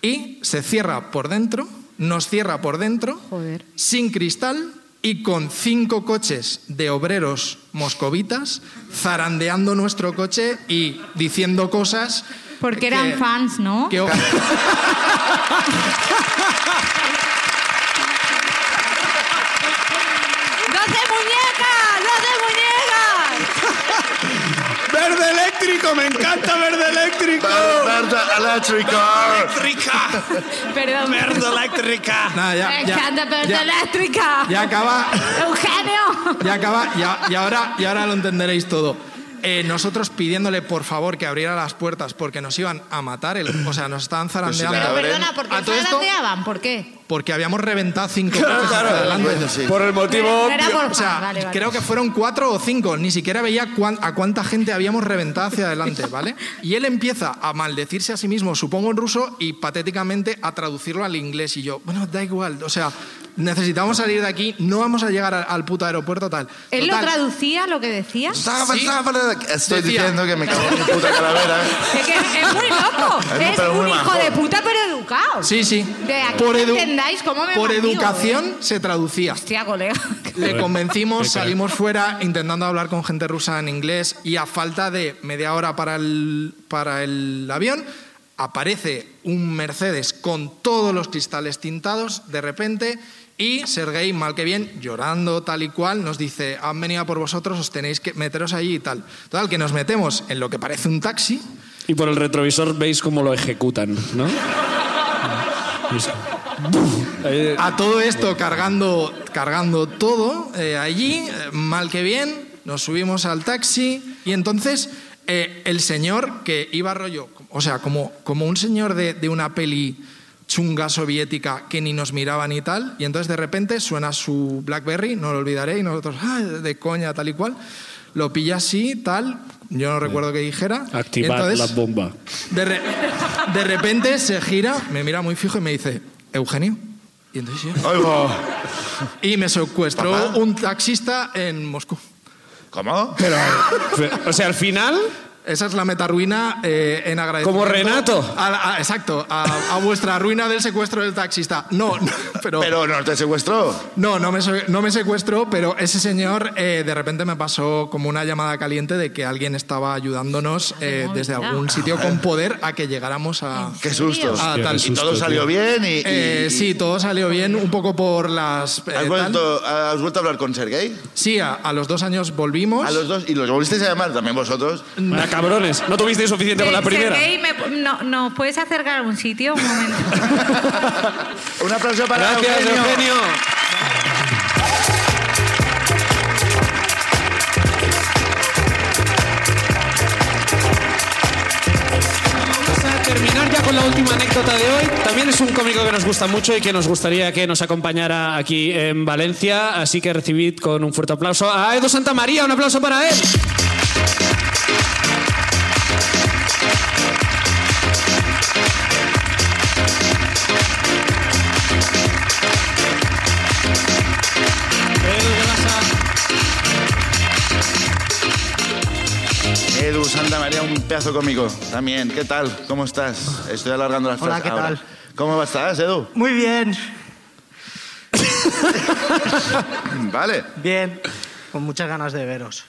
[SPEAKER 6] y se cierra por dentro, nos cierra por dentro,
[SPEAKER 3] Joder.
[SPEAKER 6] sin cristal y con cinco coches de obreros moscovitas zarandeando nuestro coche y diciendo cosas.
[SPEAKER 3] Porque eran
[SPEAKER 6] que-
[SPEAKER 3] fans, ¿no?
[SPEAKER 6] que-
[SPEAKER 3] ¡Dos de muñecas! ¡Dos de muñecas!
[SPEAKER 1] Verde eléctrico, me encanta verde eléctrico.
[SPEAKER 2] Tarta eléctrica.
[SPEAKER 1] Eléctrica,
[SPEAKER 3] Perdón.
[SPEAKER 1] verde eléctrica.
[SPEAKER 6] Nada, ya-
[SPEAKER 3] Me
[SPEAKER 6] ya-
[SPEAKER 3] encanta, pero
[SPEAKER 6] ya-
[SPEAKER 3] es eléctrica.
[SPEAKER 6] ya acaba.
[SPEAKER 3] Eugenio.
[SPEAKER 6] Ya acaba, y, a- y ahora, y ahora lo entenderéis todo. eh, nosotros pidiéndole por favor que abriera las puertas porque nos iban a matar, el- o sea, nos estaban zarandeando.
[SPEAKER 2] Pero, A ver,
[SPEAKER 3] Perdona, ¿por
[SPEAKER 6] a
[SPEAKER 3] qué
[SPEAKER 6] todo esto-
[SPEAKER 3] zarandeaban? ¿Por qué?
[SPEAKER 6] Porque habíamos reventado cinco coches hacia adelante.
[SPEAKER 2] Bueno, Pues sí.
[SPEAKER 1] Por el motivo.
[SPEAKER 3] No era por
[SPEAKER 6] O sea,
[SPEAKER 3] fan, Ah, vale, vale.
[SPEAKER 6] creo que fueron cuatro o cinco. Ni siquiera veía cuán- a cuánta gente habíamos reventado hacia adelante, ¿vale? Y él empieza a maldecirse a sí mismo, supongo en ruso, y patéticamente a traducirlo al inglés. Y yo, bueno, da igual. O sea, necesitamos salir de aquí, no vamos a llegar a- al puto aeropuerto, tal.
[SPEAKER 3] ¿Él lo
[SPEAKER 6] Total,
[SPEAKER 3] traducía lo que decía?
[SPEAKER 2] Zafa,
[SPEAKER 6] Sí.
[SPEAKER 2] zafa, Estoy
[SPEAKER 6] Decía-
[SPEAKER 2] diciendo que me cago en mi puta calavera.
[SPEAKER 3] Es que es muy loco.
[SPEAKER 2] muy-
[SPEAKER 3] es
[SPEAKER 2] pero muy
[SPEAKER 3] un hijo
[SPEAKER 2] majón.
[SPEAKER 3] de puta, pero educado.
[SPEAKER 6] Sí, sí.
[SPEAKER 3] De aquí que entendáis cómo me ¿eh?
[SPEAKER 6] por
[SPEAKER 3] manigo,
[SPEAKER 6] educación se traducía.
[SPEAKER 3] Hostia, colega.
[SPEAKER 6] Le convencimos, salimos fuera intentando hablar con gente rusa en inglés y a falta de media hora para el, para el avión aparece un Mercedes con todos los cristales tintados de repente y Sergei, mal que bien, llorando tal y cual, nos dice, han venido a por vosotros, os tenéis que meteros allí y tal. Total, que nos metemos en lo que parece un taxi.
[SPEAKER 1] Y por el retrovisor veis cómo lo ejecutan, ¿no? Y es- ¡Buf! Ahí-
[SPEAKER 6] A todo esto cargando, cargando todo eh, allí, eh, mal que bien, nos subimos al taxi y entonces eh, el señor que iba rollo, o sea, como, como un señor de, de una peli chunga soviética que ni nos miraba ni tal, y entonces de repente suena su Blackberry, no lo olvidaré, y nosotros, ah, de coña, tal y cual, lo pilla así, tal, yo no recuerdo qué dijera. y
[SPEAKER 1] Activad
[SPEAKER 6] entonces-
[SPEAKER 1] la bomba.
[SPEAKER 6] de, re- de repente se gira, me mira muy fijo y me dice, Eugenio. Y entonces yo-
[SPEAKER 2] Ay, bo.
[SPEAKER 6] Y me secuestró
[SPEAKER 2] Papá.
[SPEAKER 6] un taxista en Moscú.
[SPEAKER 2] ¿Cómo?
[SPEAKER 1] Pero, fe- o sea, al final,
[SPEAKER 6] Esa es la meta ruina eh, en agradecimiento.
[SPEAKER 1] Como Renato.
[SPEAKER 6] a- a- exacto, a, a vuestra ruina del secuestro del taxista. No, no, pero,
[SPEAKER 2] Pero no te secuestró.
[SPEAKER 6] no, no me, se- no me secuestró, pero ese señor eh, de repente me pasó como una llamada caliente de que alguien estaba ayudándonos eh, desde algún sitio con poder a que llegáramos a...
[SPEAKER 2] Qué susto.
[SPEAKER 6] Ah, tal.
[SPEAKER 2] y todo salió bien y... y-
[SPEAKER 6] Eh,
[SPEAKER 2] y-
[SPEAKER 6] sí, todo salió bien, un poco por las... eh,
[SPEAKER 2] ¿Has
[SPEAKER 6] tal.
[SPEAKER 2] vuelto, ¿Has vuelto a hablar con Sergei?
[SPEAKER 6] Sí, a, a los dos años volvimos.
[SPEAKER 2] A los dos. ¿Y los volvisteis a llamar también vosotros?
[SPEAKER 1] Mira, cabrones, no tuvisteis suficiente con la
[SPEAKER 3] Eh,
[SPEAKER 1] primera.
[SPEAKER 3] Sergei, ¿me- no- ¿nos puedes acercar a un sitio? Un momento.
[SPEAKER 2] Un aplauso para
[SPEAKER 1] Gracias, Eugenio. Vamos a terminar ya con la última anécdota de hoy. También es un cómico que nos gusta mucho y que nos gustaría que nos acompañara aquí en Valencia. Así que recibid con un fuerte aplauso a Edu Santa María. Un aplauso para él.
[SPEAKER 2] Edu Santa María, un pedazo cómico. También, ¿qué tal? ¿Cómo estás? Estoy alargando las
[SPEAKER 7] Hola,
[SPEAKER 2] frases
[SPEAKER 7] ¿qué
[SPEAKER 2] ahora.
[SPEAKER 7] tal?
[SPEAKER 2] ¿Cómo estás, Edu?
[SPEAKER 7] Muy bien,
[SPEAKER 2] Vale.
[SPEAKER 7] bien. Con muchas ganas de veros.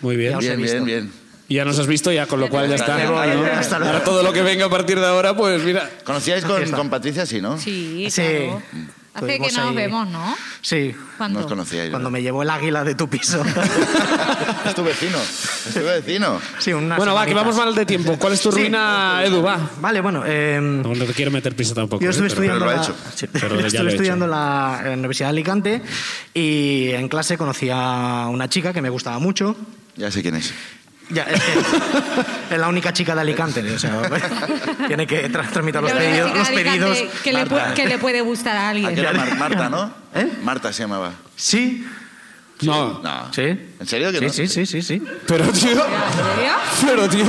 [SPEAKER 1] Muy bien.
[SPEAKER 7] os he
[SPEAKER 2] Bien, bien,
[SPEAKER 7] visto.
[SPEAKER 2] bien.
[SPEAKER 1] Y Ya nos has visto, ya, con lo cual ya está.
[SPEAKER 2] Me voy,
[SPEAKER 1] ¿no?
[SPEAKER 7] hasta luego.
[SPEAKER 1] Ahora todo lo que venga a partir de ahora, pues mira.
[SPEAKER 2] ¿Conocíais con, con Patricia? Sí, ¿no?
[SPEAKER 3] Sí,
[SPEAKER 7] Sí.
[SPEAKER 3] claro. Hace que
[SPEAKER 7] Estuvimos
[SPEAKER 3] no nos
[SPEAKER 7] ahí.
[SPEAKER 3] vemos, ¿no?
[SPEAKER 7] Sí,
[SPEAKER 3] ¿Cuándo?
[SPEAKER 2] Nos conocíais.
[SPEAKER 7] cuando
[SPEAKER 2] ¿verdad?
[SPEAKER 7] me llevó el águila de tu piso.
[SPEAKER 2] Es tu vecino. Es tu vecino.
[SPEAKER 7] sí, unas
[SPEAKER 1] Bueno, va, que
[SPEAKER 7] semanitas.
[SPEAKER 1] vamos mal de tiempo. ¿Cuál es tu
[SPEAKER 7] Sí.
[SPEAKER 1] ruina, Edu? Va.
[SPEAKER 7] Vale, bueno, em,
[SPEAKER 1] No, no te quiero meter prisa tampoco.
[SPEAKER 7] Yo estuve
[SPEAKER 1] eh, pero-
[SPEAKER 7] estudiando,
[SPEAKER 2] pero lo ha
[SPEAKER 7] la,
[SPEAKER 2] hecho.
[SPEAKER 7] sí,
[SPEAKER 1] Pero
[SPEAKER 7] yo
[SPEAKER 1] ya
[SPEAKER 7] estuve
[SPEAKER 1] lo ha
[SPEAKER 7] estudiando
[SPEAKER 1] hecho.
[SPEAKER 7] la en la Universidad de Alicante y en clase conocí a una chica que me gustaba mucho.
[SPEAKER 2] Ya sé quién es.
[SPEAKER 7] Ya, es que es la única chica de Alicante, o sea, tiene que tra- tramitar los
[SPEAKER 3] Yo creo
[SPEAKER 7] pedidos.
[SPEAKER 3] que
[SPEAKER 7] Los
[SPEAKER 3] sí, Alicante,
[SPEAKER 7] pedidos.
[SPEAKER 3] Que le, pu- que le puede gustar a alguien.
[SPEAKER 2] Aquí era Mar- Marta, ¿no?
[SPEAKER 7] ¿Eh?
[SPEAKER 2] Marta se llamaba.
[SPEAKER 7] Sí,
[SPEAKER 1] No,
[SPEAKER 2] No.
[SPEAKER 7] sí.
[SPEAKER 2] ¿En serio que
[SPEAKER 7] sí,
[SPEAKER 2] no?
[SPEAKER 7] Sí, sí, sí, sí.
[SPEAKER 1] pero tío,
[SPEAKER 3] ¿En serio?
[SPEAKER 1] pero tío.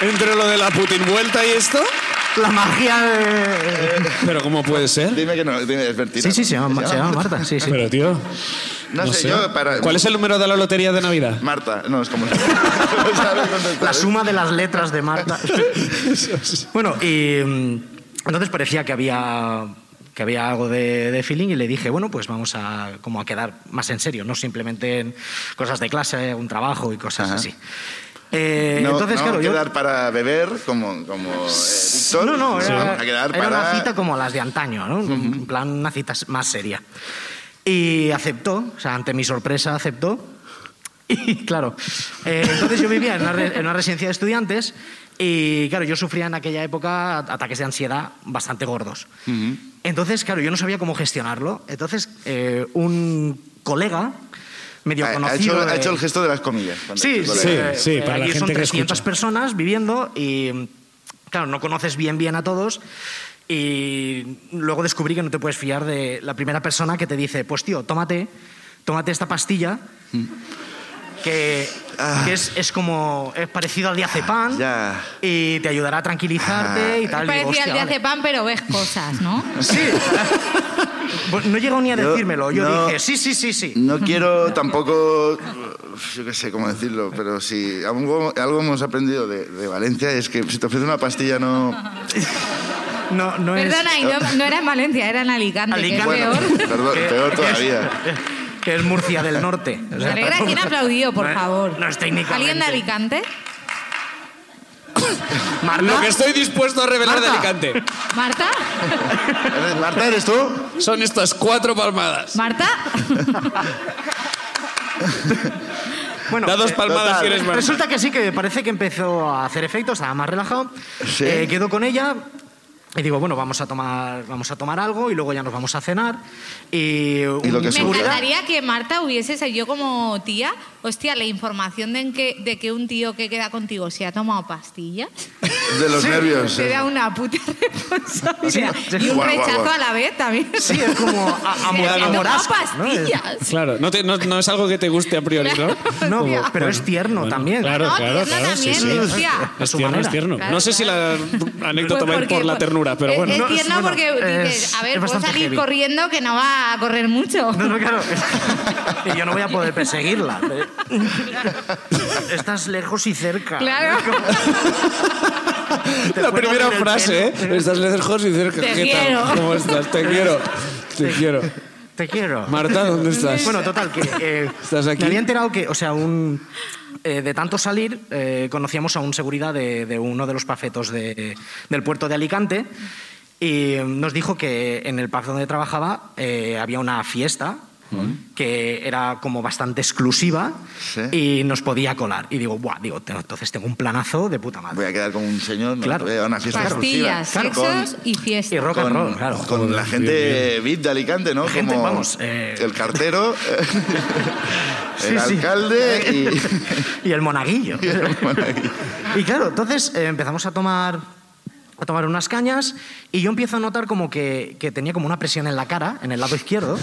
[SPEAKER 1] Entre lo de la Putin vuelta y esto.
[SPEAKER 7] La magia de...
[SPEAKER 1] Pero ¿cómo puede ser?
[SPEAKER 2] Dime que no, dime, es mentira.
[SPEAKER 7] Sí, sí, se
[SPEAKER 2] ¿no?
[SPEAKER 7] llama,
[SPEAKER 2] ¿Se
[SPEAKER 7] se llama Marta, sí, sí.
[SPEAKER 1] Pero tío.
[SPEAKER 2] No, sé, yo para...
[SPEAKER 1] ¿Cuál es el número de la lotería de Navidad?
[SPEAKER 2] Marta, no, es como... No sabe contestar.
[SPEAKER 7] La suma de las letras de Marta. bueno, y mm, entonces parecía que había que había algo de, de feeling y le dije, bueno, pues vamos a como a quedar más en serio, no simplemente en cosas de clase, un trabajo y cosas
[SPEAKER 2] Ajá.
[SPEAKER 7] así. Eh,
[SPEAKER 2] No,
[SPEAKER 7] entonces,
[SPEAKER 2] no,
[SPEAKER 7] claro, yo...
[SPEAKER 2] quedar para beber, como, como eh, Víctor.
[SPEAKER 7] No, no, era,
[SPEAKER 2] a quedar
[SPEAKER 7] era
[SPEAKER 2] para...
[SPEAKER 7] una cita como las de antaño, ¿no? En plan, una cita más seria. Y aceptó, o sea, ante mi sorpresa aceptó. Y claro, eh, entonces yo vivía en una, re- en una residencia de estudiantes y claro, yo sufría en aquella época ataques de ansiedad bastante gordos. Entonces, claro, yo no sabía cómo gestionarlo. Entonces, eh, un colega medio
[SPEAKER 2] Ha- ha,
[SPEAKER 7] conocido.
[SPEAKER 2] hecho,
[SPEAKER 7] de-
[SPEAKER 2] ha hecho el gesto de las comillas. cuando
[SPEAKER 7] Sí,
[SPEAKER 2] explico
[SPEAKER 7] sí,
[SPEAKER 2] la
[SPEAKER 1] Sí,
[SPEAKER 2] idea.
[SPEAKER 7] eh,
[SPEAKER 1] sí,
[SPEAKER 7] eh,
[SPEAKER 1] para la
[SPEAKER 7] allí son
[SPEAKER 1] gente que
[SPEAKER 7] 300
[SPEAKER 1] escucha.
[SPEAKER 7] personas viviendo y, claro, no conoces bien bien a todos y luego descubrí que no te puedes fiar de la primera persona que te dice, pues tío, tómate, tómate esta pastilla
[SPEAKER 1] Mm.
[SPEAKER 7] que,
[SPEAKER 1] Ah.
[SPEAKER 7] que es, es como, es parecido al diazepam
[SPEAKER 2] Ya.
[SPEAKER 7] y te ayudará a tranquilizarte
[SPEAKER 1] Ah.
[SPEAKER 7] y tal. Y
[SPEAKER 3] Parecía
[SPEAKER 7] digo,
[SPEAKER 3] el
[SPEAKER 7] "Hostia,
[SPEAKER 3] de
[SPEAKER 7] vale".
[SPEAKER 3] hace pan, pero ves cosas, ¿no?
[SPEAKER 7] Sí. Pues no llegó ni a
[SPEAKER 2] Yo-
[SPEAKER 7] decírmelo. Yo
[SPEAKER 2] no.
[SPEAKER 7] dije, sí, sí, sí, sí.
[SPEAKER 1] Mm.
[SPEAKER 2] No quiero tampoco, yo qué sé cómo decirlo, pero si algo, algo hemos aprendido de, de Valencia es que si te ofrece una pastilla no...
[SPEAKER 7] No, no es...
[SPEAKER 3] Perdona, y no, no era en Valencia, era en Alicante,
[SPEAKER 7] Alicante.
[SPEAKER 3] que es peor.
[SPEAKER 2] perdón,
[SPEAKER 7] Que-
[SPEAKER 2] peor
[SPEAKER 7] que es-
[SPEAKER 2] todavía.
[SPEAKER 7] que es Murcia del Norte. O
[SPEAKER 3] Me
[SPEAKER 7] sea,
[SPEAKER 3] alegra
[SPEAKER 7] tampoco-
[SPEAKER 3] quien ha aplaudido, por
[SPEAKER 7] No es-
[SPEAKER 3] favor.
[SPEAKER 7] No es técnicamente.
[SPEAKER 3] ¿Alguien de Alicante?
[SPEAKER 7] Marta,
[SPEAKER 1] Lo que estoy dispuesto a revelar de
[SPEAKER 7] Marta.
[SPEAKER 1] Alicante
[SPEAKER 3] ¿Marta?
[SPEAKER 2] ¿Eres- Marta, ¿eres tú?
[SPEAKER 1] son estas cuatro palmadas.
[SPEAKER 3] ¿Marta?
[SPEAKER 7] bueno,
[SPEAKER 1] Da dos
[SPEAKER 7] eh,
[SPEAKER 1] palmadas
[SPEAKER 2] total.
[SPEAKER 1] si eres Marta.
[SPEAKER 7] Resulta que sí, que parece que empezó a hacer efecto, estaba más relajado.
[SPEAKER 2] Sí.
[SPEAKER 7] Eh, quedó con ella y digo, bueno, vamos a tomar, vamos a tomar algo y luego ya nos vamos a cenar. Y, un
[SPEAKER 2] lo que
[SPEAKER 3] Me
[SPEAKER 2] Seguridad.
[SPEAKER 3] encantaría que Marta hubiese salido como tía. Hostia, la información de en que, de que un tío que queda contigo se ha tomado pastillas
[SPEAKER 2] De los nervios. eh.
[SPEAKER 3] te da una puta responsabilidad.
[SPEAKER 7] eh. Sí.
[SPEAKER 3] Y un
[SPEAKER 2] Guau, guau,
[SPEAKER 3] rechazo
[SPEAKER 2] guau.
[SPEAKER 3] a la vez también.
[SPEAKER 7] Sí, es como a, a,
[SPEAKER 3] Se
[SPEAKER 7] mo-
[SPEAKER 3] ha
[SPEAKER 7] a
[SPEAKER 3] tomado
[SPEAKER 7] Moraska, ¿no? Es-
[SPEAKER 3] pastillas.
[SPEAKER 1] Claro, no, te- no- no es algo que te guste a priori, ¿no?
[SPEAKER 7] No,
[SPEAKER 3] Hostia.
[SPEAKER 7] pero es tierno
[SPEAKER 1] Bueno,
[SPEAKER 7] también.
[SPEAKER 1] Claro,
[SPEAKER 3] No,
[SPEAKER 1] claro,
[SPEAKER 3] tierno
[SPEAKER 1] claro. Sí,
[SPEAKER 3] también,
[SPEAKER 1] sí.
[SPEAKER 3] hostia.
[SPEAKER 7] A
[SPEAKER 1] Es
[SPEAKER 7] su
[SPEAKER 1] tierno,
[SPEAKER 7] manera.
[SPEAKER 1] es tierno.
[SPEAKER 3] Claro,
[SPEAKER 1] no sé si la anécdota va a ir
[SPEAKER 3] Pues porque- eh,
[SPEAKER 1] por la
[SPEAKER 3] por-
[SPEAKER 1] ternura, pero
[SPEAKER 3] es-
[SPEAKER 1] bueno.
[SPEAKER 3] Es,
[SPEAKER 7] No, es-
[SPEAKER 3] tierno
[SPEAKER 7] bueno,
[SPEAKER 3] porque
[SPEAKER 7] es-
[SPEAKER 3] dices, a
[SPEAKER 7] es
[SPEAKER 3] ver, puedo
[SPEAKER 7] bastante
[SPEAKER 3] salir
[SPEAKER 7] heavy.
[SPEAKER 3] corriendo que no va a correr mucho.
[SPEAKER 7] No, no, claro. Y yo no voy a poder perseguirla. Estás lejos y cerca.
[SPEAKER 3] Claro.
[SPEAKER 7] Te
[SPEAKER 1] la
[SPEAKER 7] puedo
[SPEAKER 1] primera
[SPEAKER 7] abrir el
[SPEAKER 1] frase, ¿eh?
[SPEAKER 7] pelo.
[SPEAKER 1] Estás lejos y cerca.
[SPEAKER 3] Te
[SPEAKER 1] ¿Qué tal?
[SPEAKER 3] quiero.
[SPEAKER 1] ¿Cómo estás? Te quiero. Te quiero.
[SPEAKER 7] Te quiero.
[SPEAKER 1] Marta, ¿dónde estás?
[SPEAKER 7] Bueno, total, que. eh,
[SPEAKER 1] ¿Estás aquí?
[SPEAKER 7] Me había enterado que, o sea, un. eh, de tanto salir, eh, conocíamos a un seguridad de, de uno de los pafetos de- del puerto de Alicante y nos dijo que en el pub donde trabajaba eh, había una fiesta que era como bastante exclusiva
[SPEAKER 2] Sí.
[SPEAKER 7] y nos podía colar. Y digo, Buah, digo, te- entonces tengo un planazo de puta madre.
[SPEAKER 2] Voy a quedar con un señor,
[SPEAKER 7] Claro.
[SPEAKER 2] claro. una fiesta
[SPEAKER 3] Pastillas,
[SPEAKER 2] exclusiva.
[SPEAKER 3] sexos y fiesta.
[SPEAKER 7] Y rock
[SPEAKER 2] con,
[SPEAKER 7] and roll, claro.
[SPEAKER 2] con la gente VIP de Alicante, ¿no?
[SPEAKER 7] Gente,
[SPEAKER 2] Como
[SPEAKER 7] vamos, eh,
[SPEAKER 2] el cartero,
[SPEAKER 7] Sí,
[SPEAKER 2] el
[SPEAKER 7] sí.
[SPEAKER 2] alcalde
[SPEAKER 7] y el monaguillo.
[SPEAKER 2] y... y-
[SPEAKER 7] Y claro, entonces eh, empezamos a tomar, a tomar unas cañas y yo empiezo a notar como que, que tenía como una presión en la cara, en el lado izquierdo.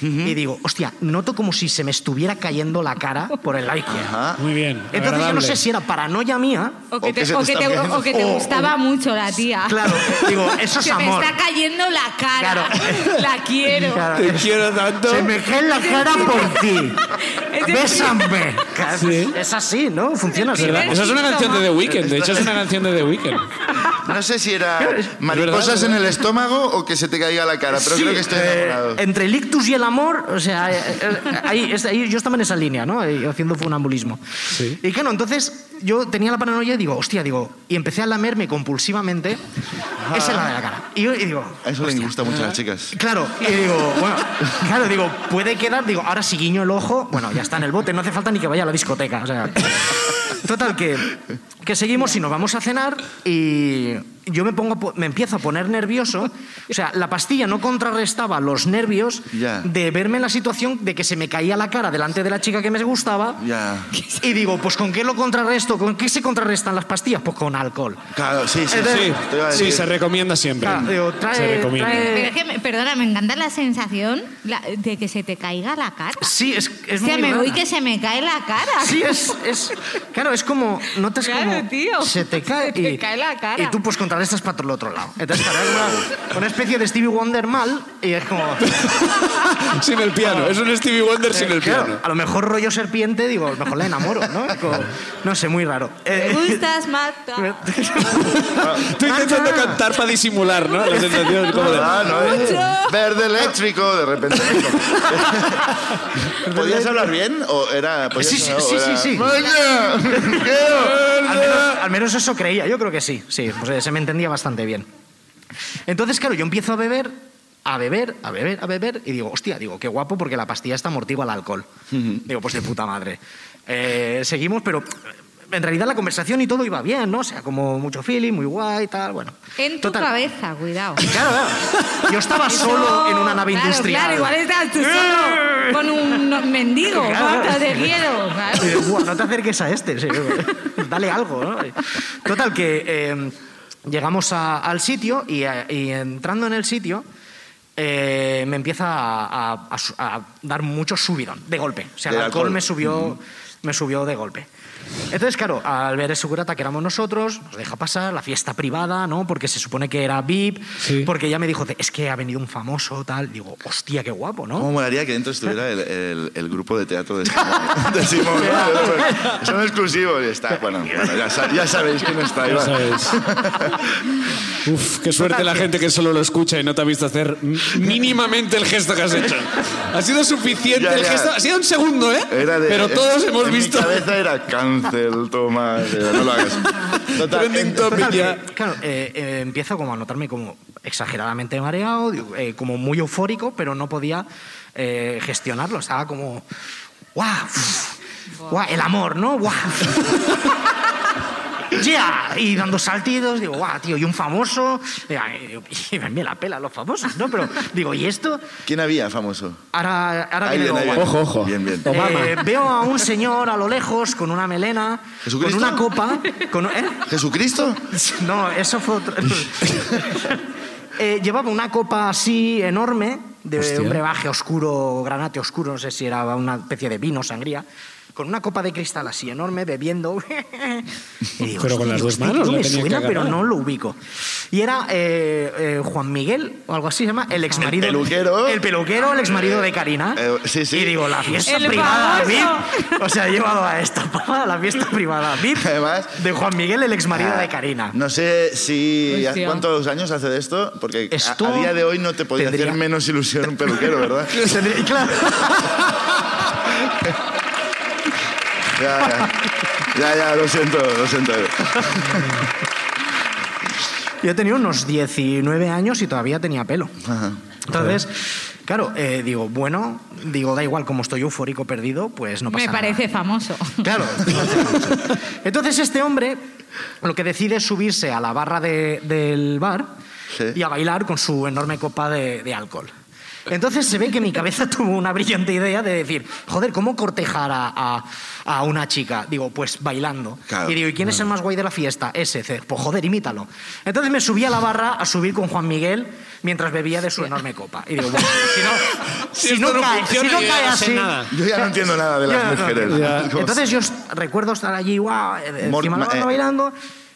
[SPEAKER 7] Y digo, hostia, noto como si se me estuviera cayendo la cara por el lado izquierdo.
[SPEAKER 2] Ajá.
[SPEAKER 1] Muy bien.
[SPEAKER 7] Entonces yo no
[SPEAKER 1] agradable.
[SPEAKER 7] sé si era paranoia mía.
[SPEAKER 3] O
[SPEAKER 2] O
[SPEAKER 3] que
[SPEAKER 2] que
[SPEAKER 3] te,
[SPEAKER 2] se
[SPEAKER 3] o
[SPEAKER 2] te
[SPEAKER 3] que
[SPEAKER 2] está
[SPEAKER 3] te-
[SPEAKER 2] cayendo.
[SPEAKER 3] o que te
[SPEAKER 2] O-
[SPEAKER 3] gustaba mucho la tía.
[SPEAKER 7] Claro, digo, eso es
[SPEAKER 3] Se me
[SPEAKER 7] amor.
[SPEAKER 3] está cayendo la cara.
[SPEAKER 7] Claro.
[SPEAKER 3] La quiero.
[SPEAKER 7] Claro,
[SPEAKER 1] Te quiero tanto.
[SPEAKER 7] Se me cae la cara por ti.
[SPEAKER 3] Es el-
[SPEAKER 7] Bésame.
[SPEAKER 1] Sí.
[SPEAKER 7] Es así, ¿no? Funciona así.
[SPEAKER 1] ¿Verdad? Esa es una canción de The Weeknd. De hecho, es una canción de The Weeknd.
[SPEAKER 2] No sé si era mariposas en el estómago o que se te caiga la cara, pero
[SPEAKER 7] Sí,
[SPEAKER 2] creo que estoy
[SPEAKER 7] eh,
[SPEAKER 2] enamorado.
[SPEAKER 7] entre el ictus y el amor, o sea, eh, eh, ahí, es- ahí yo estaba en esa línea, ¿no? Ahí Haciendo funambulismo.
[SPEAKER 1] Sí.
[SPEAKER 7] Y claro, entonces yo tenía la paranoia y digo, hostia, digo, y empecé a lamerme compulsivamente, esa es la de la cara. Y, yo- y digo,
[SPEAKER 6] eh.
[SPEAKER 2] A eso le gusta mucho a las chicas.
[SPEAKER 7] claro, y digo, bueno, claro, digo, puede quedar, digo, ahora si guiño el ojo, bueno, ya está en el bote, no hace falta ni que vaya a la discoteca, o sea. Total, que, que seguimos y nos vamos a cenar y yo me, pongo, a po- me empiezo a poner nervioso. O sea, la pastilla no contrarrestaba los nervios
[SPEAKER 2] Ya.
[SPEAKER 7] de verme en la situación de que se me caía la cara delante de la chica que me gustaba.
[SPEAKER 2] Ya.
[SPEAKER 7] Y digo, pues ¿con qué lo contrarresto? ¿Con qué se contrarrestan las pastillas? Pues con alcohol.
[SPEAKER 2] Claro, sí,
[SPEAKER 7] Eh,
[SPEAKER 2] sí,
[SPEAKER 1] Sí,
[SPEAKER 2] sí. te iba a
[SPEAKER 1] sí,
[SPEAKER 2] decir.
[SPEAKER 1] se recomienda siempre.
[SPEAKER 7] Claro, digo, trae-
[SPEAKER 1] se recomienda.
[SPEAKER 7] trae-
[SPEAKER 3] Pero es que, me- perdona, me encanta la sensación la- de que se te caiga la cara.
[SPEAKER 7] Sí, es, es
[SPEAKER 3] o sea,
[SPEAKER 7] muy
[SPEAKER 3] me
[SPEAKER 7] rara.
[SPEAKER 3] voy que se me cae la cara.
[SPEAKER 7] Sí, es, es- Claro, es como. Notas
[SPEAKER 3] Claro,
[SPEAKER 7] como.
[SPEAKER 3] tío.
[SPEAKER 7] Se te cae.
[SPEAKER 3] Se te cae la cara.
[SPEAKER 7] Y tú, pues, contrarrestas para el otro lado. Entonces, claro, es una, una especie de Stevie Wonder mal y es como.
[SPEAKER 1] Sin el piano. Es un Stevie Wonder sin el
[SPEAKER 7] claro,
[SPEAKER 1] piano.
[SPEAKER 7] a lo mejor rollo serpiente, digo, a lo mejor la enamoro, ¿no? Es como- no sé, muy raro.
[SPEAKER 3] Me
[SPEAKER 7] Eh,
[SPEAKER 3] gustas, Marta.
[SPEAKER 1] Estoy intentando
[SPEAKER 7] Marta.
[SPEAKER 1] cantar para disimular, ¿no? La sensación como de...
[SPEAKER 2] Ah, no, eh.
[SPEAKER 3] Mucho.
[SPEAKER 2] Verde eléctrico, de repente. ¿Podías hablar bien o era.? podías-
[SPEAKER 7] Sí, sí,
[SPEAKER 2] o
[SPEAKER 7] sí, sí,
[SPEAKER 2] era-
[SPEAKER 7] sí.
[SPEAKER 2] ¡Vaya! ¡Qué
[SPEAKER 7] al, menos, al menos eso creía, yo creo que sí, sí, pues, eh, se me entendía bastante bien. Entonces, claro, yo empiezo a beber, a beber, a beber, a beber, y digo, hostia, digo, qué guapo porque la pastilla está amortigua al alcohol. Digo, pues de puta madre. Eh, seguimos, pero eh, en realidad la conversación y todo iba bien, ¿no? O sea, como mucho feeling, muy guay, tal, bueno.
[SPEAKER 3] En tu
[SPEAKER 7] Total.
[SPEAKER 3] cabeza, cuidado.
[SPEAKER 7] Claro, claro. Yo estaba
[SPEAKER 3] Eso-
[SPEAKER 7] solo en una nave
[SPEAKER 3] claro,
[SPEAKER 7] industrial.
[SPEAKER 3] Claro,
[SPEAKER 7] Eh.
[SPEAKER 3] igual estás tú solo. con un mendigo.
[SPEAKER 7] Claro.
[SPEAKER 3] Papá, te quiero. claro.
[SPEAKER 7] Y yo, "Buah, no te acerques a este, sí, dale algo. ¿no? Total, que eh, llegamos a- al sitio y, a- y entrando en el sitio eh, me empieza a, a- a su- a dar mucho subidón, de golpe. O sea, el
[SPEAKER 2] Del
[SPEAKER 7] alcohol,
[SPEAKER 2] alcohol.
[SPEAKER 7] me subió me subió de golpe. Entonces, claro, al ver el segurata que éramos nosotros, nos deja pasar la fiesta privada, ¿no? Porque se supone que era VIP, porque ya me dijo, es que ha venido un famoso, tal. Digo, hostia, qué guapo, ¿no?
[SPEAKER 2] ¿Cómo molaría que dentro estuviera el, el- el grupo de teatro de Simón? De Simón, ¿no? Son exclusivos y está. Bueno, bueno, ya, sa- ya sabéis quién está.
[SPEAKER 1] Ya
[SPEAKER 2] Iván.
[SPEAKER 1] sabes. Uf, qué suerte la gente que solo lo escucha y no te ha visto hacer m- mínimamente el gesto que has hecho. Ha sido suficiente
[SPEAKER 2] Ya,
[SPEAKER 1] el
[SPEAKER 2] ya.
[SPEAKER 1] gesto. Ha sido un segundo, ¿eh?
[SPEAKER 2] Era de-
[SPEAKER 1] Pero todos
[SPEAKER 2] en-
[SPEAKER 1] hemos
[SPEAKER 2] en
[SPEAKER 1] visto.
[SPEAKER 2] Mi cabeza era cancel, toma. No lo hagas. Total,
[SPEAKER 1] Trending
[SPEAKER 2] en-
[SPEAKER 1] topic
[SPEAKER 7] Total,
[SPEAKER 1] ya.
[SPEAKER 7] que, claro, eh, eh, empiezo como a notarme como exageradamente mareado, digo, eh, como muy eufórico, pero no podía eh, gestionarlo. Estaba como, ¡guau! uf, ¡guau! El amor, ¿no? ¡guau! ¡Yeah! Y dando saltitos, digo, guau, tío, y un famoso. Y me la pela los famosos, ¿no? Pero digo, ¿y esto?
[SPEAKER 2] ¿Quién había famoso?
[SPEAKER 7] Ahora, ahora
[SPEAKER 2] Ahí
[SPEAKER 7] viene
[SPEAKER 2] viene,
[SPEAKER 7] lo
[SPEAKER 2] ahí
[SPEAKER 7] guapo.
[SPEAKER 2] viene.
[SPEAKER 1] Ojo, ojo.
[SPEAKER 2] Bien, bien.
[SPEAKER 1] Ojo. Obama.
[SPEAKER 7] Eh, veo a un señor a lo lejos con una melena, con
[SPEAKER 2] ¿Jesucristo?
[SPEAKER 7] una copa, con, ¿eh?
[SPEAKER 2] ¿Jesucristo?
[SPEAKER 7] No, eso fue otro. Eh, llevaba una copa así enorme de un brebaje oscuro, granate oscuro, no sé si era una especie de vino, sangría, con una copa de cristal así enorme, bebiendo. Y digo,
[SPEAKER 1] Pero con
[SPEAKER 7] "Hostia,
[SPEAKER 1] las dos
[SPEAKER 7] hostia,
[SPEAKER 1] manos
[SPEAKER 7] esto
[SPEAKER 1] la
[SPEAKER 7] me
[SPEAKER 1] tenía que
[SPEAKER 7] suena, pero
[SPEAKER 1] agarrar".
[SPEAKER 7] no lo ubico. Y era eh, eh, Juan Miguel, o algo así se llama, el exmarido.
[SPEAKER 2] peluquero.
[SPEAKER 7] El peluquero, el exmarido de Karina.
[SPEAKER 2] Eh, sí, sí.
[SPEAKER 7] Y digo, la fiesta
[SPEAKER 3] El
[SPEAKER 7] privada
[SPEAKER 3] famoso.
[SPEAKER 7] VIP. O sea, he llevado a esta pava a la fiesta privada VIP.
[SPEAKER 2] Además-
[SPEAKER 7] De Juan Miguel, el exmarido de Karina.
[SPEAKER 2] No sé si.
[SPEAKER 3] Hostia.
[SPEAKER 2] ¿Cuántos años hace de esto? Porque a-
[SPEAKER 7] Esto
[SPEAKER 2] a, día de hoy no te podía
[SPEAKER 7] tendría-
[SPEAKER 2] hacer menos ilusión un peluquero, ¿verdad?
[SPEAKER 7] Tendría- claro.
[SPEAKER 2] Ya, ya, ya, ya, lo siento, lo siento.
[SPEAKER 7] Yo tenía unos 19 años y todavía tenía pelo. Entonces, claro, eh, digo, bueno, digo, da igual, como estoy eufórico perdido, pues no pasa
[SPEAKER 3] Me
[SPEAKER 7] nada.
[SPEAKER 3] parece famoso.
[SPEAKER 7] Claro. Entonces este hombre lo que decide es subirse a la barra de- del bar
[SPEAKER 2] Sí.
[SPEAKER 7] y a bailar con su enorme copa de, de alcohol. Entonces se ve que mi cabeza tuvo una brillante idea de decir, joder, ¿cómo cortejar a, a- a una chica? Digo, pues bailando.
[SPEAKER 2] Claro.
[SPEAKER 7] Y digo, ¿y quién es el más guay de la fiesta? Ese, C. Pues joder, imítalo. Entonces me subí a la barra a subir con Juan Miguel mientras bebía de su enorme copa. Y digo, bueno, si no,
[SPEAKER 1] Si
[SPEAKER 7] si no
[SPEAKER 1] esto no
[SPEAKER 7] cae, si
[SPEAKER 1] funciona,
[SPEAKER 7] no
[SPEAKER 1] yo
[SPEAKER 7] cae
[SPEAKER 1] no sé
[SPEAKER 7] así...
[SPEAKER 1] nada.
[SPEAKER 2] Yo ya no entiendo nada de
[SPEAKER 7] Ya,
[SPEAKER 2] las
[SPEAKER 7] no,
[SPEAKER 2] mujeres.
[SPEAKER 1] ya.
[SPEAKER 2] Como-
[SPEAKER 7] Entonces yo est- recuerdo estar allí, guau, eh, encima
[SPEAKER 2] Mor-
[SPEAKER 7] de la
[SPEAKER 2] ma-
[SPEAKER 7] barra
[SPEAKER 2] eh.
[SPEAKER 7] bailando,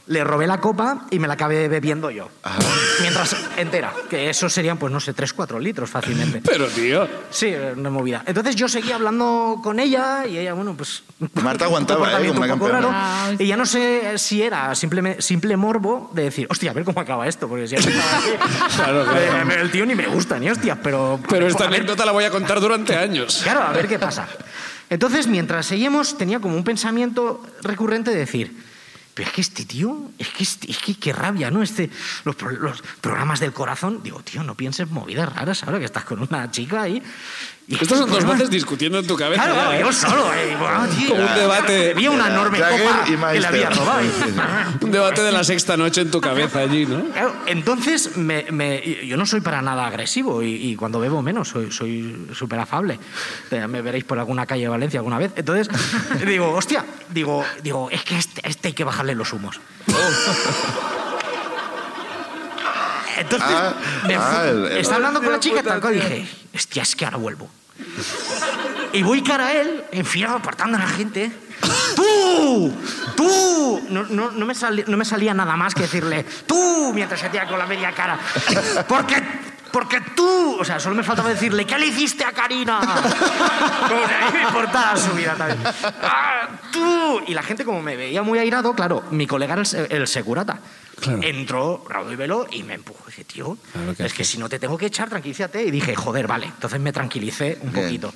[SPEAKER 7] le robé la copa y me la acabé bebiendo yo.
[SPEAKER 2] Ah.
[SPEAKER 7] Mientras entera, que eso serían, pues no sé, 3, 4 litros fácilmente.
[SPEAKER 1] Pero, tío.
[SPEAKER 7] Sí, una movida. Entonces yo seguía hablando con ella y ella, bueno, pues...
[SPEAKER 2] Marta aguantaba, ¿eh?
[SPEAKER 7] comportamiento
[SPEAKER 2] Como una
[SPEAKER 7] un poco
[SPEAKER 2] campeona.
[SPEAKER 1] Ah,
[SPEAKER 7] raro. Y ya no sé si era simple, simple morbo de decir, hostia, a ver cómo acaba esto, porque si acaba así,
[SPEAKER 1] Claro, claro.
[SPEAKER 7] eh, el tío ni me gusta, ni hostias, pero...
[SPEAKER 1] Pero esta
[SPEAKER 7] a ver
[SPEAKER 1] anécdota la voy a contar durante años.
[SPEAKER 7] Claro, a ver qué pasa. Entonces, mientras seguíamos, tenía como un pensamiento recurrente de decir, pero es que este tío, es que, este- es que qué rabia, ¿no? Este, los, pro- los programas del corazón, digo, tío, no pienses movidas raras ahora que estás con una chica ahí. Y es que
[SPEAKER 1] Estas son dos
[SPEAKER 7] programas-
[SPEAKER 1] voces discutiendo en tu cabeza.
[SPEAKER 7] Claro,
[SPEAKER 1] ya,
[SPEAKER 7] claro,
[SPEAKER 1] ¿eh?
[SPEAKER 7] yo solo, eh, bueno, tío,
[SPEAKER 1] Como un debate.
[SPEAKER 7] Había una enorme
[SPEAKER 2] Jagger
[SPEAKER 7] copa
[SPEAKER 2] y
[SPEAKER 7] que le
[SPEAKER 2] Meister.
[SPEAKER 7] había robado.
[SPEAKER 2] Sí, sí,
[SPEAKER 7] y-
[SPEAKER 1] Un debate de la sexta noche en tu cabeza allí, ¿no?
[SPEAKER 7] Claro, entonces me- me- yo no soy para nada agresivo y, y cuando bebo menos soy súper afable. Eh, Me veréis por alguna calle de Valencia alguna vez. Entonces digo, hostia, digo, digo es que a este, a este hay que bajarle los humos. Entonces
[SPEAKER 2] Ah,
[SPEAKER 7] me fui-
[SPEAKER 2] ah, el- el-
[SPEAKER 7] estaba hablando con la chica tal cual y dije, hostia, es que ahora vuelvo. Y voy cara a él, enfilado, apartando a la gente. ¡Tú! ¡Tú! No, no- no me sali- no me salía nada más que decirle ¡Tú! mientras se tira con la media cara. Porque, porque tú. O sea, solo me faltaba decirle ¿Qué le hiciste a Karina? Como que a mí me importaba su vida también. ¡Ah, ¡Tú! Y la gente, como me veía muy airado, claro, mi colega era el, se- el segurata.
[SPEAKER 1] Claro.
[SPEAKER 7] Entró Raúl y Velo y me empujó. Dije, tío,
[SPEAKER 1] Claro, ¿qué
[SPEAKER 7] es que si no te tengo que echar, tranquilízate. Y dije, joder, vale. Entonces me tranquilicé un
[SPEAKER 2] Bien.
[SPEAKER 7] poquito.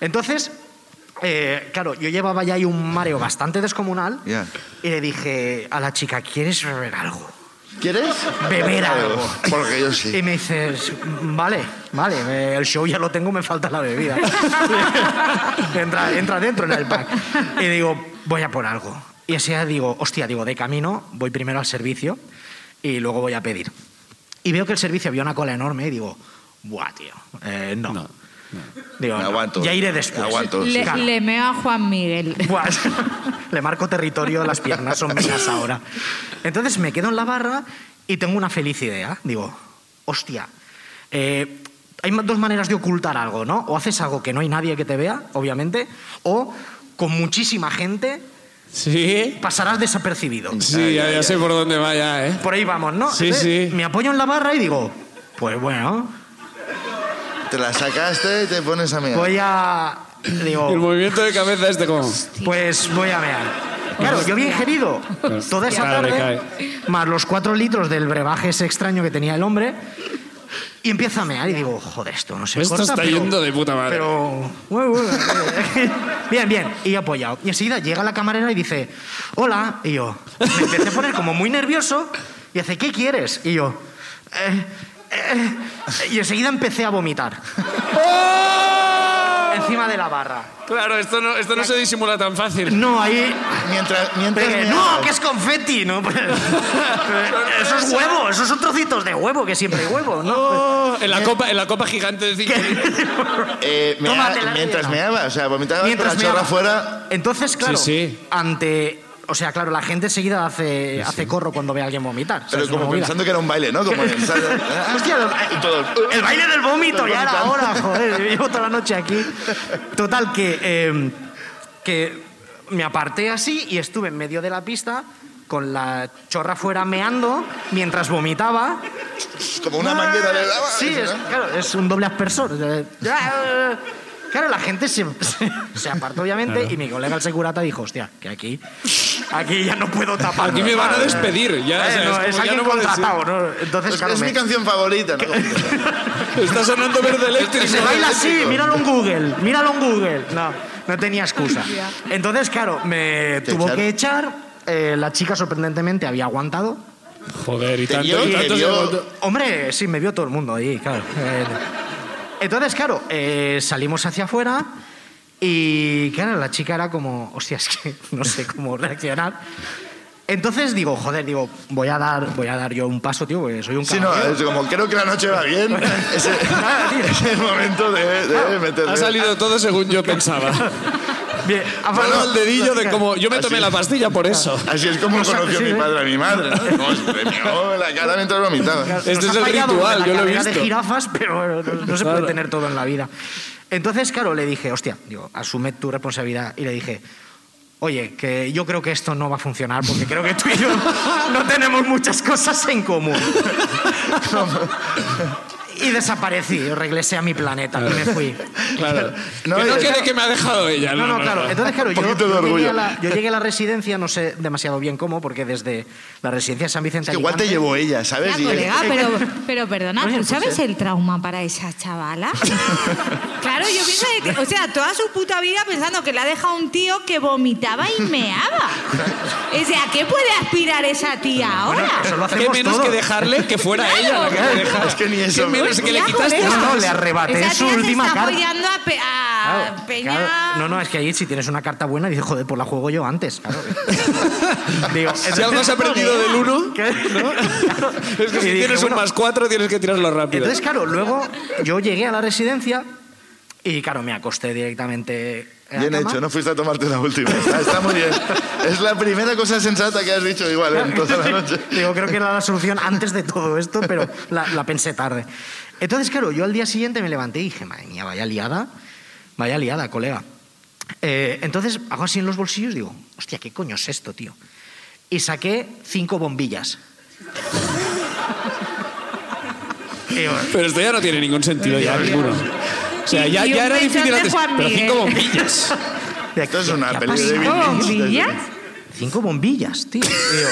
[SPEAKER 7] Entonces, eh, claro, yo llevaba ya ahí un mareo bastante descomunal
[SPEAKER 2] Ya.
[SPEAKER 7] y le dije a la chica, ¿quieres beber algo?
[SPEAKER 2] ¿Quieres?
[SPEAKER 7] Beber algo.
[SPEAKER 2] Porque yo
[SPEAKER 7] Y
[SPEAKER 2] sí.
[SPEAKER 7] me dices, vale, vale, eh, el show ya lo tengo, me falta la bebida. entra, entra dentro en el pack. Y digo, voy a por algo. Y así ya digo, hostia, digo, de camino voy primero al servicio y luego voy a pedir. Y veo que el servicio había una cola enorme y digo, buah, tío, eh, no. Digo,
[SPEAKER 2] Me
[SPEAKER 7] "No,
[SPEAKER 2] aguanto.
[SPEAKER 7] Ya iré después.
[SPEAKER 2] Aguanto, sí.
[SPEAKER 3] Le,
[SPEAKER 7] Claro.
[SPEAKER 3] le meo a Juan Miguel.
[SPEAKER 7] Buah, Le marco territorio, las piernas son mías ahora. Entonces me quedo en la barra y tengo una feliz idea. Digo, hostia, eh, hay ma- dos maneras de ocultar algo, ¿no? O haces algo que no hay nadie que te vea, obviamente, o con muchísima gente
[SPEAKER 1] Sí.
[SPEAKER 7] pasarás desapercibido.
[SPEAKER 1] Sí, ya, ya sé por dónde va ya, ¿eh?
[SPEAKER 7] Por ahí vamos, ¿no?
[SPEAKER 1] Sí,
[SPEAKER 7] Entonces,
[SPEAKER 1] sí.
[SPEAKER 7] Me apoyo en la barra y digo, pues bueno,
[SPEAKER 2] Te la sacaste y te pones a mirar.
[SPEAKER 7] voy a... Digo,
[SPEAKER 1] El movimiento de cabeza este como...
[SPEAKER 7] Pues voy a ver. Claro, yo había ingerido toda esa
[SPEAKER 1] Claro, le
[SPEAKER 7] tarde, más los cuatro litros del brebaje ese extraño que tenía el hombre, y empieza a mear y digo, joder, esto no se
[SPEAKER 1] Esto
[SPEAKER 7] corta,
[SPEAKER 1] está
[SPEAKER 7] pero-
[SPEAKER 1] yendo de puta madre.
[SPEAKER 7] Pero... bueno, bueno, eh, bien, bien, y yo apoyado. Y enseguida llega la camarera y dice, hola, y yo me empecé a poner como muy nervioso, y hace, ¿qué quieres? Y yo... "Eh, eh", y enseguida empecé a vomitar encima de la barra.
[SPEAKER 1] Claro, esto no, esto no se disimula tan fácil.
[SPEAKER 7] No, ahí
[SPEAKER 2] Mientras, mientras
[SPEAKER 7] Pero que
[SPEAKER 2] me
[SPEAKER 7] no,
[SPEAKER 2] hago.
[SPEAKER 7] que es confeti, ¿no? Pues, esos huevos, esos son trocitos de huevo, que siempre hay huevo, ¿no?
[SPEAKER 1] Oh, en, la copa, en la copa gigante de cinco
[SPEAKER 2] Eh, mea-
[SPEAKER 7] Tómatela,
[SPEAKER 2] mientras
[SPEAKER 7] tío.
[SPEAKER 2] meaba, o sea, vomitaba
[SPEAKER 7] Mientras
[SPEAKER 2] con la chorra
[SPEAKER 7] meaba.
[SPEAKER 2] fuera.
[SPEAKER 7] Entonces, claro,
[SPEAKER 1] Sí, sí.
[SPEAKER 7] ante... O sea, claro, la gente enseguida hace, hace corro cuando ve a alguien vomitar. o sea,
[SPEAKER 2] Pero
[SPEAKER 7] es una
[SPEAKER 2] como
[SPEAKER 7] movida.
[SPEAKER 2] pensando que era un baile, ¿no? Como en- Ah,
[SPEAKER 7] Hostia, lo-
[SPEAKER 2] Y todos, "Uh".
[SPEAKER 7] el baile del vómito,
[SPEAKER 2] Del
[SPEAKER 7] ya era
[SPEAKER 2] vomitando.
[SPEAKER 7] hora, joder, llevo toda la noche aquí. Total, que, eh, que me aparté así y estuve en medio de la pista con la chorra fuera meando mientras vomitaba.
[SPEAKER 2] Como una manguera de lava.
[SPEAKER 7] Ah, Sí,
[SPEAKER 2] eso,
[SPEAKER 7] es,
[SPEAKER 2] ¿no?
[SPEAKER 7] claro, es un doble aspersor. eh, Claro, la gente se, se, se apartó, obviamente, y mi colega el segurata dijo, hostia, que aquí, aquí ya no puedo tapar.
[SPEAKER 1] Aquí me van a despedir, ya, o sea, es
[SPEAKER 7] no,
[SPEAKER 1] como
[SPEAKER 7] es
[SPEAKER 1] ya
[SPEAKER 7] alguien
[SPEAKER 1] no puede ser.
[SPEAKER 7] contratado, ¿no? Entonces,
[SPEAKER 2] Es,
[SPEAKER 7] claro,
[SPEAKER 2] es
[SPEAKER 7] me-
[SPEAKER 2] mi canción favorita, ¿no?
[SPEAKER 1] Está sonando verde eléctrico.
[SPEAKER 7] se baila así, míralo en Google, míralo en Google. No, no tenía excusa. Entonces, claro, me
[SPEAKER 2] Te
[SPEAKER 7] tuvo
[SPEAKER 2] echaron.
[SPEAKER 7] que echar. eh, la chica, sorprendentemente, había aguantado.
[SPEAKER 1] Joder, y
[SPEAKER 2] Te
[SPEAKER 1] tanto,
[SPEAKER 2] vio,
[SPEAKER 1] y
[SPEAKER 2] te
[SPEAKER 1] tanto se
[SPEAKER 2] vio.
[SPEAKER 1] aguantó.
[SPEAKER 7] Hombre, sí, me vio todo el mundo ahí, claro. Eh, Entonces, claro, eh, salimos hacia afuera y, claro, la chica era como, hostia, es que no sé cómo reaccionar. Entonces digo, joder, digo, voy a dar, voy a dar yo un paso, tío, porque soy un
[SPEAKER 2] Sí, no,
[SPEAKER 7] caballero.
[SPEAKER 2] es como creo que la noche va bien. Ese, ese momento de, de meterle.
[SPEAKER 1] Ha salido todo según yo pensaba.
[SPEAKER 7] Bien, a favor-
[SPEAKER 1] Mano al dedillo de como... Yo me
[SPEAKER 2] Así
[SPEAKER 1] tomé
[SPEAKER 2] es.
[SPEAKER 1] la pastilla por eso.
[SPEAKER 2] Así es como
[SPEAKER 7] No sabe,
[SPEAKER 2] conoció
[SPEAKER 7] sí,
[SPEAKER 2] mi
[SPEAKER 7] ¿eh?
[SPEAKER 2] padre a mi madre, ¿no? Como se premió en la cara mientras vomitaba.
[SPEAKER 1] Este
[SPEAKER 7] Nos
[SPEAKER 1] es
[SPEAKER 7] ha
[SPEAKER 1] el
[SPEAKER 7] fallado
[SPEAKER 1] ritual,
[SPEAKER 7] la
[SPEAKER 1] yo lo he
[SPEAKER 7] carrera de
[SPEAKER 1] visto.
[SPEAKER 7] jirafas, pero no, no se puede tener todo en la vida. Entonces, claro, le dije, hostia, digo, asume tu responsabilidad. Y le dije, oye, que yo creo que esto no va a funcionar porque creo que tú y yo no tenemos muchas cosas en común. y desaparecí, regresé a mi planeta y me fui.
[SPEAKER 1] Claro.
[SPEAKER 2] No,
[SPEAKER 1] que
[SPEAKER 2] y-
[SPEAKER 1] no quede
[SPEAKER 2] claro.
[SPEAKER 1] que me ha dejado ella.
[SPEAKER 7] No, no, claro. Entonces, claro, yo,
[SPEAKER 2] Poquito de
[SPEAKER 7] yo llegué
[SPEAKER 2] orgullo.
[SPEAKER 7] a la, yo llegué a la residencia, no sé demasiado bien cómo, porque desde la residencia de San Vicente...
[SPEAKER 2] Igual te
[SPEAKER 7] Alicante-
[SPEAKER 2] llevó ella,
[SPEAKER 3] Ya,
[SPEAKER 2] ¿sabes? Y-
[SPEAKER 3] colega, pero, pero perdona,
[SPEAKER 7] Oye,
[SPEAKER 3] ¿tú
[SPEAKER 7] pues,
[SPEAKER 3] sabes
[SPEAKER 7] eh.
[SPEAKER 3] el trauma para esa chavala? claro, yo pienso de que, o sea, toda su puta vida pensando que le ha dejado un tío que vomitaba y meaba. O sea, ¿qué puede aspirar esa tía ahora?
[SPEAKER 7] Eso lo
[SPEAKER 1] ¿Qué
[SPEAKER 7] hacemos
[SPEAKER 1] menos
[SPEAKER 7] todo.
[SPEAKER 1] que dejarle que fuera ella la que
[SPEAKER 3] Claro.
[SPEAKER 1] te dejara?
[SPEAKER 2] Es que ni eso,
[SPEAKER 1] ¿Qué
[SPEAKER 2] ¿no?
[SPEAKER 1] menos que le
[SPEAKER 3] Ya,
[SPEAKER 1] quitaste
[SPEAKER 3] colega.
[SPEAKER 7] No, no, le arrebaté
[SPEAKER 3] Esa
[SPEAKER 7] su
[SPEAKER 3] tía se
[SPEAKER 7] última
[SPEAKER 3] está
[SPEAKER 7] carta.
[SPEAKER 3] apoyando a, Pe- a
[SPEAKER 7] Claro,
[SPEAKER 3] Peña.
[SPEAKER 7] claro. No, no, es que ahí si tienes una carta buena, dices, joder, pues la juego yo antes. Claro. Digo,
[SPEAKER 1] Si algo has aprendido del uno,
[SPEAKER 7] ¿Qué? Claro.
[SPEAKER 1] es que
[SPEAKER 7] Y
[SPEAKER 1] si
[SPEAKER 7] dije,
[SPEAKER 1] tienes un
[SPEAKER 7] bueno,
[SPEAKER 1] más cuatro tienes que tirarlo rápido.
[SPEAKER 7] Entonces, claro, luego yo llegué a la residencia y, claro, me acosté directamente. en la
[SPEAKER 2] Bien
[SPEAKER 7] cama.
[SPEAKER 2] hecho, no fuiste a tomarte la última. Ah, Está muy bien. Es la primera cosa sensata que has dicho igual ¿eh? en toda la noche.
[SPEAKER 7] Digo, creo que era la solución antes de todo esto, pero la, la pensé tarde. Entonces, claro, yo al día siguiente me levanté y dije, madre mía, vaya liada, vaya liada, colega. Eh, entonces hago así en los bolsillos y digo, hostia, ¿qué coño es esto, tío? Y saqué cinco bombillas. Y digo,
[SPEAKER 1] Pero esto ya no tiene ningún sentido, ya, ninguno. O sea, ya,
[SPEAKER 3] Y un
[SPEAKER 1] ya era
[SPEAKER 3] mechón
[SPEAKER 1] difícil
[SPEAKER 3] de
[SPEAKER 1] antes,
[SPEAKER 3] Juan
[SPEAKER 1] pero cinco
[SPEAKER 3] Miguel.
[SPEAKER 1] bombillas.
[SPEAKER 2] Esto es una
[SPEAKER 7] ¿qué ha
[SPEAKER 2] peli de
[SPEAKER 7] pasado?
[SPEAKER 2] Bill Gates.
[SPEAKER 3] ¿Bombillas?
[SPEAKER 7] Cinco bombillas, tío. Y digo,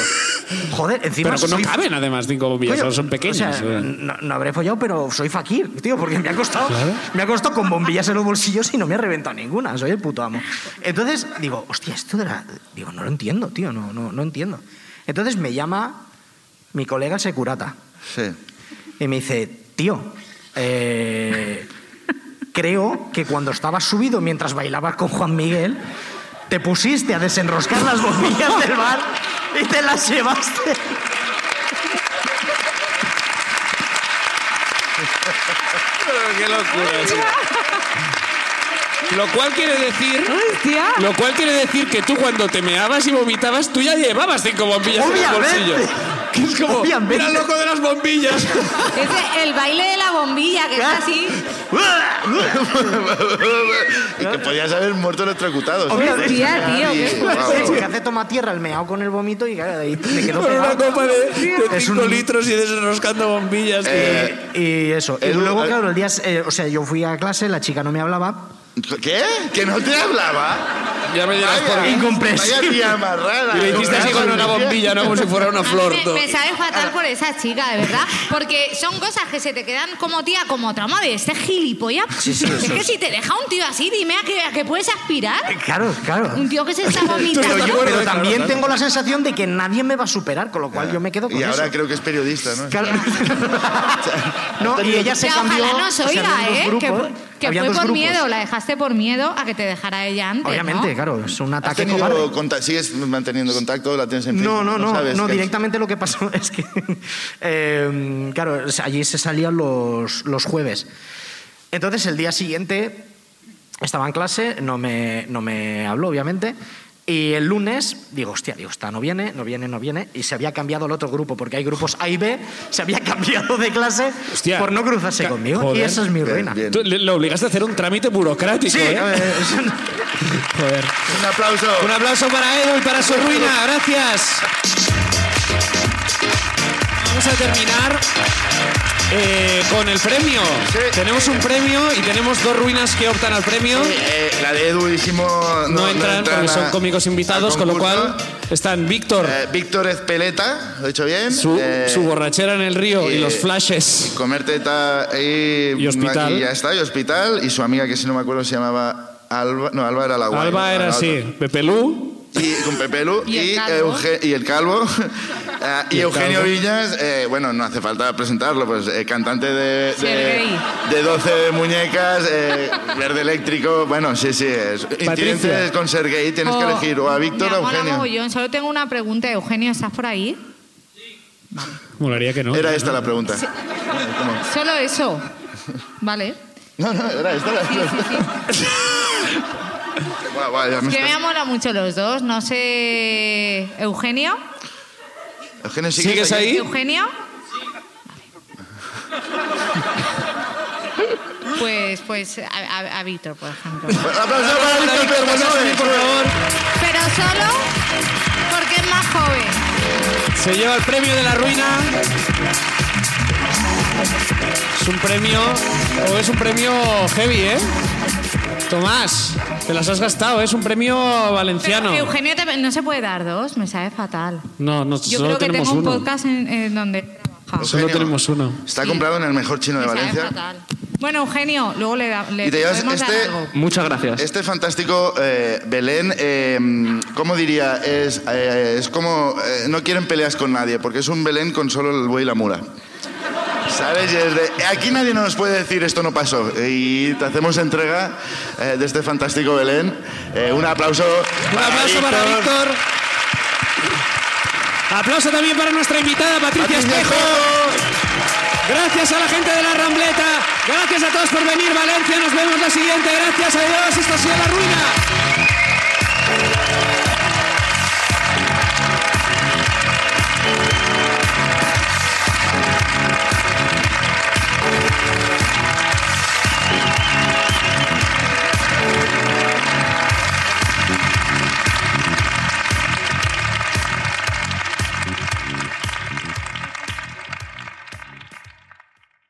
[SPEAKER 7] joder, encima
[SPEAKER 1] Pero no
[SPEAKER 7] soy
[SPEAKER 1] caben, además, cinco bombillas,
[SPEAKER 7] Coño,
[SPEAKER 1] son- son
[SPEAKER 7] o
[SPEAKER 1] pequeñas. ¿eh?
[SPEAKER 7] sea, no, no habré follado, pero soy fakir, tío, porque me ha costado,
[SPEAKER 1] Claro.
[SPEAKER 7] me ha costado con bombillas en los bolsillos y no me ha reventado ninguna. Soy el puto amo. Entonces digo, hostia, esto de la. Digo, no lo entiendo, tío, no, no, no entiendo. Entonces me llama mi colega el securata
[SPEAKER 2] Sí.
[SPEAKER 7] y me dice, tío, eh, creo que cuando estabas subido mientras bailabas con Juan Miguel, te pusiste a desenroscar las bombillas del bar y te las llevaste.
[SPEAKER 1] Pero qué locura. Lo cual quiere decir.
[SPEAKER 8] ¡Hostia!
[SPEAKER 1] Lo cual quiere decir que tú cuando te meabas y vomitabas, tú ya llevabas cinco bombillas en el bolsillo. Que es como,
[SPEAKER 5] Obviamente.
[SPEAKER 1] mira el loco de las bombillas.
[SPEAKER 3] Es el baile de la bombilla, que es así.
[SPEAKER 2] y que podías haber muerto electrocutado. ¿sabes?
[SPEAKER 3] Hostia, tío,
[SPEAKER 2] Y-
[SPEAKER 3] qué
[SPEAKER 2] Guau, guau.
[SPEAKER 7] que hace toma tierra Pues el meao con el vómito y claro, ahí me quedó
[SPEAKER 1] Con una
[SPEAKER 7] pegado.
[SPEAKER 1] copa de
[SPEAKER 7] Es
[SPEAKER 1] 5
[SPEAKER 7] un-
[SPEAKER 1] litros y desenroscando bombillas. tío.
[SPEAKER 2] Eh,
[SPEAKER 7] Y eso. Y
[SPEAKER 2] Edu,
[SPEAKER 7] luego,
[SPEAKER 2] al-
[SPEAKER 7] claro, el día. eh, o sea, yo fui a clase, la chica no me hablaba.
[SPEAKER 2] ¿Qué? ¿Que no te hablaba?
[SPEAKER 1] ya me dirás por
[SPEAKER 2] Vaya,
[SPEAKER 1] qué.
[SPEAKER 7] Incomprensible.
[SPEAKER 2] Vaya tía más rara.
[SPEAKER 1] Y le hiciste así con una bombilla, ¿no? Como si fuera una
[SPEAKER 3] A mí
[SPEAKER 1] flor.
[SPEAKER 3] me-
[SPEAKER 1] todo.
[SPEAKER 3] Me sabe fatal por esa chica, de verdad. Porque son cosas que se te quedan como tía, como trauma de este gilipollas. es que si te deja un tío así, dime a qué, a qué puedes aspirar.
[SPEAKER 7] Claro, claro.
[SPEAKER 3] Un tío que se está
[SPEAKER 7] Pero,
[SPEAKER 3] vomitando.
[SPEAKER 7] yo- pero también
[SPEAKER 1] claro.
[SPEAKER 7] tengo la sensación de que nadie me va a superar, con lo cual yo me quedo con
[SPEAKER 2] Y ahora
[SPEAKER 7] eso.
[SPEAKER 2] creo que es periodista, ¿no?
[SPEAKER 7] Claro. no, y ella se
[SPEAKER 3] Ya,
[SPEAKER 7] cambió.
[SPEAKER 3] ojalá no se
[SPEAKER 7] o sea,
[SPEAKER 3] oiga,
[SPEAKER 7] habían dos
[SPEAKER 3] ¿eh? Que
[SPEAKER 7] grupos,
[SPEAKER 3] fue- que
[SPEAKER 7] habían
[SPEAKER 3] fue por
[SPEAKER 7] dos grupos.
[SPEAKER 3] miedo, la dejaste por miedo a que te dejara ella antes.
[SPEAKER 7] Obviamente,
[SPEAKER 3] ¿no?
[SPEAKER 7] claro, es un
[SPEAKER 2] ¿Has
[SPEAKER 7] ataque
[SPEAKER 2] tenido
[SPEAKER 7] cobarde.
[SPEAKER 2] conta- ¿Sigues manteniendo contacto? ¿La tienes en
[SPEAKER 7] No,
[SPEAKER 2] Facebook?
[SPEAKER 7] no, no, no,
[SPEAKER 2] sabes qué-
[SPEAKER 7] directamente lo que pasó es que, eh, claro, o sea, allí se salían los, los jueves. Entonces el día siguiente estaba en clase, no me, no me habló, obviamente, y el lunes digo, hostia, digo, está, no viene, no viene, no viene, y se había cambiado el otro grupo, porque hay grupos A y B, se había cambiado de clase
[SPEAKER 1] Hostia.
[SPEAKER 7] por no cruzarse
[SPEAKER 1] Ca-
[SPEAKER 7] conmigo, y
[SPEAKER 1] joder.
[SPEAKER 7] esa es mi
[SPEAKER 2] Bien,
[SPEAKER 7] ruina.
[SPEAKER 2] bien.
[SPEAKER 1] Tú le, lo obligaste a hacer un trámite burocrático,
[SPEAKER 7] Sí,
[SPEAKER 1] ¿eh?
[SPEAKER 7] eh,
[SPEAKER 1] Joder.
[SPEAKER 2] Un aplauso.
[SPEAKER 1] Un aplauso para Edu y para su ruina, gracias. Vamos a terminar eh, con el premio.
[SPEAKER 2] Sí.
[SPEAKER 1] Tenemos un premio y tenemos dos ruinas que optan al premio.
[SPEAKER 2] Eh, la de Edu hicimos...
[SPEAKER 1] No, entran porque son
[SPEAKER 2] a-
[SPEAKER 1] cómicos invitados,
[SPEAKER 2] al
[SPEAKER 1] con lo
[SPEAKER 2] concurso.
[SPEAKER 1] cual están Víctor,
[SPEAKER 2] Eh, Víctor Ezpeleta, ¿lo he hecho bien?
[SPEAKER 1] su,
[SPEAKER 2] Eh,
[SPEAKER 1] su borrachera en el río y
[SPEAKER 2] eh,
[SPEAKER 1] los flashes.
[SPEAKER 2] Comer teta y,
[SPEAKER 1] Y hospital.
[SPEAKER 2] Y ya está, y hospital. Y su amiga, que si no me acuerdo, se llamaba Alba. No, Alba era la guay.
[SPEAKER 1] Alba era
[SPEAKER 2] la otra.
[SPEAKER 1] así, Pepelú.
[SPEAKER 2] Y con Pepelu y,
[SPEAKER 3] Y el calvo.
[SPEAKER 2] Euge- y el calvo. Ah, y,
[SPEAKER 1] Y el
[SPEAKER 2] Eugenio
[SPEAKER 1] calvo.
[SPEAKER 2] Villas, eh, bueno, no hace falta presentarlo, pues eh, cantante de,
[SPEAKER 3] Sí,
[SPEAKER 2] de,
[SPEAKER 3] el
[SPEAKER 2] de 12 muñecas, eh, verde eléctrico, bueno, sí, sí. Es. Incidentes con Sergei, tienes que
[SPEAKER 3] Oh,
[SPEAKER 2] elegir o a
[SPEAKER 3] me
[SPEAKER 2] Víctor o a
[SPEAKER 3] mola
[SPEAKER 2] Eugenio.
[SPEAKER 3] mogollón. Solo tengo una pregunta, Eugenio, ¿estás por ahí?
[SPEAKER 1] Molaría que no.
[SPEAKER 2] Era esta la pregunta. ¿Cómo?
[SPEAKER 3] Solo eso. Vale.
[SPEAKER 2] No, no, era esta la pregunta. Guau, guau, ya me
[SPEAKER 3] Que
[SPEAKER 2] está-
[SPEAKER 3] me mola mucho los dos. No sé. ¿Eugenio?
[SPEAKER 2] Eugenio,
[SPEAKER 1] ¿Sigues ahí?
[SPEAKER 3] ¿Eugenio? Vale. Pues, pues a, a- a Víctor, por ejemplo.
[SPEAKER 2] Un aplauso para Víctor Fernández, por favor.
[SPEAKER 3] Pero solo porque es más joven.
[SPEAKER 1] Se lleva el premio de la ruina. Es un premio. O es un premio heavy, ¿eh? Tomás, te las has gastado, ¿eh? es un premio
[SPEAKER 3] Pero
[SPEAKER 1] valenciano.
[SPEAKER 3] Eugenio también- no se puede dar dos, me sabe fatal.
[SPEAKER 1] No, no,
[SPEAKER 3] Yo
[SPEAKER 1] solo
[SPEAKER 3] creo que
[SPEAKER 1] tenemos
[SPEAKER 3] tengo un
[SPEAKER 1] uno.
[SPEAKER 3] podcast en, en donde trabaja.
[SPEAKER 1] Solo
[SPEAKER 2] Eugenio,
[SPEAKER 1] tenemos uno.
[SPEAKER 2] Está
[SPEAKER 3] Sí.
[SPEAKER 2] comprado en el mejor chino de
[SPEAKER 3] Me sabe
[SPEAKER 2] Valencia.
[SPEAKER 3] fatal. Bueno, Eugenio, luego le, da, le
[SPEAKER 2] Y te llevas
[SPEAKER 3] podemos dar
[SPEAKER 2] este-
[SPEAKER 3] algo.
[SPEAKER 4] Muchas gracias.
[SPEAKER 2] Este fantástico eh, Belén, eh, ¿cómo diría? Es, eh, es como. eh, no quieren peleas con nadie, porque es un Belén con solo el buey y la mula. ¿Sabes? Y es de, aquí nadie nos puede decir esto no pasó. Y te hacemos entrega eh, de este fantástico Belén. Eh, un aplauso.
[SPEAKER 1] Un aplauso para Víctor. Aplauso también para nuestra invitada Patricia
[SPEAKER 2] Patricia
[SPEAKER 1] Espejo. Gracias a la gente de la Rambleta. Gracias a todos por venir, Valencia. Nos vemos la siguiente. Gracias, adiós. Esto ha sido La Ruina.